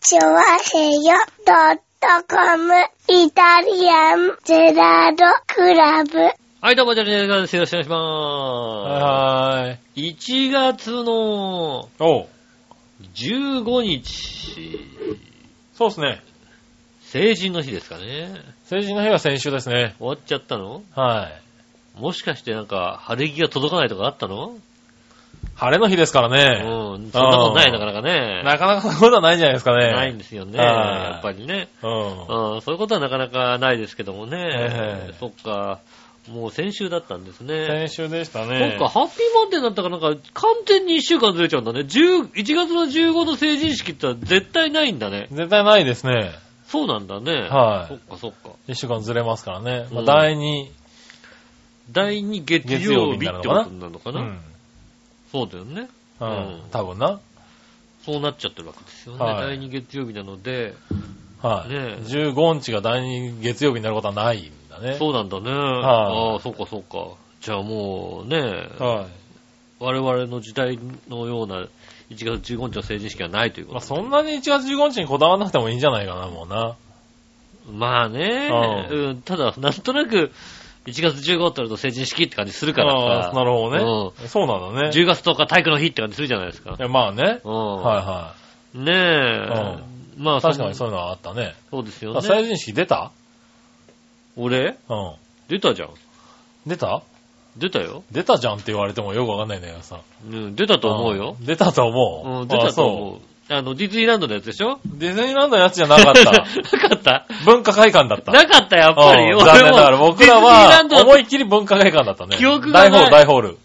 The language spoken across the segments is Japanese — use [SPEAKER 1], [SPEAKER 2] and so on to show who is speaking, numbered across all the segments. [SPEAKER 1] チョワヘヨドットコムイタリアンゼラードクラブ。
[SPEAKER 2] はい、どうも、ジャニーズです。よろしくお願いしま
[SPEAKER 3] はーい。
[SPEAKER 2] す。1月の
[SPEAKER 3] おう。
[SPEAKER 2] 15日、
[SPEAKER 3] そうですね。
[SPEAKER 2] 成人の日ですかね。
[SPEAKER 3] 成人の日は先週ですね。
[SPEAKER 2] 終わっちゃったの
[SPEAKER 3] はい。
[SPEAKER 2] もしかしてなんか、晴れ着が届かないとかあったの
[SPEAKER 3] 晴れの日ですからね。
[SPEAKER 2] うん、そんなことない、なかなかね。
[SPEAKER 3] なかなかそういうことはないんじゃないですかね。
[SPEAKER 2] ないんですよね、
[SPEAKER 3] はい
[SPEAKER 2] やっぱりね。
[SPEAKER 3] うん。
[SPEAKER 2] うん、そういうことはなかなかないですけどもね
[SPEAKER 3] ええ。
[SPEAKER 2] そっか。もう先週だったんですね。
[SPEAKER 3] 先週でし
[SPEAKER 2] そ
[SPEAKER 3] た
[SPEAKER 2] っ
[SPEAKER 3] ね。
[SPEAKER 2] か、ハッピーマンデーだったからなんか完全に1週間ずれちゃうんだね。10 1月の15の成人式って絶対ないんだね。
[SPEAKER 3] 絶対ないですね。
[SPEAKER 2] そうなんだね。
[SPEAKER 3] はい
[SPEAKER 2] そっかそっか。
[SPEAKER 3] 一週間ずれますからね。ま
[SPEAKER 2] う
[SPEAKER 3] あ、
[SPEAKER 2] ん
[SPEAKER 3] 第二、
[SPEAKER 2] 第2月曜日ってことになるのか
[SPEAKER 3] う
[SPEAKER 2] な。
[SPEAKER 3] ん。
[SPEAKER 2] そうだよね。
[SPEAKER 3] う
[SPEAKER 2] うん
[SPEAKER 3] ん。多分な。
[SPEAKER 2] そうなっちゃってるわけですよね。
[SPEAKER 3] は
[SPEAKER 2] 第
[SPEAKER 3] い
[SPEAKER 2] 2月曜日なので、
[SPEAKER 3] はい。
[SPEAKER 2] ねえ
[SPEAKER 3] 15日が第二月曜日になることはないんだね。
[SPEAKER 2] そうなんだね。あ
[SPEAKER 3] は
[SPEAKER 2] あ、そっかそっか。じゃあもうね、
[SPEAKER 3] は
[SPEAKER 2] 我々の時代のような1月15日の成人式はないという
[SPEAKER 3] い。
[SPEAKER 2] こ
[SPEAKER 3] ま
[SPEAKER 2] と
[SPEAKER 3] あ、。そんなに1月15日にこだわらなくてもいいんじゃないかな、もうな。
[SPEAKER 2] まあね、
[SPEAKER 3] う
[SPEAKER 2] うん、ただ、なんとなく、1月15ってなると成人式って感じするから
[SPEAKER 3] ああ、な
[SPEAKER 2] さ、
[SPEAKER 3] るほどね。そうなんだね。
[SPEAKER 2] 10月10日体育の日って感じするじゃないですか
[SPEAKER 3] い。やまあね。
[SPEAKER 2] うん。
[SPEAKER 3] はいは
[SPEAKER 2] ねえ、まあ
[SPEAKER 3] い。確かに
[SPEAKER 2] そ
[SPEAKER 3] そういうのはあったね。
[SPEAKER 2] そうですよ
[SPEAKER 3] あ成
[SPEAKER 2] ね。
[SPEAKER 3] 人式出た
[SPEAKER 2] 俺
[SPEAKER 3] うん。
[SPEAKER 2] 出たじゃん。
[SPEAKER 3] 出た
[SPEAKER 2] 出たよ。
[SPEAKER 3] 出たじゃんって言われてもよくわかんないんだけどさ。
[SPEAKER 2] うん、出たと思うよ。
[SPEAKER 3] ん。出たと思う。
[SPEAKER 2] うん、出たと
[SPEAKER 3] あ
[SPEAKER 2] 思う。あの、ディズニーランドのやつでしょ
[SPEAKER 3] そう。ディズニーランドのやつじゃな かった。
[SPEAKER 2] なかった
[SPEAKER 3] 文化会館だった。
[SPEAKER 2] なかった、やっぱり。
[SPEAKER 3] うん残念ながら僕らは
[SPEAKER 2] ディズニーランド
[SPEAKER 3] 思いっきり文化会館だったね。
[SPEAKER 2] 記憶がない
[SPEAKER 3] 大ホール、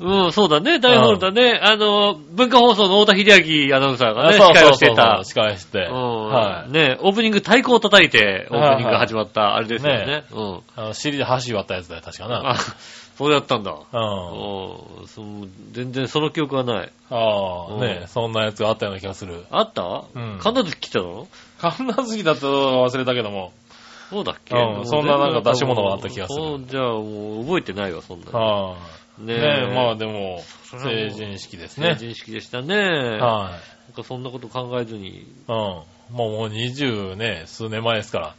[SPEAKER 2] うん、そうだね、大ホールだね。あの、文化放送の太田秀明アナウンサー
[SPEAKER 3] 大ホ
[SPEAKER 2] が
[SPEAKER 3] ー
[SPEAKER 2] ね、司
[SPEAKER 3] ル。
[SPEAKER 2] 会をしてた。
[SPEAKER 3] 司会して。
[SPEAKER 2] うん、
[SPEAKER 3] はい。
[SPEAKER 2] ね、オープニング太鼓を叩いて、オープニングが始まった、あれですよね。
[SPEAKER 3] ね
[SPEAKER 2] うん。
[SPEAKER 3] あの、尻で箸割ったやつだよ、確かな。
[SPEAKER 2] あ、そうだったんだ。
[SPEAKER 3] うん。あ
[SPEAKER 2] うん、その全然その記憶はない。
[SPEAKER 3] あ、
[SPEAKER 2] う
[SPEAKER 3] ね
[SPEAKER 2] ん
[SPEAKER 3] そんなやつがあったような気がする。
[SPEAKER 2] あった
[SPEAKER 3] うん
[SPEAKER 2] 神田月来たの
[SPEAKER 3] 神奈月だと忘れたけども。
[SPEAKER 2] そうだっけ
[SPEAKER 3] うん
[SPEAKER 2] でも
[SPEAKER 3] そんななんか出し物があった気がする
[SPEAKER 2] そうじゃあもう覚えてないわ、そんなの。
[SPEAKER 3] は
[SPEAKER 2] ね
[SPEAKER 3] い。ねえ、まあでも、成人式です
[SPEAKER 2] 成
[SPEAKER 3] ね。
[SPEAKER 2] 人式でしたね。な
[SPEAKER 3] はい。
[SPEAKER 2] んかそんなこと考えずに。
[SPEAKER 3] うん。もうもう二十ね、数年前ですから。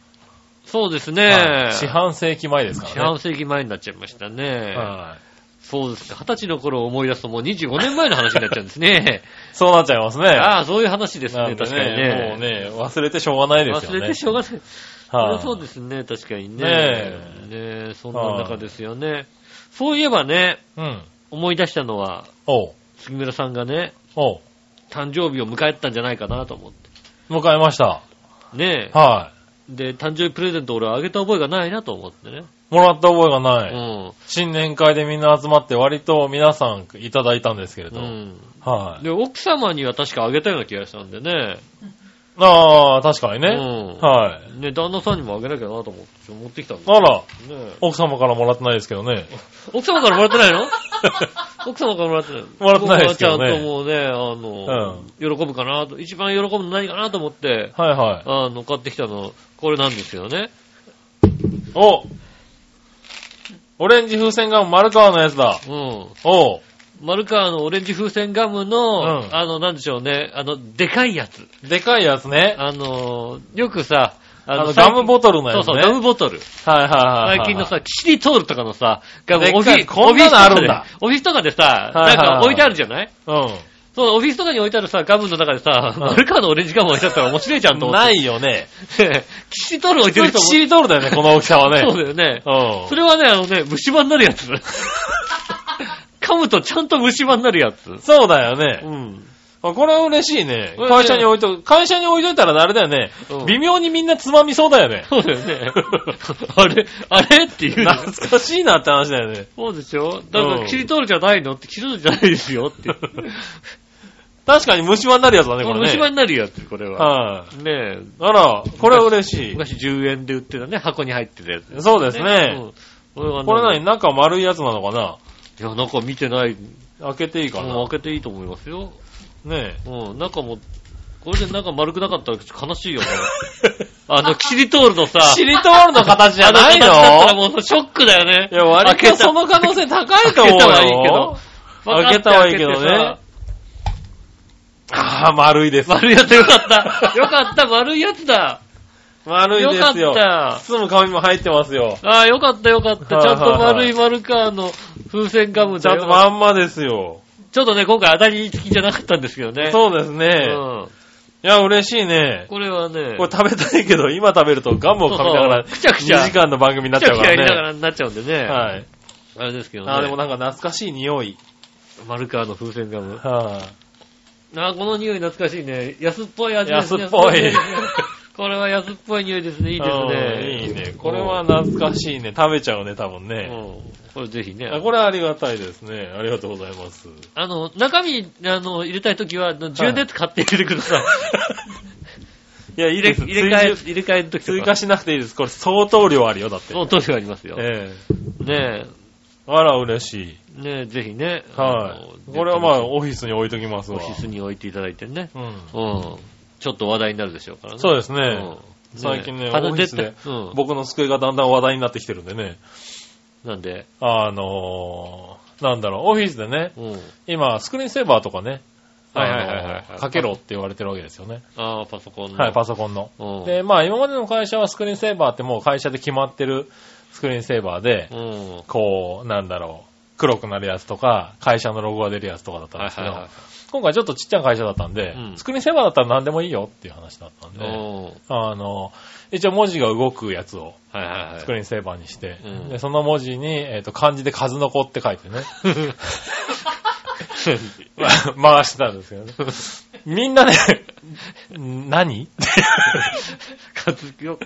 [SPEAKER 2] そうです
[SPEAKER 3] は
[SPEAKER 2] ね
[SPEAKER 3] い。四半世紀前ですか
[SPEAKER 2] 四
[SPEAKER 3] らね。
[SPEAKER 2] 半世紀前になっちゃいましたね。
[SPEAKER 3] はい。
[SPEAKER 2] そうですか。二十歳の頃を思い出すともう25年前の話になっちゃうんです ね。
[SPEAKER 3] そうなっちゃいますね。
[SPEAKER 2] ああ、そういう話です
[SPEAKER 3] な
[SPEAKER 2] ね。
[SPEAKER 3] んで
[SPEAKER 2] 確かにね。
[SPEAKER 3] ね。もうね、忘れてしょうがないですよ
[SPEAKER 2] 忘
[SPEAKER 3] ね。
[SPEAKER 2] れてしょうがない。
[SPEAKER 3] はい
[SPEAKER 2] それそうですね。確かにね。
[SPEAKER 3] ね
[SPEAKER 2] ねえそんな中ですよね。そういえばね、
[SPEAKER 3] うん。
[SPEAKER 2] 思い出したのは、
[SPEAKER 3] おう。
[SPEAKER 2] 杉村さんがね、
[SPEAKER 3] おう。
[SPEAKER 2] 誕生日を迎えたんじゃないかなと思って。
[SPEAKER 3] 迎えました。
[SPEAKER 2] ねえ。
[SPEAKER 3] は
[SPEAKER 2] で、誕生日プレゼント俺あげた覚えがないなと思ってね。
[SPEAKER 3] い。もらった覚えがない。
[SPEAKER 2] うん
[SPEAKER 3] 新年会でみんな集まって割と皆さんいただいたんですけれ
[SPEAKER 2] う
[SPEAKER 3] ど。
[SPEAKER 2] ん。
[SPEAKER 3] はい。
[SPEAKER 2] で、奥様には確かあげたような気がしたんでね。
[SPEAKER 3] ああ、確かに
[SPEAKER 2] う
[SPEAKER 3] ね。
[SPEAKER 2] ん。
[SPEAKER 3] はい。
[SPEAKER 2] ね、旦那さんにもあげなきゃなと思って、持ってきたんです
[SPEAKER 3] あら、
[SPEAKER 2] よね。
[SPEAKER 3] 奥様からもらってないですけどね。
[SPEAKER 2] 奥様からもらって ないの奥様からもらってないの
[SPEAKER 3] もらってないですけどね
[SPEAKER 2] 僕はちゃんともうね、あの、喜ぶかなと、一番喜ぶの何かなと思って、
[SPEAKER 3] はいはい。
[SPEAKER 2] あの、買ってきたの、これなんですよね。
[SPEAKER 3] おオレンジ風船が丸川のやつだ。
[SPEAKER 2] うん。
[SPEAKER 3] おう。
[SPEAKER 2] 丸川のオレンジ風船ガムの、
[SPEAKER 3] うん
[SPEAKER 2] あの、なんでしょうね、あの、でかいやつ。
[SPEAKER 3] でかいやつね。
[SPEAKER 2] あの、よくさ、あ
[SPEAKER 3] あの、ガムボトル
[SPEAKER 2] ト
[SPEAKER 3] の
[SPEAKER 2] ル、
[SPEAKER 3] やつ
[SPEAKER 2] そ
[SPEAKER 3] ね。
[SPEAKER 2] うそう、ガムボトル。
[SPEAKER 3] はいはいはいはい。
[SPEAKER 2] 最近のさ、キシリトールとかのさ、ガム
[SPEAKER 3] で、っかい
[SPEAKER 2] オフィス、
[SPEAKER 3] こんなのあるんだ
[SPEAKER 2] オフィスとかでオフィスとかでさ、
[SPEAKER 3] は
[SPEAKER 2] ない
[SPEAKER 3] はい
[SPEAKER 2] ん
[SPEAKER 3] は
[SPEAKER 2] か
[SPEAKER 3] い
[SPEAKER 2] 置いてあるじゃない
[SPEAKER 3] う
[SPEAKER 2] そう、オフィスとかに置いてあるさ、ガムの中でさ、
[SPEAKER 3] うん
[SPEAKER 2] 丸川のオレンジガム置いてあったら面白いじゃんと
[SPEAKER 3] ん。
[SPEAKER 2] 思って。。
[SPEAKER 3] ないい よね。
[SPEAKER 2] キシトール置いて
[SPEAKER 3] き
[SPEAKER 2] ると思
[SPEAKER 3] しりとる だよね、この大きさは
[SPEAKER 2] う。
[SPEAKER 3] ね。
[SPEAKER 2] そうだよね。
[SPEAKER 3] うん。
[SPEAKER 2] それはね、あのね、虫歯になる やつ。噛むとちゃんと虫歯になるやつ。
[SPEAKER 3] そうだよ
[SPEAKER 2] う
[SPEAKER 3] ね。
[SPEAKER 2] ん。
[SPEAKER 3] あこれは嬉しいね。
[SPEAKER 2] 嬉しい
[SPEAKER 3] 会社に置いと、会社に置いといたらあれだよね
[SPEAKER 2] うん。
[SPEAKER 3] 微妙にみんなつまみそうだよね。
[SPEAKER 2] そうだよね。あれあれって いう。
[SPEAKER 3] 懐かしいなって話だよね。
[SPEAKER 2] そうでしょだから、
[SPEAKER 3] うん
[SPEAKER 2] キシトールじゃないのって、キシトールじゃない ですよって。
[SPEAKER 3] 確かに虫歯になるやつだね、これね。
[SPEAKER 2] 虫歯になるやつ、これは。
[SPEAKER 3] は
[SPEAKER 2] ね
[SPEAKER 3] い。
[SPEAKER 2] え。
[SPEAKER 3] あら、これは嬉し
[SPEAKER 2] 昔10円で売ってたね、箱に入ってたやつ。
[SPEAKER 3] い。そうですね。
[SPEAKER 2] うん。こ
[SPEAKER 3] これ何
[SPEAKER 2] い
[SPEAKER 3] 中丸いやつなのか
[SPEAKER 2] や、中見てない。
[SPEAKER 3] な開けていいか
[SPEAKER 2] も
[SPEAKER 3] な
[SPEAKER 2] う開けていいと思いますよ。
[SPEAKER 3] ね
[SPEAKER 2] うん、中も、これで中丸くなかったらちょっと悲しいよ ね。あの、キシリトールのさ、
[SPEAKER 3] え。しりとるの形じゃないの
[SPEAKER 2] あ形だったらもうショックだよね。
[SPEAKER 3] いや、割
[SPEAKER 2] 開け
[SPEAKER 3] と
[SPEAKER 2] た
[SPEAKER 3] その可能性高いと思うよ。
[SPEAKER 2] 開けたはいいけど。
[SPEAKER 3] 開
[SPEAKER 2] バカ
[SPEAKER 3] けたはいいけどね
[SPEAKER 2] って開けてさ
[SPEAKER 3] ああ、丸いです。
[SPEAKER 2] 丸いやつよかった。よかった、丸いやつだ。
[SPEAKER 3] 丸いですよ。
[SPEAKER 2] よかった
[SPEAKER 3] 包む紙も入ってますよ。
[SPEAKER 2] ああ、よかったよかった。
[SPEAKER 3] はい
[SPEAKER 2] ち
[SPEAKER 3] は
[SPEAKER 2] ゃ
[SPEAKER 3] い
[SPEAKER 2] ん
[SPEAKER 3] はい
[SPEAKER 2] と丸い丸カーの風船ガム
[SPEAKER 3] ち
[SPEAKER 2] だ
[SPEAKER 3] ゃん
[SPEAKER 2] よ
[SPEAKER 3] とまんまですよ。
[SPEAKER 2] ちょっとね、今回当たり付きじゃなかったんですけどね。
[SPEAKER 3] そうです
[SPEAKER 2] う
[SPEAKER 3] ね。
[SPEAKER 2] ん。
[SPEAKER 3] いや、嬉しいね。
[SPEAKER 2] これはね、
[SPEAKER 3] これ食べたいけど、今食べるとガムを噛みながら、
[SPEAKER 2] そうそうくちゃくちゃ
[SPEAKER 3] 2時間の番組になっ
[SPEAKER 2] キ
[SPEAKER 3] ちゃ
[SPEAKER 2] ャキ
[SPEAKER 3] うか
[SPEAKER 2] ャやりなが
[SPEAKER 3] らね。
[SPEAKER 2] らになっちゃうんでね。
[SPEAKER 3] はい。
[SPEAKER 2] あれですけどね。
[SPEAKER 3] あーでもなんか懐かしい匂い。
[SPEAKER 2] 丸川の風船ガム。
[SPEAKER 3] は
[SPEAKER 2] ああ、この匂い懐かしいね。安っぽい味ですね。
[SPEAKER 3] 安っぽ
[SPEAKER 2] 安っ
[SPEAKER 3] い
[SPEAKER 2] ぽいねこれは安っぽい匂いですね。い
[SPEAKER 3] い
[SPEAKER 2] いです
[SPEAKER 3] うん
[SPEAKER 2] ね。
[SPEAKER 3] いいね。これは懐かしいね。食べちゃうね、多分
[SPEAKER 2] うん、
[SPEAKER 3] ね。
[SPEAKER 2] これぜひね。
[SPEAKER 3] あこれはありがたいですね。ありがとうございます。
[SPEAKER 2] あの、中身、あの、入れたいときは、あの充電器買って入れてください。
[SPEAKER 3] いや、いい
[SPEAKER 2] 入れ、
[SPEAKER 3] です。
[SPEAKER 2] 入れ替え、
[SPEAKER 3] 追
[SPEAKER 2] 入れ替えのとき
[SPEAKER 3] 加
[SPEAKER 2] と
[SPEAKER 3] 追
[SPEAKER 2] か。
[SPEAKER 3] 加しなくていいです。これ相当量あるよ、だって。
[SPEAKER 2] そう、当時はありますよ。ね
[SPEAKER 3] ええ。
[SPEAKER 2] え、
[SPEAKER 3] あら、嬉しい。
[SPEAKER 2] ねえ、ぜひね。
[SPEAKER 3] はい。
[SPEAKER 2] の
[SPEAKER 3] これはまあ、
[SPEAKER 2] ぜ
[SPEAKER 3] オフィスに置いときます
[SPEAKER 2] ひ
[SPEAKER 3] わ。
[SPEAKER 2] オフィスに置いていただいてね。
[SPEAKER 3] うん。
[SPEAKER 2] うん。ちょっと話題になるでしょうからね。
[SPEAKER 3] そうですね。
[SPEAKER 2] うん
[SPEAKER 3] 最近ね、オ
[SPEAKER 2] 鼻
[SPEAKER 3] フィ
[SPEAKER 2] 出
[SPEAKER 3] ス
[SPEAKER 2] て
[SPEAKER 3] で
[SPEAKER 2] うん。
[SPEAKER 3] 僕の机がだんだん話題になってきてるんでね。
[SPEAKER 2] なんで、
[SPEAKER 3] あのー、なんだろう、オフィスでね、
[SPEAKER 2] うん。
[SPEAKER 3] 今、スクリーンセーバーとかね、
[SPEAKER 2] はいはいはいはい
[SPEAKER 3] あのーかけろって言われてるわけですよね。
[SPEAKER 2] ああ、パソコンの。
[SPEAKER 3] はい、パソコンの。
[SPEAKER 2] コン
[SPEAKER 3] で、まあ、今までの会社はスクリーンセーバーってもう会社で決まってるスクリーンセーバーで
[SPEAKER 2] う、ん。は
[SPEAKER 3] こう、なんだろう、黒くなるやつとか、会社のロゴが出るやつとかだっ
[SPEAKER 2] い
[SPEAKER 3] たん
[SPEAKER 2] は
[SPEAKER 3] で
[SPEAKER 2] い
[SPEAKER 3] すけど、
[SPEAKER 2] は
[SPEAKER 3] 今回ちょっとちっちゃな会社だったんで、
[SPEAKER 2] うん
[SPEAKER 3] スクリーンセーバーだったら何でもいいよっていう話だったん
[SPEAKER 2] い。
[SPEAKER 3] で、
[SPEAKER 2] うん。はい
[SPEAKER 3] あの、一応文字が動くやつを
[SPEAKER 2] はいはい。
[SPEAKER 3] スクリーンセーバーにして、
[SPEAKER 2] うん
[SPEAKER 3] でその文字に、えっと漢字で数の子って書い てね、回してたんですけどね。みんなね、ん何って
[SPEAKER 2] 活用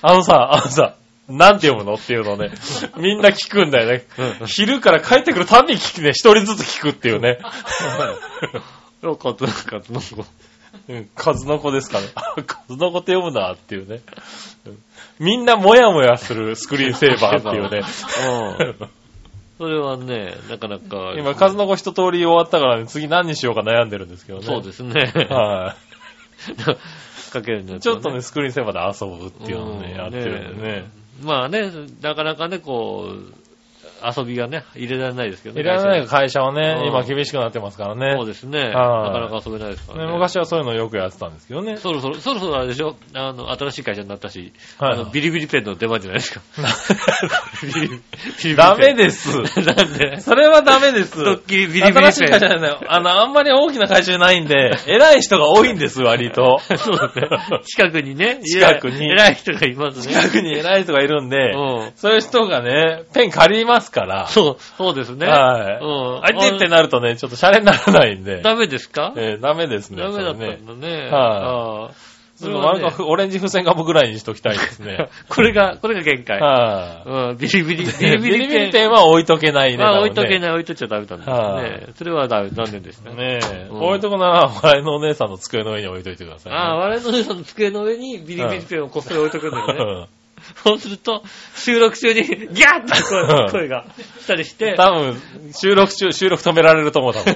[SPEAKER 3] あのさ、あのさ、なんて読むのっていうのをね、みんな聞くんだよね。昼から帰ってくるたんびに聞くね、一人ずつ聞くっていう ね。
[SPEAKER 2] よかった、活の子。
[SPEAKER 3] うん数の子ですかね。あ数の子って読むんだっていうね。うんみんなもやもやするスクリーンセーバーっていうね。
[SPEAKER 2] うん。 それはね、なかなか。
[SPEAKER 3] 今、数の子一通り終わったからね、次何にしようか悩んでるんですけどね。
[SPEAKER 2] そうですね。
[SPEAKER 3] は
[SPEAKER 2] かけるの
[SPEAKER 3] い。ちょっとね、、スクリーンセーバーで遊ぶっていうのを
[SPEAKER 2] う
[SPEAKER 3] ね、
[SPEAKER 2] ん
[SPEAKER 3] やってるんでね。
[SPEAKER 2] まあね、なかなかね、こう、遊びがね、入れられないですけどね。
[SPEAKER 3] いらない会社は
[SPEAKER 2] う
[SPEAKER 3] ね、
[SPEAKER 2] ん
[SPEAKER 3] 今厳しくなってますか
[SPEAKER 2] そ
[SPEAKER 3] ら
[SPEAKER 2] う
[SPEAKER 3] ね。
[SPEAKER 2] ですね。な
[SPEAKER 3] はい
[SPEAKER 2] かなか遊べないですから
[SPEAKER 3] ね
[SPEAKER 2] ね。
[SPEAKER 3] 昔はそういうのをよくやってたんですけど ね。
[SPEAKER 2] そろそろ、そろそろあれでしょあの、新しい会社になったし、
[SPEAKER 3] はい
[SPEAKER 2] あのビリビリペンの出番じゃないです か。ビリビリペン
[SPEAKER 3] ダメです。
[SPEAKER 2] なんで
[SPEAKER 3] それはダメ です。
[SPEAKER 2] ドッキリビリビリペン。
[SPEAKER 3] 新しい会社じゃないのよ。あの、あんまり大きな会社じゃないんで、偉い人が多いんです、割と。
[SPEAKER 2] そうだ ね。近くにね、
[SPEAKER 3] 近くに
[SPEAKER 2] 偉い人がいますね。
[SPEAKER 3] 近くに偉い人がいるんで、
[SPEAKER 2] うん。
[SPEAKER 3] そういう人がね、ペン借りますから、
[SPEAKER 2] そう、そうですね。
[SPEAKER 3] はい
[SPEAKER 2] うん。
[SPEAKER 3] あいてってなるとね、ちょっとシャレにならないん
[SPEAKER 2] あ
[SPEAKER 3] で、
[SPEAKER 2] ダメですか
[SPEAKER 3] えーダメですね。
[SPEAKER 2] ダメだったん
[SPEAKER 3] それね。
[SPEAKER 2] だね。
[SPEAKER 3] は
[SPEAKER 2] ああ。
[SPEAKER 3] ちょっとなんか
[SPEAKER 2] それはね
[SPEAKER 3] オレンジ風船ガムぐらいにしときたいです ね。
[SPEAKER 2] これが、これが限界。
[SPEAKER 3] はい
[SPEAKER 2] うん、ビリビリ、ビリ
[SPEAKER 3] ビリ
[SPEAKER 2] ビ
[SPEAKER 3] ビ
[SPEAKER 2] リ
[SPEAKER 3] リペン
[SPEAKER 2] ペン。
[SPEAKER 3] は置いとけないね。
[SPEAKER 2] まあ置いとけ
[SPEAKER 3] い。
[SPEAKER 2] ない、置いとっちゃダメなん
[SPEAKER 3] は
[SPEAKER 2] ですね。それはダメ、残念ですね。
[SPEAKER 3] ねえ、
[SPEAKER 2] うん
[SPEAKER 3] 置いとくなら、笑いのお姉さんの机の上に置いといてください、ね。
[SPEAKER 2] ああ、
[SPEAKER 3] あ、
[SPEAKER 2] 我々のさんの机の上にビリビリペンをこっそり置いとくんだよね。
[SPEAKER 3] うん。
[SPEAKER 2] そうすると、収録中にギャッて声声がしたりして、
[SPEAKER 3] 多分、収録中、収録止められると思 う、多分。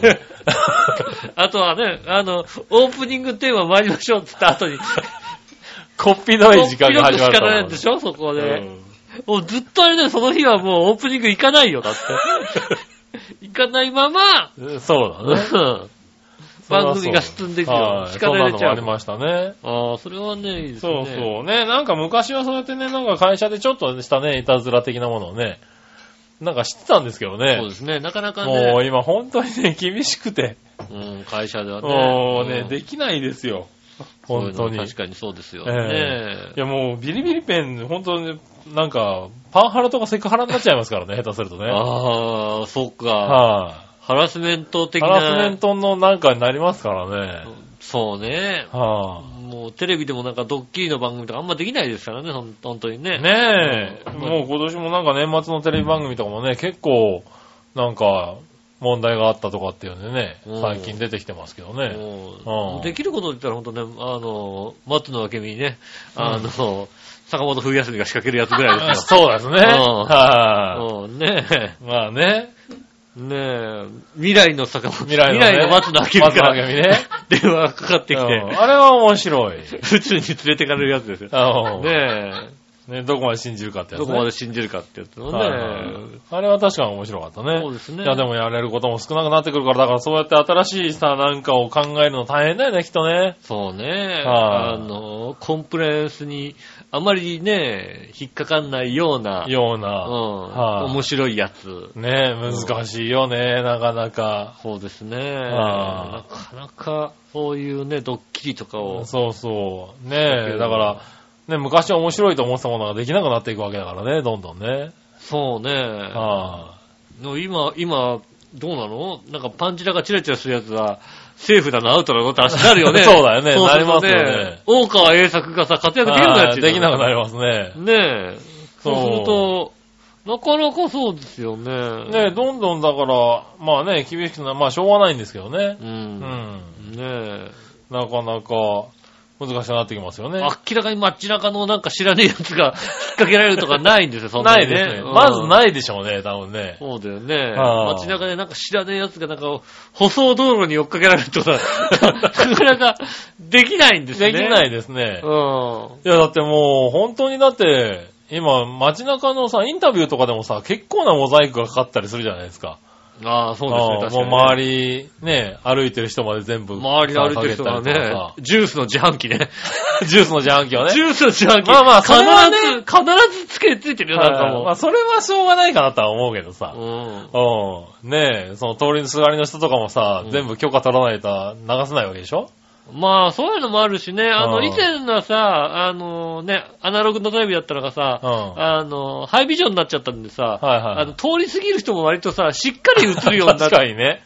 [SPEAKER 2] あとはね、あの、オープニングテーマ参りましょうって言った後 に、
[SPEAKER 3] こっぴどい時間が始まると
[SPEAKER 2] られ
[SPEAKER 3] 思
[SPEAKER 2] る
[SPEAKER 3] う。
[SPEAKER 2] でしょ、そこ
[SPEAKER 3] う
[SPEAKER 2] で。
[SPEAKER 3] ん
[SPEAKER 2] もうずっとあれだよ、その日はもうオープニング行かないよ、だ って。行かないまま、
[SPEAKER 3] うんそう
[SPEAKER 2] う
[SPEAKER 3] だね。
[SPEAKER 2] ん 番組が進んでいくよ
[SPEAKER 3] は。い
[SPEAKER 2] 力入れちゃ
[SPEAKER 3] そんなのもあり
[SPEAKER 2] う。
[SPEAKER 3] ましたね。
[SPEAKER 2] ああ、それはね、いいです
[SPEAKER 3] そ
[SPEAKER 2] ね。
[SPEAKER 3] うそう。ね、なんか昔はそうやってね、なんか会社でちょっとしたね、いたずら的なものをね、なんか知ってたんですけど
[SPEAKER 2] そう
[SPEAKER 3] ね。
[SPEAKER 2] ですね、なかなか
[SPEAKER 3] も
[SPEAKER 2] ね、
[SPEAKER 3] う今本当にね、厳しくて、
[SPEAKER 2] うん会社ではね。
[SPEAKER 3] も
[SPEAKER 2] う
[SPEAKER 3] うね、
[SPEAKER 2] ん
[SPEAKER 3] できないですよ。
[SPEAKER 2] そうい
[SPEAKER 3] 本
[SPEAKER 2] うの
[SPEAKER 3] 当に。い
[SPEAKER 2] 確かにそうですよ。
[SPEAKER 3] ええ
[SPEAKER 2] ねえ。
[SPEAKER 3] やもうビリビリペン、本当になんか、パワハラとかセクハラになっちゃいますからね、下手するとね。はい、
[SPEAKER 2] ああ、そっか。ハラスメント的
[SPEAKER 3] ハ
[SPEAKER 2] な。
[SPEAKER 3] ラスメントのなんかになりますからね。
[SPEAKER 2] そうね。
[SPEAKER 3] は
[SPEAKER 2] もうテレビでもなんかドッキリの番組とかあんまできないですからね、ほん本当に ね。
[SPEAKER 3] い。ねえ、
[SPEAKER 2] うん
[SPEAKER 3] もう今年もなんか年末のテレビ番組とかもね、結構、なんか、問題があったとかっていうんでね、
[SPEAKER 2] うん
[SPEAKER 3] 最近出てきてますけどね。
[SPEAKER 2] も
[SPEAKER 3] うん
[SPEAKER 2] うできることで言ったら本当ね、あの、松野明美にね、あの、坂本冬休みが仕掛けるやつぐらいです
[SPEAKER 3] そうですね。
[SPEAKER 2] うん
[SPEAKER 3] は
[SPEAKER 2] よ。うん、ねえ。
[SPEAKER 3] い。まあね、
[SPEAKER 2] ねえ、未来の坂本、
[SPEAKER 3] 未来のね
[SPEAKER 2] 松野明美から
[SPEAKER 3] 松野明美ね
[SPEAKER 2] 電話がかかってき
[SPEAKER 3] うん
[SPEAKER 2] て、
[SPEAKER 3] あれは面白い。うん
[SPEAKER 2] 宇宙に連れてかれるやつですよ。ねえ。
[SPEAKER 3] ね、どこまで信じるかってやつ、
[SPEAKER 2] ど
[SPEAKER 3] ね。
[SPEAKER 2] こまで信じるかってやつの
[SPEAKER 3] はいはいはい
[SPEAKER 2] ね。
[SPEAKER 3] あれは確かに面白かったね。
[SPEAKER 2] そうですね
[SPEAKER 3] いや、でもやれることも少なくなってくるから、だからそうやって新しいさ、なんかを考えるの大変だよね、きっとね。
[SPEAKER 2] そうね。
[SPEAKER 3] は
[SPEAKER 2] あ
[SPEAKER 3] い
[SPEAKER 2] の、コンプライアンスにあまりね、引っかかんないような、
[SPEAKER 3] よう
[SPEAKER 2] うん、
[SPEAKER 3] な。はい
[SPEAKER 2] 面白いやつ。
[SPEAKER 3] ね難しいよね、なかなか。
[SPEAKER 2] そうですね。
[SPEAKER 3] は
[SPEAKER 2] なかなか、そういうね、ドッキリとかを。
[SPEAKER 3] そうそう。
[SPEAKER 2] だけ
[SPEAKER 3] ね
[SPEAKER 2] ど
[SPEAKER 3] だから、ね、昔は面白いと思ってたものができなくなっていくわけだからね、どんどんね。
[SPEAKER 2] そうね。
[SPEAKER 3] は
[SPEAKER 2] でも今、今、どうなのなんかパンチラがチラチラするやつは、セーフだな、アウトだなって話になるよね。
[SPEAKER 3] そうだよね
[SPEAKER 2] そうすると
[SPEAKER 3] なりますよね
[SPEAKER 2] 大川栄作がさ、活躍できなくなっちゃ
[SPEAKER 3] は
[SPEAKER 2] う。
[SPEAKER 3] いできなくなりますね。
[SPEAKER 2] ねえ。
[SPEAKER 3] そう
[SPEAKER 2] そうすると、なかなかそうですよね。
[SPEAKER 3] ねどんどんだから、まあね、厳しくな、まあしょうがないんですけどね。
[SPEAKER 2] う。
[SPEAKER 3] うんん。
[SPEAKER 2] ね
[SPEAKER 3] なかなか難しくなってきますよ
[SPEAKER 2] え。
[SPEAKER 3] ね。
[SPEAKER 2] 明らかに街中のなんか知らねえやつが 引っ掛けられるとかないんですよ、そん
[SPEAKER 3] な
[SPEAKER 2] に
[SPEAKER 3] いですね。
[SPEAKER 2] うん
[SPEAKER 3] まずないでしょうね、多分ね。
[SPEAKER 2] そうだよね。
[SPEAKER 3] ああ
[SPEAKER 2] 街中でなんか知らねえやつがなんか、舗装道路に追っかけられるとか、 なかなかできないんですね。。
[SPEAKER 3] できないいですね
[SPEAKER 2] う。ん。
[SPEAKER 3] いや、だってもう、本当にだって、今、街中のさ、インタビューとかでもさ、結構なモザイクがかかったりするじゃないですか。
[SPEAKER 2] ああ、そうですね、
[SPEAKER 3] ああ
[SPEAKER 2] 確か
[SPEAKER 3] もう
[SPEAKER 2] に。
[SPEAKER 3] 周り、ね、歩いてる人まで全部。
[SPEAKER 2] 周りの歩いてる人が
[SPEAKER 3] 下げたり
[SPEAKER 2] ね
[SPEAKER 3] とか、
[SPEAKER 2] ジュースの自販機ね。
[SPEAKER 3] さ。 ジュースの自販機はね。
[SPEAKER 2] ジュースの自販機。
[SPEAKER 3] まあまあそれはね
[SPEAKER 2] 必ず、必ずつけついてるよ、なんか
[SPEAKER 3] はいま
[SPEAKER 2] も
[SPEAKER 3] あ、それはしょうがないかなとは思うけどさ。
[SPEAKER 2] う。
[SPEAKER 3] うん。ねえ、その通りのすがりの人とかもさ、
[SPEAKER 2] うん
[SPEAKER 3] 全部許可取らないと流せないわけでしょ
[SPEAKER 2] うん。まあ、そういうのもあるしね、あ
[SPEAKER 3] あ
[SPEAKER 2] の、
[SPEAKER 3] あ
[SPEAKER 2] 以前のさ、あのね、アナログのテレビだったのがさ、
[SPEAKER 3] うん
[SPEAKER 2] あの、ハイビジョンになっちゃったんでさ、
[SPEAKER 3] はいはい
[SPEAKER 2] あの、通り過ぎる人も割とさ、しっかり映るようになっ
[SPEAKER 3] 確かにね。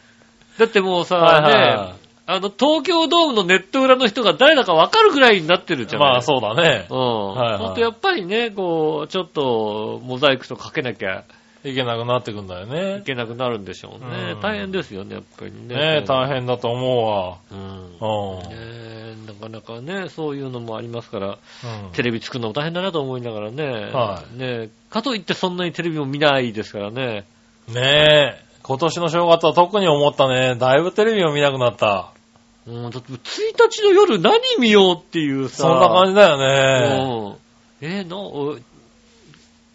[SPEAKER 2] だってもうさ、
[SPEAKER 3] はいはいはい
[SPEAKER 2] ね、あの、東京ドームのネット裏の人が誰だかわかるくらいになってるじゃん。
[SPEAKER 3] まあ、そうだね
[SPEAKER 2] う。ん。
[SPEAKER 3] はいはい
[SPEAKER 2] ほんとやっぱりね、こう、ちょっと、モザイクとかけなきゃ
[SPEAKER 3] いけなくなってくんだよ
[SPEAKER 2] い
[SPEAKER 3] ね。
[SPEAKER 2] けなくなるんでしょうね。
[SPEAKER 3] うん
[SPEAKER 2] 大変ですよね、やっぱりね。
[SPEAKER 3] ねえ、大変だと思うわ。
[SPEAKER 2] 変。うん。
[SPEAKER 3] うん。
[SPEAKER 2] ねなかなかね、そういうのもありますから、
[SPEAKER 3] うん
[SPEAKER 2] テレビ作るのも大変だなと思いながらね。
[SPEAKER 3] はい
[SPEAKER 2] ねかといってそんなにテレビも見ないですからね。
[SPEAKER 3] ねえ。今年の正月は特に思ったね。だいぶテレビを見なくなった。
[SPEAKER 2] うん、だって1日の夜何見ようっていうさ。
[SPEAKER 3] そんな感じだよね。
[SPEAKER 2] うん。えーな、お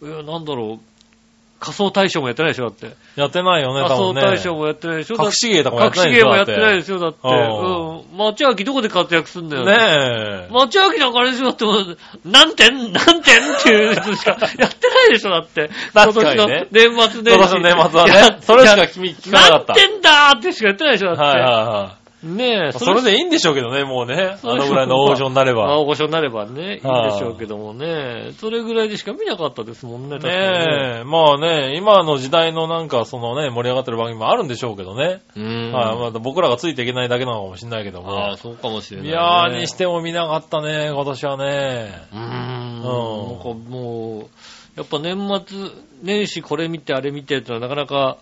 [SPEAKER 2] え、なんだろう。仮想大賞もやってないでしょ、だって。
[SPEAKER 3] やってないよね、
[SPEAKER 2] 仮
[SPEAKER 3] 多
[SPEAKER 2] 想
[SPEAKER 3] 分ね。
[SPEAKER 2] 大賞もやってないでしょ、だっ
[SPEAKER 3] 隠
[SPEAKER 2] て。
[SPEAKER 3] し芸とかもや
[SPEAKER 2] 隠
[SPEAKER 3] ってな
[SPEAKER 2] し
[SPEAKER 3] い
[SPEAKER 2] 芸もやってないですすよ、だって。
[SPEAKER 3] う
[SPEAKER 2] うん。町明どこで活躍すんだよ。。
[SPEAKER 3] ねえ。
[SPEAKER 2] 町明なんかあれでしょ、だってもう、何 点何点っていうやつしかやってないでしょ、だって。
[SPEAKER 3] 確か
[SPEAKER 2] 今年
[SPEAKER 3] にね
[SPEAKER 2] の年末年始。
[SPEAKER 3] 今年の年末
[SPEAKER 2] い
[SPEAKER 3] は
[SPEAKER 2] や
[SPEAKER 3] ね、それしか君聞かなかった。
[SPEAKER 2] 何点だーってしかやってないでしょ、だって。
[SPEAKER 3] はいはい
[SPEAKER 2] ねえ、
[SPEAKER 3] はい。それでいいんでしょうけどね、もうね。
[SPEAKER 2] そ
[SPEAKER 3] あ
[SPEAKER 2] れで
[SPEAKER 3] のぐらいの大御所になれ
[SPEAKER 2] まあ、
[SPEAKER 3] ば。
[SPEAKER 2] 大御所になればね、いいんでし
[SPEAKER 3] はい
[SPEAKER 2] ょうけどもね、それぐらいでしか見なかったですもんね、確かにね
[SPEAKER 3] ねえ、まあね、今の時代のなんかそのね、盛り上がってる番組もあるんでしょうけどね。
[SPEAKER 2] うん。
[SPEAKER 3] はい、まだ僕らがついていけないだけなのかもしれないけど
[SPEAKER 2] あ
[SPEAKER 3] も
[SPEAKER 2] あ、。そうかもしれない、
[SPEAKER 3] い
[SPEAKER 2] ね。
[SPEAKER 3] やー、にしても見なかったね、今年はね。
[SPEAKER 2] うーん。なんか
[SPEAKER 3] うん
[SPEAKER 2] もう、やっぱ年末、年始これ見てあれ見てってのはなかなか、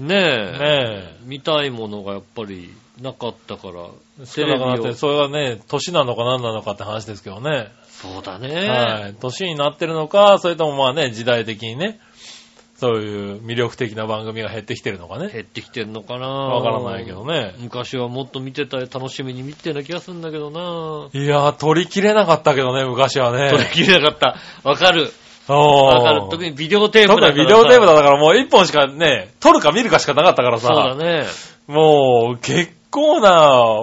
[SPEAKER 2] ねえ、
[SPEAKER 3] ねえ。
[SPEAKER 2] 見たいものがやっぱりなかったから、
[SPEAKER 3] 少
[SPEAKER 2] テ
[SPEAKER 3] な
[SPEAKER 2] レ
[SPEAKER 3] く
[SPEAKER 2] ビ
[SPEAKER 3] なって、
[SPEAKER 2] を。
[SPEAKER 3] それはね、年なのか何なのかって話ですけどね。
[SPEAKER 2] そうだね。
[SPEAKER 3] はい。年になってるのか、それともまあね、時代的にね、そういう魅力的な番組が減ってきてるのかね。
[SPEAKER 2] 減ってきてんのかな
[SPEAKER 3] わ
[SPEAKER 2] わ
[SPEAKER 3] からないけど。ね。
[SPEAKER 2] 昔はもっと見てた、楽しみに見てたような気がするんだけどな。
[SPEAKER 3] いやー、取り切れなかったけどね、昔はね。
[SPEAKER 2] 取り切れなかった。わかる。わかる。
[SPEAKER 3] お
[SPEAKER 2] 特
[SPEAKER 3] ー
[SPEAKER 2] にビデオテープ
[SPEAKER 3] 特
[SPEAKER 2] だ
[SPEAKER 3] に
[SPEAKER 2] から
[SPEAKER 3] ビデオテープだからもう一本しかね、撮るか見るかしかなかったから
[SPEAKER 2] そうだ
[SPEAKER 3] さ、
[SPEAKER 2] ね。
[SPEAKER 3] もう結構な、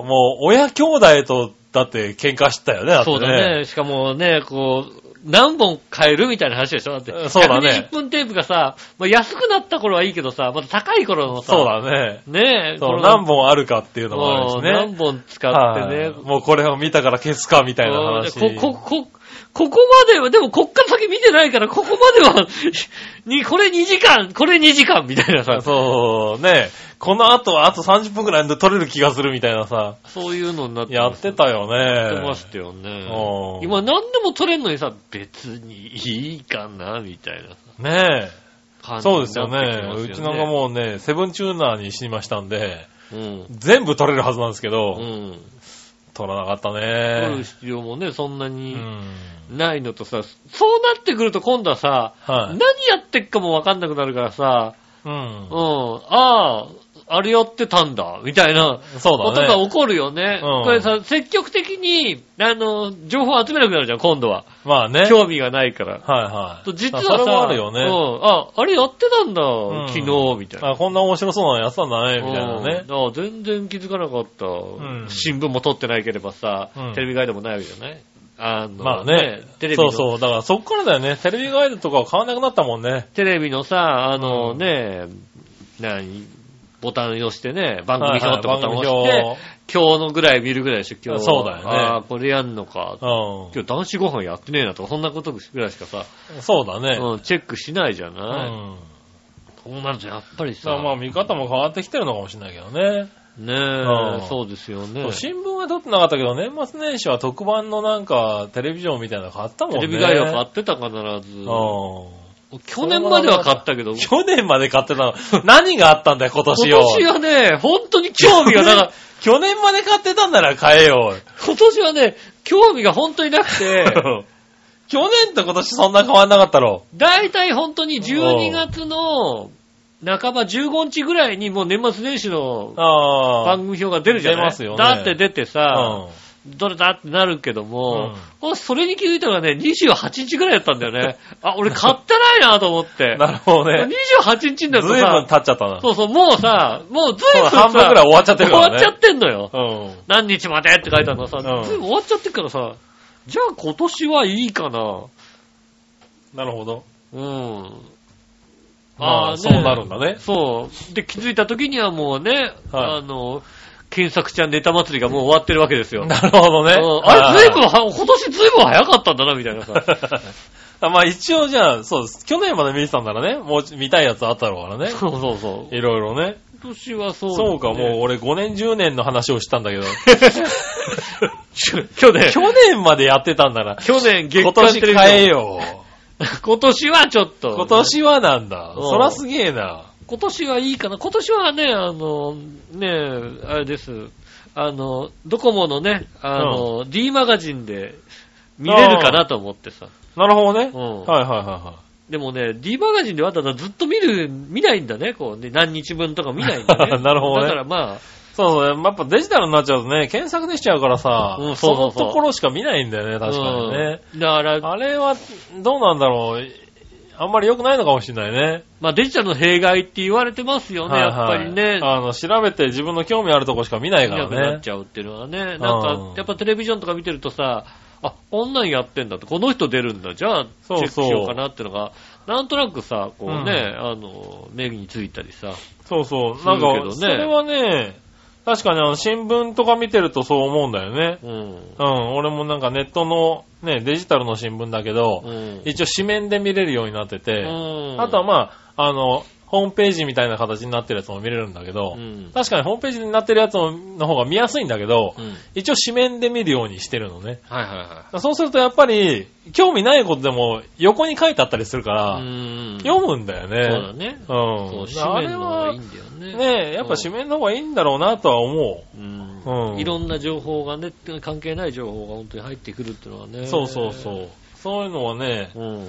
[SPEAKER 3] もう親兄弟とだって喧嘩してたよね、だって
[SPEAKER 2] そうだね。しかもね、こう、何本買えるみたいな話でしょだって。
[SPEAKER 3] うんそうだね
[SPEAKER 2] 120分テープがさ、まあ、安くなった頃はいいけどさ、また高い頃のさ、
[SPEAKER 3] そうだね。
[SPEAKER 2] ねえ、
[SPEAKER 3] そう、
[SPEAKER 2] この
[SPEAKER 3] 何本あるかっていうのもあるし
[SPEAKER 2] うん
[SPEAKER 3] ね。
[SPEAKER 2] 何本使って
[SPEAKER 3] は
[SPEAKER 2] ね
[SPEAKER 3] い。もうこれを見たから消すかみたいな話。
[SPEAKER 2] うんこ、こ、こ、ここまでは、でもこっから先見てないから、ここまでは、 に、これ2時間、これ2時間みたいなさ、
[SPEAKER 3] そう、ね。この後はあと30分くらいで撮れる気がするみたいなさ。
[SPEAKER 2] そういうのになって
[SPEAKER 3] や
[SPEAKER 2] ま
[SPEAKER 3] っ
[SPEAKER 2] す
[SPEAKER 3] てたよ
[SPEAKER 2] や
[SPEAKER 3] ね。
[SPEAKER 2] ってましたよね
[SPEAKER 3] う。ん
[SPEAKER 2] 今何でも撮れるのにさ、別にいいかな、みたいなさ
[SPEAKER 3] ね
[SPEAKER 2] 感
[SPEAKER 3] え。
[SPEAKER 2] じに
[SPEAKER 3] そう
[SPEAKER 2] な
[SPEAKER 3] で
[SPEAKER 2] って
[SPEAKER 3] す
[SPEAKER 2] きま
[SPEAKER 3] よ
[SPEAKER 2] す
[SPEAKER 3] ね。うちのがもうね、セブンチューナーにしましたんで、
[SPEAKER 2] うん。
[SPEAKER 3] 全部撮れるはずなんですけど、
[SPEAKER 2] うん。
[SPEAKER 3] 撮らなかった
[SPEAKER 2] 取る
[SPEAKER 3] ね。
[SPEAKER 2] 必要もね、そんな
[SPEAKER 3] う
[SPEAKER 2] に
[SPEAKER 3] ん。
[SPEAKER 2] ないのとさ、そうなってくると今度はさ、
[SPEAKER 3] は
[SPEAKER 2] 何
[SPEAKER 3] い
[SPEAKER 2] やってっかもわかんなくなるからさ、
[SPEAKER 3] うん
[SPEAKER 2] うん、ああ、あれやってたんだ、みたいな。
[SPEAKER 3] そう
[SPEAKER 2] こと
[SPEAKER 3] だ
[SPEAKER 2] が
[SPEAKER 3] ね。
[SPEAKER 2] 起こるよね。
[SPEAKER 3] うん
[SPEAKER 2] これさ、積極的に、あの、情報を集めなくなるじゃん、今度は。
[SPEAKER 3] まあね。
[SPEAKER 2] 興味がないから。
[SPEAKER 3] はいはい。
[SPEAKER 2] と実は
[SPEAKER 3] あ
[SPEAKER 2] さ、
[SPEAKER 3] それもあるよね。
[SPEAKER 2] うん。あ、あれやってたんだ、
[SPEAKER 3] ん
[SPEAKER 2] 昨日、みたいな。
[SPEAKER 3] あ、こんな面白そうなのやってたんだね、みたいなね。
[SPEAKER 2] うんあ全然気づかなかった。
[SPEAKER 3] ん
[SPEAKER 2] 新聞も撮ってないければさ、
[SPEAKER 3] うん
[SPEAKER 2] テレビガイドもないわけじゃないあの、
[SPEAKER 3] まあね。
[SPEAKER 2] テレビ
[SPEAKER 3] そ
[SPEAKER 2] の
[SPEAKER 3] うそう。だからそっからだよね。テレビガイドとかは買わなくなったもんね。
[SPEAKER 2] テレビのさ、あの
[SPEAKER 3] うん
[SPEAKER 2] ね、何、ボタン押してね、番組
[SPEAKER 3] はい
[SPEAKER 2] 表
[SPEAKER 3] は
[SPEAKER 2] っ
[SPEAKER 3] い
[SPEAKER 2] てボタン押して、
[SPEAKER 3] 番
[SPEAKER 2] 今日のぐらい見るぐらいでしょ、今日。
[SPEAKER 3] そうだよね
[SPEAKER 2] ああ、これやんのか。
[SPEAKER 3] 組表。
[SPEAKER 2] 今日男子ご飯やってねえなとか、そんなことぐらいしかさ、
[SPEAKER 3] うん。そうだね。
[SPEAKER 2] うん、チェックしないじゃ
[SPEAKER 3] う
[SPEAKER 2] ない、
[SPEAKER 3] ん。
[SPEAKER 2] そうなるとやっぱり
[SPEAKER 3] だか
[SPEAKER 2] さ、
[SPEAKER 3] らまあ見方も変わってきてるのかもしれないけどね。
[SPEAKER 2] ねえ、
[SPEAKER 3] うん
[SPEAKER 2] そうですよね
[SPEAKER 3] そう。新聞は撮ってなかったけど、年末年始は特番のなんか、テレビジョンみたいなの買ったもん
[SPEAKER 2] テ
[SPEAKER 3] ね。
[SPEAKER 2] レビガイド買
[SPEAKER 3] っ
[SPEAKER 2] ってた必ず。
[SPEAKER 3] う
[SPEAKER 2] 去年までは買ったけど、
[SPEAKER 3] ん。去年まで買ってたの。 何があったんだよ、今年
[SPEAKER 2] 今
[SPEAKER 3] を。
[SPEAKER 2] 年はね、本当に興味がなかっ
[SPEAKER 3] 去年まで買ってたんなら買えよ。
[SPEAKER 2] た。 今年はね、興味が本当になく て、
[SPEAKER 3] 去年と今年そんな変わんなかったろ。
[SPEAKER 2] 大体本当に12月の半ば15日ぐらいにもう年末年始の
[SPEAKER 3] ああ。
[SPEAKER 2] 番組表が出るじゃない
[SPEAKER 3] 出ますよね
[SPEAKER 2] だって出てさ、
[SPEAKER 3] うん
[SPEAKER 2] どれだってなるけども
[SPEAKER 3] うん、
[SPEAKER 2] もうそれに気づいたのがね、28日ぐらいだったんだよ ね。あ、俺買ってないなと思って。
[SPEAKER 3] なるほどね。
[SPEAKER 2] 28日にな
[SPEAKER 3] ずい
[SPEAKER 2] ると
[SPEAKER 3] ぶん
[SPEAKER 2] さ、
[SPEAKER 3] 経っちゃったな。
[SPEAKER 2] そうそう、もうさ、もうずい
[SPEAKER 3] そ
[SPEAKER 2] ぶ
[SPEAKER 3] う
[SPEAKER 2] ん
[SPEAKER 3] だ
[SPEAKER 2] さ
[SPEAKER 3] 半分くらい終わっちゃってるからね。
[SPEAKER 2] 終わっちゃってんのよ。
[SPEAKER 3] う
[SPEAKER 2] 何日までって書いてあるのさ、
[SPEAKER 3] うん
[SPEAKER 2] ずいぶん終わっちゃってるからさ、じゃあ今年はいいかな。
[SPEAKER 3] ん。なるほど。
[SPEAKER 2] うん。
[SPEAKER 3] ま
[SPEAKER 2] ー
[SPEAKER 3] あ、そうなるんだね。
[SPEAKER 2] そう。で、気づいた時にはもうね、
[SPEAKER 3] はい
[SPEAKER 2] あの、検索ちゃんネタ祭りがもう終わってるわけです よ。
[SPEAKER 3] なるほどね
[SPEAKER 2] うん。あれ、ずいぶん
[SPEAKER 3] ん。
[SPEAKER 2] は、今年ずいぶん早かったんだな、みたいなさ。
[SPEAKER 3] あまあ一応じゃあ、そうです。去年まで見てたんならね、もう見たいやつあったろうからね。
[SPEAKER 2] そうそうそう。
[SPEAKER 3] いろいろね。
[SPEAKER 2] 今年はそう、
[SPEAKER 3] そうか、もう
[SPEAKER 2] う。
[SPEAKER 3] 俺5年10年の話をしたんだけ ど。
[SPEAKER 2] 去年、
[SPEAKER 3] 去年までやってたんなら、
[SPEAKER 2] 去年月
[SPEAKER 3] 今
[SPEAKER 2] 間
[SPEAKER 3] 年
[SPEAKER 2] テレビ
[SPEAKER 3] 変えよう。
[SPEAKER 2] 今年はちょっと。
[SPEAKER 3] 今年はなんだ。
[SPEAKER 2] うん
[SPEAKER 3] そらすげえな。
[SPEAKER 2] 今年はいいかな。今年はね、あの、ね、あれです。あの、ドコモのね、あの、D マガジンで見れるかなと思ってさ。
[SPEAKER 3] なるほどね。
[SPEAKER 2] うん
[SPEAKER 3] はいはいはいは
[SPEAKER 2] でもね、D マガジンでわざわざずっと見る、見ないんだね、こうね、何日分とか見ないんだね。
[SPEAKER 3] なるほどね
[SPEAKER 2] だからまあ、
[SPEAKER 3] い。そうそう、やっぱデジタルになっちゃうとね、検索できちゃうからさ、
[SPEAKER 2] うんそうそうそう
[SPEAKER 3] のところしか見ないんだよね、確かにね。
[SPEAKER 2] うんだから、
[SPEAKER 3] あれは、どうなんだろう。あんまり良くないのかもしれないね。
[SPEAKER 2] まあデジタルの弊害って言われてますよね、
[SPEAKER 3] はい
[SPEAKER 2] や
[SPEAKER 3] は
[SPEAKER 2] っぱ
[SPEAKER 3] い
[SPEAKER 2] りね。
[SPEAKER 3] あの、調べて自分の興味あるとこしか見ない
[SPEAKER 2] 見
[SPEAKER 3] か
[SPEAKER 2] なくな
[SPEAKER 3] ら
[SPEAKER 2] っ
[SPEAKER 3] ね。
[SPEAKER 2] ちゃうっていうのはね、なん
[SPEAKER 3] う
[SPEAKER 2] か
[SPEAKER 3] ん、
[SPEAKER 2] やっぱテレビジョンとか見てるとさ、あ、こんなんやってんだって、この人出るんだ、じゃあ、チ
[SPEAKER 3] そ
[SPEAKER 2] ェ
[SPEAKER 3] う
[SPEAKER 2] ッ
[SPEAKER 3] そう
[SPEAKER 2] クしようかなってのが、なんとなくさ、こうね、あの、目についたりさ、
[SPEAKER 3] そうそう。
[SPEAKER 2] する
[SPEAKER 3] な
[SPEAKER 2] け
[SPEAKER 3] ん
[SPEAKER 2] どね
[SPEAKER 3] か、それはね、確かにあの、新聞とか見てるとそう思うんだよね。
[SPEAKER 2] うん。
[SPEAKER 3] うん、俺もなんかネットの、ね、デジタルの新聞だけど、
[SPEAKER 2] うん。
[SPEAKER 3] 一応紙面で見れるようになってて、
[SPEAKER 2] うん
[SPEAKER 3] あとはまあ、あの、ホームページみたいな形になってるやつも見れるんだけど、
[SPEAKER 2] うん
[SPEAKER 3] 確かにホームページになってるやつの方が見やすいんだけど、
[SPEAKER 2] うん。
[SPEAKER 3] 一応紙面で見るようにしてるのね。
[SPEAKER 2] はいはいは
[SPEAKER 3] そうするとやっぱり、興味ないことでも横に書いてあったりするから、
[SPEAKER 2] い。うん。
[SPEAKER 3] 読むんだよね。
[SPEAKER 2] そうだね。
[SPEAKER 3] う
[SPEAKER 2] そ
[SPEAKER 3] ん。
[SPEAKER 2] う、紙面の方
[SPEAKER 3] あ
[SPEAKER 2] がいい
[SPEAKER 3] れ
[SPEAKER 2] んだよね。
[SPEAKER 3] は、ねやっぱ紙面の方がいいんだろうなとは思
[SPEAKER 2] うん
[SPEAKER 3] うん
[SPEAKER 2] いろんな情報がね、関係ない情報が本当に入ってくるっていうのはね。
[SPEAKER 3] う。そうそうそう。そういうのはね、
[SPEAKER 2] うん。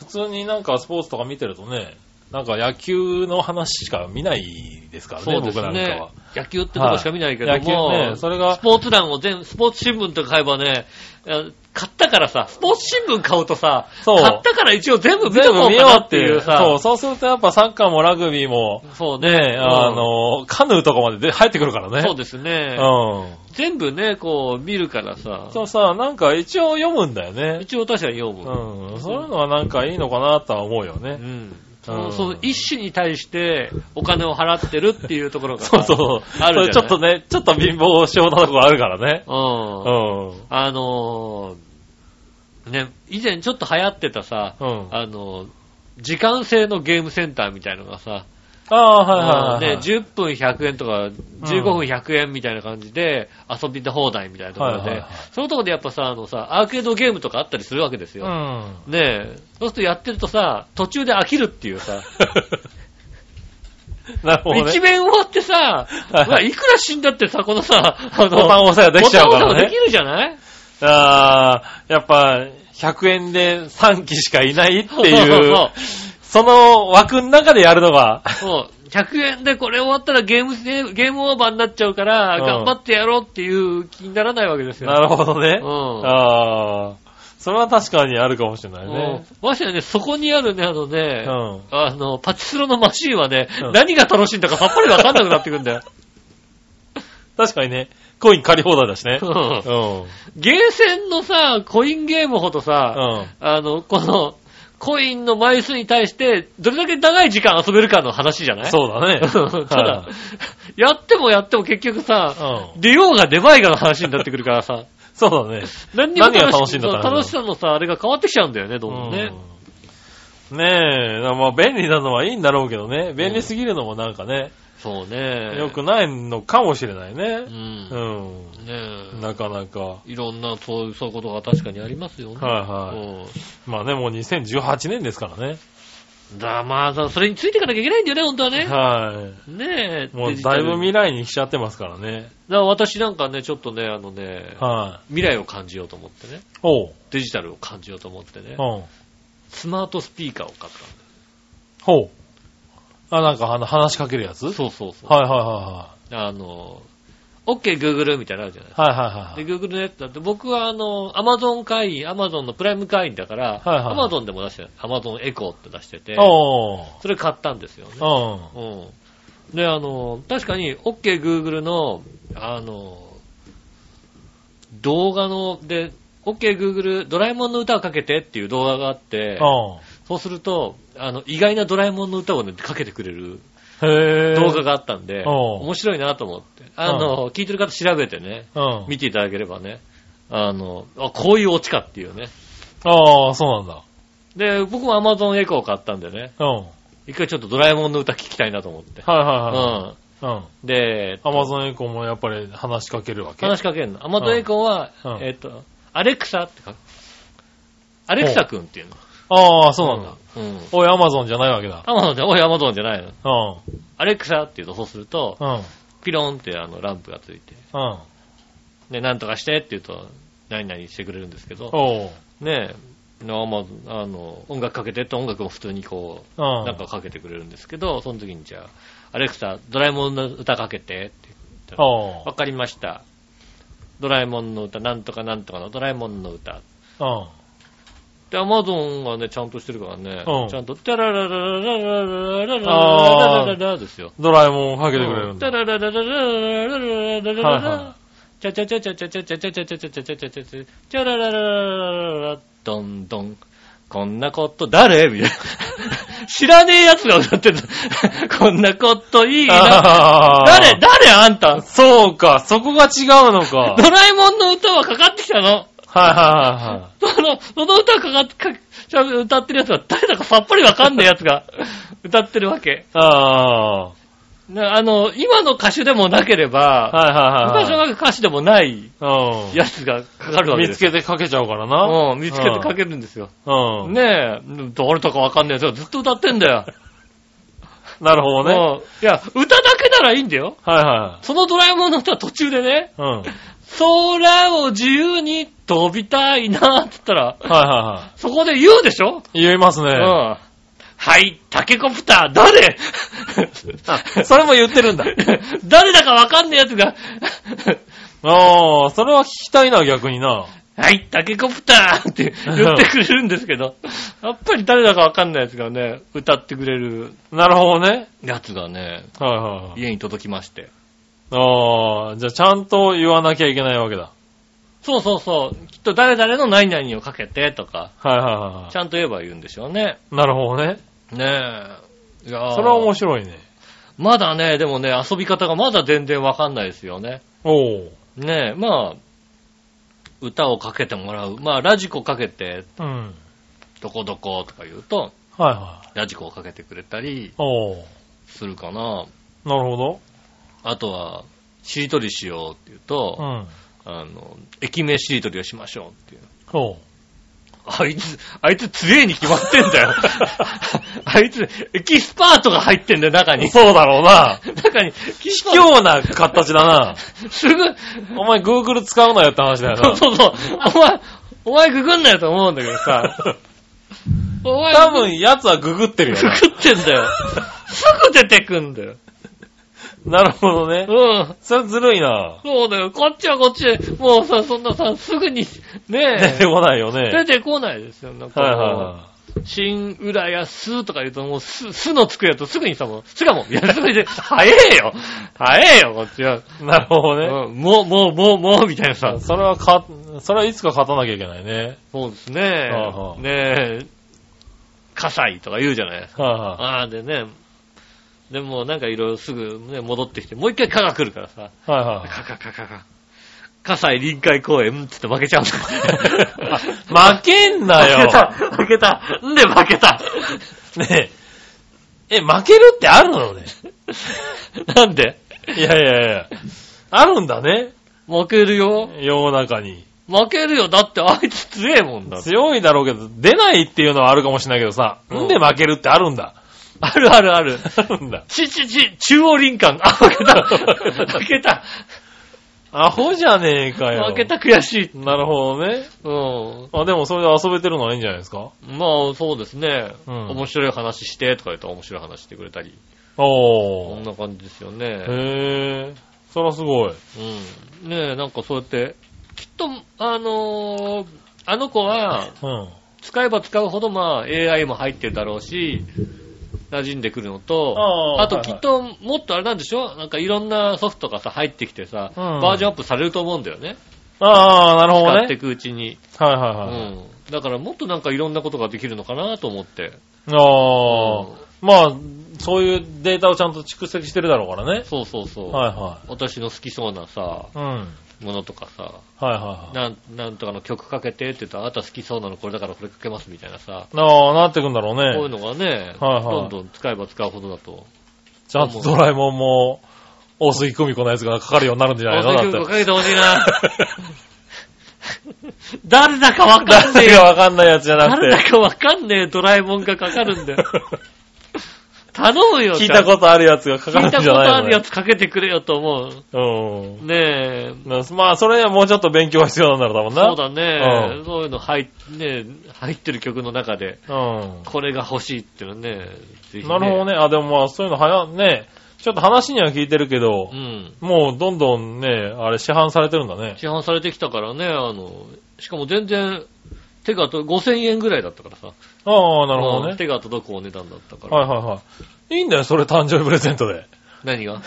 [SPEAKER 3] 普通になんかスポーツとか見てるとね、なんか野球の話しか見ないですからね、
[SPEAKER 2] そうです
[SPEAKER 3] 僕なんか
[SPEAKER 2] ね
[SPEAKER 3] は。。
[SPEAKER 2] 野球ってとこしか見ないけども、
[SPEAKER 3] 野球ね、それが
[SPEAKER 2] ス、ポーツ欄を全、スポーツ新聞とか買えばね、あ買ったからさ、スポーツ新聞買うとさ、
[SPEAKER 3] そう
[SPEAKER 2] 買ったから一応全部見とこ
[SPEAKER 3] 全部
[SPEAKER 2] う
[SPEAKER 3] 見
[SPEAKER 2] か
[SPEAKER 3] よ
[SPEAKER 2] な
[SPEAKER 3] う
[SPEAKER 2] っ
[SPEAKER 3] ってて
[SPEAKER 2] い
[SPEAKER 3] いうう
[SPEAKER 2] さ、
[SPEAKER 3] そう、そうするとやっぱサッカーもラグビーも、
[SPEAKER 2] そう
[SPEAKER 3] ね、
[SPEAKER 2] ね、
[SPEAKER 3] あ
[SPEAKER 2] うん
[SPEAKER 3] の、カヌーとかまでで入ってくるからね。
[SPEAKER 2] そうですね、
[SPEAKER 3] うん。
[SPEAKER 2] 全部ね、こう見るからさ、
[SPEAKER 3] そうさ、なんか一応読むんだよね。
[SPEAKER 2] 一応確かに読
[SPEAKER 3] う
[SPEAKER 2] む。
[SPEAKER 3] ん。そういうのはなんかいいのかなとは思うよ
[SPEAKER 2] う
[SPEAKER 3] ね。
[SPEAKER 2] ん。そうの
[SPEAKER 3] ん
[SPEAKER 2] その一種に対してお金を払ってるっていうところがさ
[SPEAKER 3] そうそう。
[SPEAKER 2] あるじゃない
[SPEAKER 3] それちょっとね、ちょっと貧乏症なとこあるからね。
[SPEAKER 2] うん
[SPEAKER 3] う。ん。
[SPEAKER 2] あのーね、以前ちょっと流行ってたさ、
[SPEAKER 3] うん。あ
[SPEAKER 2] あのー時間制のゲームセンターみたいのがさ、
[SPEAKER 3] あー、はいはいはいはい。
[SPEAKER 2] ね、10分100円とか、15分100円みたいな感じで遊び放題みたいなところ
[SPEAKER 3] はいはい
[SPEAKER 2] で
[SPEAKER 3] はい、
[SPEAKER 2] そういうところでやっぱさ、あのさ、アーケードゲームとかあったりするわけです
[SPEAKER 3] う
[SPEAKER 2] よ。
[SPEAKER 3] ん。
[SPEAKER 2] ねえ、そうするとやってるとさ、途中で飽きるっていう さ、
[SPEAKER 3] なるほどね。
[SPEAKER 2] 一面終わってさ、
[SPEAKER 3] はい
[SPEAKER 2] まあいくら死んだってさ、このさ、あの、
[SPEAKER 3] ボタン押さえばできちゃうか
[SPEAKER 2] ボタン押せばで
[SPEAKER 3] らね
[SPEAKER 2] き。るじゃない
[SPEAKER 3] ああ、やっぱ、100円で3機しかいないって
[SPEAKER 2] そうそう
[SPEAKER 3] い
[SPEAKER 2] そうう、
[SPEAKER 3] その枠の中でやるのが、
[SPEAKER 2] そう、100円でこれ終わったらゲームせ、ゲームオーバーになっちゃうから、
[SPEAKER 3] うん
[SPEAKER 2] 頑張ってやろうっていう気になら ないわけですよ。
[SPEAKER 3] なるほど ね。
[SPEAKER 2] うん
[SPEAKER 3] ああ。それは確かにあるかもしれないね。
[SPEAKER 2] うんましてやね、そこにあるね、あのね、
[SPEAKER 3] うん
[SPEAKER 2] あの、パチスロのマシーンはね、
[SPEAKER 3] うん
[SPEAKER 2] 何が楽しいんだかさっぱりわかんなくなってくんだ よ。
[SPEAKER 3] 確かにね、コイン借り放題だしね。
[SPEAKER 2] うん
[SPEAKER 3] うん。うん。
[SPEAKER 2] ゲーセンのさ、コインゲームほどさ、あの、この、コインの枚数に対して、どれだけ長い時間遊べるかの話じゃない。
[SPEAKER 3] そうだね
[SPEAKER 2] ただ
[SPEAKER 3] はい、
[SPEAKER 2] やってもやっても結局さ、
[SPEAKER 3] うん。
[SPEAKER 2] 出ようが出まいがの話になってくるからさ、
[SPEAKER 3] そうだね。
[SPEAKER 2] 何にも
[SPEAKER 3] 何が楽しいんだったら
[SPEAKER 2] 楽しさのさ、あれが変わってきちゃうんだよね、どんどんね。
[SPEAKER 3] うん。ねえ、まあ便利なのはいいんだろうけどね。便利すぎるのもなんかね、
[SPEAKER 2] そうね。
[SPEAKER 3] 良くないのかもしれないうね。
[SPEAKER 2] ん。ね
[SPEAKER 3] うん。
[SPEAKER 2] え
[SPEAKER 3] なかなか。
[SPEAKER 2] いろんな、そういう、そういうことが確かにありますよね。
[SPEAKER 3] はいはいまあね、もう2018年ですからね。
[SPEAKER 2] うんだまあさ、それについていかなきゃいけないんだよね、本当はね。
[SPEAKER 3] は
[SPEAKER 2] ねえ。
[SPEAKER 3] い。もう
[SPEAKER 2] デジタ
[SPEAKER 3] だい
[SPEAKER 2] ル
[SPEAKER 3] ぶ未来に来ちゃってますから
[SPEAKER 2] だ
[SPEAKER 3] ね。
[SPEAKER 2] から私なんかね、ちょっとね、あのね、
[SPEAKER 3] は
[SPEAKER 2] 未来を感じようと思ってね、
[SPEAKER 3] い。おう。
[SPEAKER 2] デジタルを感じようと思ってね、
[SPEAKER 3] うん。
[SPEAKER 2] スマートスピーカーを買ったんだ
[SPEAKER 3] ほう。あ、なんかあの話しかけるやつ
[SPEAKER 2] よ。そうそうそう。
[SPEAKER 3] はいはいは
[SPEAKER 2] あの、OK Google みたいなのあるじゃない
[SPEAKER 3] いはい。はいはいはいは
[SPEAKER 2] で、
[SPEAKER 3] い。
[SPEAKER 2] Google のやつだって、僕はあの、Amazon 会員、Amazon のプライム会員だから、
[SPEAKER 3] はいはい
[SPEAKER 2] Amazon でも出してる、Amazon エコーって出してて、
[SPEAKER 3] おう。
[SPEAKER 2] それ買ったんですよね。
[SPEAKER 3] うん。
[SPEAKER 2] うん。で、あの、確かに OK Google の、あの、動画の、で、OK Google ドラえもんの歌をかけてっていう動画があって、
[SPEAKER 3] うん。
[SPEAKER 2] そうすると、あの、意外なドラえもんの歌をね、かけてくれる
[SPEAKER 3] へえ。
[SPEAKER 2] 動画があったんで、
[SPEAKER 3] おう
[SPEAKER 2] 面白いなと思って。あの、聞いてる方調べてね、
[SPEAKER 3] うん。
[SPEAKER 2] 見ていただければね、あの、あ、こういうオチかっていうね。
[SPEAKER 3] ああ、そうなんだ。
[SPEAKER 2] で、僕も Amazon エコーを買ったんでね、
[SPEAKER 3] うん。はい
[SPEAKER 2] 一回ちょっとドラえもんの歌聞きたいなと思って。
[SPEAKER 3] はいう
[SPEAKER 2] うん。で、
[SPEAKER 3] はい。うん。アマゾンエコーもやっぱり話しかけるわけ。
[SPEAKER 2] 話しかけるの。Amazon エコーは、
[SPEAKER 3] うん
[SPEAKER 2] えっと、アレクサってか、アレクサくんっていうの。
[SPEAKER 3] ああ、そうなんだ。
[SPEAKER 2] うん。
[SPEAKER 3] おい、アマゾンじゃないわけだ。
[SPEAKER 2] Amazon じゃ、おい Amazon じゃないの。
[SPEAKER 3] うん。
[SPEAKER 2] アレクサっていうとそうすると、
[SPEAKER 3] うん。
[SPEAKER 2] ピロンってあのランプがついて、
[SPEAKER 3] うん。
[SPEAKER 2] で、なんとかしてって言うと、何々してくれるんですけど、
[SPEAKER 3] おう。
[SPEAKER 2] ねえ、Amazon、あの、音楽かけてって音楽も普通にこう、
[SPEAKER 3] うん。
[SPEAKER 2] なんかかけてくれるんですけど、その時にじゃあ、アレクサ、ドラえもんの歌かけてって言ったら、
[SPEAKER 3] おう。
[SPEAKER 2] わかりました。ドラえもんの歌、なんとかなんとかのドラえもんの歌。
[SPEAKER 3] うん。
[SPEAKER 2] で、アマゾンはね、ちゃんとしてるからね、
[SPEAKER 3] うん
[SPEAKER 2] ちゃんと、タラララララララララララララララですよ。
[SPEAKER 3] ドラえもんをか
[SPEAKER 2] タ
[SPEAKER 3] けてくれるんだ。
[SPEAKER 2] ラララララララララララ
[SPEAKER 3] はい
[SPEAKER 2] ラ
[SPEAKER 3] は
[SPEAKER 2] チャチャチャチャチャチャチャチャチャチャチャチャチャチャチャチャチャラララララララどんどん。こんなこと誰みたいな。知らねえ奴が歌ってる。こんなこといい
[SPEAKER 3] い。
[SPEAKER 2] な。
[SPEAKER 3] ああ
[SPEAKER 2] 誰誰あんた。
[SPEAKER 3] そうか、そこが違うの か。はい
[SPEAKER 2] ドラえもんの歌はかかってきたの。
[SPEAKER 3] はいはいはい。
[SPEAKER 2] その、その歌かかって、かちゃんと歌ってるやつは誰だかさっぱりわかんないやつが歌ってるわけ。
[SPEAKER 3] ああ。
[SPEAKER 2] なあの、今の歌手でもなければ、
[SPEAKER 3] はい
[SPEAKER 2] 昔
[SPEAKER 3] はいはい
[SPEAKER 2] の歌手でもない
[SPEAKER 3] はい。
[SPEAKER 2] やつがかかるわ
[SPEAKER 3] うん。
[SPEAKER 2] け
[SPEAKER 3] 見
[SPEAKER 2] で
[SPEAKER 3] つ
[SPEAKER 2] すよ。
[SPEAKER 3] けてかけちゃうからな。
[SPEAKER 2] うん、見つけてかけるんですよ。
[SPEAKER 3] うん。ね。
[SPEAKER 2] ねえ、誰とかわかんないやつがずっと歌ってんだ よ。
[SPEAKER 3] なるほどね。はい
[SPEAKER 2] うんいや、歌だけならいいんだよ。
[SPEAKER 3] は
[SPEAKER 2] そのドラえもんの歌は途中でね、
[SPEAKER 3] い。うん。はい
[SPEAKER 2] 空を自由に飛びたいなって言ったら、
[SPEAKER 3] はいは
[SPEAKER 2] そこで言うでしょ
[SPEAKER 3] い。言いますね。
[SPEAKER 2] うんはい、タケコプター、 誰
[SPEAKER 3] それも言ってるんだ。
[SPEAKER 2] 誰だかわかんないやつが、
[SPEAKER 3] ああ、それは聞きたいな、逆にな。
[SPEAKER 2] はい、タケコプターって言ってくれるんですけ ど、やっぱり誰だかわかんないやつがね、歌ってくれる
[SPEAKER 3] なるほどね。
[SPEAKER 2] やつがね、
[SPEAKER 3] はいはいはい。
[SPEAKER 2] 家に届きまして。
[SPEAKER 3] ああ、じゃあちゃんと言わなきゃいけないわけだ。
[SPEAKER 2] そうそうそう、きっと誰々の何々をかけてとか、
[SPEAKER 3] はいはいは
[SPEAKER 2] ちゃんと言えば言うんでしょうね。
[SPEAKER 3] い。なるほどね。
[SPEAKER 2] ねえ。いや
[SPEAKER 3] それは面
[SPEAKER 2] 白い。
[SPEAKER 3] 白いね。
[SPEAKER 2] まだね、でもね、遊び方がまだ全然わかんないですよね。
[SPEAKER 3] おう。
[SPEAKER 2] ねえ、まあ、歌をかけてもらう。まあ、ラジコかけて、
[SPEAKER 3] うん。
[SPEAKER 2] どこどことか言うと、
[SPEAKER 3] はいはい。
[SPEAKER 2] ラジコをかけてくれたり
[SPEAKER 3] おう。
[SPEAKER 2] するかな。
[SPEAKER 3] なるほど。
[SPEAKER 2] あとは、しりとりしようって言うと、
[SPEAKER 3] うん。
[SPEAKER 2] あの、駅名しりとりをしましょうっていう。
[SPEAKER 3] おう。
[SPEAKER 2] あいつ、あいつ強えに決まってんだ よ。あいつ、エキスパートが入ってんだよ、中に。
[SPEAKER 3] そうだろうな。
[SPEAKER 2] 中に、
[SPEAKER 3] 卑怯な形だ な。
[SPEAKER 2] すぐ、
[SPEAKER 3] お前 Google 使うなよって話だよ
[SPEAKER 2] そう
[SPEAKER 3] な。
[SPEAKER 2] そうそう。お前、お前ググんなよと思うんだけどさ。お前
[SPEAKER 3] 多分、奴はググってる よね。
[SPEAKER 2] 作ってんだよ。すぐ出てくんだよ。
[SPEAKER 3] なるほどね
[SPEAKER 2] う。ん。
[SPEAKER 3] それずるいな。
[SPEAKER 2] そうだよ。こっちはこっちで、もうさ、そんなさ、すぐに、ねえ
[SPEAKER 3] 出て。こないよね。
[SPEAKER 2] 出てこないですよ。なんか、
[SPEAKER 3] はいはいは
[SPEAKER 2] 新浦安とか言うと、もう、す、すのつくやつすぐにさ、もう、すがもう、いや、それで、早えよ早えよ、こっちは。
[SPEAKER 3] い。なるほどね。
[SPEAKER 2] うん、もう、もう、もう、もう、みたいなさ。
[SPEAKER 3] それはか、それはいつか勝たなきゃいけないね。
[SPEAKER 2] そうです
[SPEAKER 3] あは
[SPEAKER 2] ねね
[SPEAKER 3] あ。
[SPEAKER 2] え、火災とか言うじゃないですか。
[SPEAKER 3] は
[SPEAKER 2] ああ、でね、でもなんかいろいろすぐね、戻ってきて、もう一回蚊が来るからさ、
[SPEAKER 3] いは い。はい
[SPEAKER 2] 蚊蚊蚊蚊蚊。火災臨海公園っつって負けちゃうんだ。
[SPEAKER 3] はい。負けんなよ。
[SPEAKER 2] 負けた、負けた。んで負けた。
[SPEAKER 3] ねえ。え、負けるってあるのね。
[SPEAKER 2] なんで
[SPEAKER 3] いやいやいや。あるんだね。
[SPEAKER 2] 負けるよ。
[SPEAKER 3] 世の中に。
[SPEAKER 2] 負けるよ。だってあいつ強えもんだ。
[SPEAKER 3] 強いだろうけど、出ないっていうのはあるかもしれないけどさ、
[SPEAKER 2] うん
[SPEAKER 3] んで負けるってあるんだ。
[SPEAKER 2] あるあるある。
[SPEAKER 3] あるんだ。
[SPEAKER 2] ちちち、中央林間。あ、負け た。負けた。
[SPEAKER 3] アホじゃねえかよ。
[SPEAKER 2] 負けた悔しい。
[SPEAKER 3] なるほどね。
[SPEAKER 2] うん。
[SPEAKER 3] あ、でもそれで遊べてるのはいいんじゃないですか
[SPEAKER 2] まあ、そうですね。
[SPEAKER 3] うん
[SPEAKER 2] 面白い話してとか言ったら面白い話してくれたり。
[SPEAKER 3] お
[SPEAKER 2] こん
[SPEAKER 3] ー。
[SPEAKER 2] な感じですよね。
[SPEAKER 3] へえ。そらすごい。
[SPEAKER 2] うん。ねえ、なんかそうやって、きっと、あのーあの子は、
[SPEAKER 3] うん。
[SPEAKER 2] 使えば使うほど、まあ、AI も入ってるだろうし、馴染んでくるのと、
[SPEAKER 3] あー
[SPEAKER 2] あときっと、もっとあれなんでしょなんかいろんなソフトがさ、入ってきてさ、
[SPEAKER 3] うん
[SPEAKER 2] バージョンアップされると思うんだよね。
[SPEAKER 3] ああ、なるほ
[SPEAKER 2] 使
[SPEAKER 3] ど
[SPEAKER 2] って
[SPEAKER 3] ね
[SPEAKER 2] い。くうちに。
[SPEAKER 3] はいは
[SPEAKER 2] う
[SPEAKER 3] いはい。
[SPEAKER 2] ん。だからもっとなんかいろんなことができるのかなと思って。
[SPEAKER 3] あ
[SPEAKER 2] う
[SPEAKER 3] あ。まあ、そういうデータをちゃんと蓄積してるだろうからね。
[SPEAKER 2] そうそうそう。
[SPEAKER 3] はいは
[SPEAKER 2] 私の好きそうなさ、
[SPEAKER 3] い。うん。はい
[SPEAKER 2] ものとかさ、
[SPEAKER 3] はいはい。
[SPEAKER 2] なん、なんとかの曲かけてって言ったら、あなた好きそうなのこれだからこれかけますみたいなさ、
[SPEAKER 3] ああ、なってくんだろうね。
[SPEAKER 2] こういうのがね、
[SPEAKER 3] はいはい
[SPEAKER 2] どんどん使えば使うほどだと。
[SPEAKER 3] ちゃんとドラえもんも、大杉久美子のやつがかかるようになるんじゃないのだ
[SPEAKER 2] 大
[SPEAKER 3] っ
[SPEAKER 2] 崎君
[SPEAKER 3] て
[SPEAKER 2] か。けてほしいな。 誰だかわかんねえ
[SPEAKER 3] 誰が
[SPEAKER 2] よ。
[SPEAKER 3] わかんないやつじゃなく
[SPEAKER 2] 誰だ
[SPEAKER 3] て、
[SPEAKER 2] かわかんねえドラえもんがかかるんだよ。頼むよ、
[SPEAKER 3] 聞いたことあるやつがか
[SPEAKER 2] と
[SPEAKER 3] か
[SPEAKER 2] 聞い
[SPEAKER 3] る
[SPEAKER 2] た
[SPEAKER 3] ん
[SPEAKER 2] こ
[SPEAKER 3] じゃ
[SPEAKER 2] と
[SPEAKER 3] ない
[SPEAKER 2] あ
[SPEAKER 3] の
[SPEAKER 2] るやつかけてくれよと思う。
[SPEAKER 3] うん。
[SPEAKER 2] ねえ。
[SPEAKER 3] なまあ、それはもうちょっと勉強が必要なんだろうな。
[SPEAKER 2] そうだね
[SPEAKER 3] う。ん
[SPEAKER 2] そういうの入っ、ねえ入ってる曲の中で、これが欲しいっていうのね、ぜ
[SPEAKER 3] う
[SPEAKER 2] ひ
[SPEAKER 3] ん。なるほど
[SPEAKER 2] ね。
[SPEAKER 3] ね。あ、でもまあ、そういうのはや、ね、ちょっと話には聞いてるけど
[SPEAKER 2] う、ん。
[SPEAKER 3] もうどんどんね、あれ、市販されてるんだね。
[SPEAKER 2] 市販されてきたからね、あの、しかも全然、手がと、5000円ぐらいだったからさ。
[SPEAKER 3] ああ、なるほど
[SPEAKER 2] うん
[SPEAKER 3] ね。
[SPEAKER 2] 手が届くお値段だったから。
[SPEAKER 3] はいはいはい。いいんだよ、それ誕生日プレゼントで。
[SPEAKER 2] 何が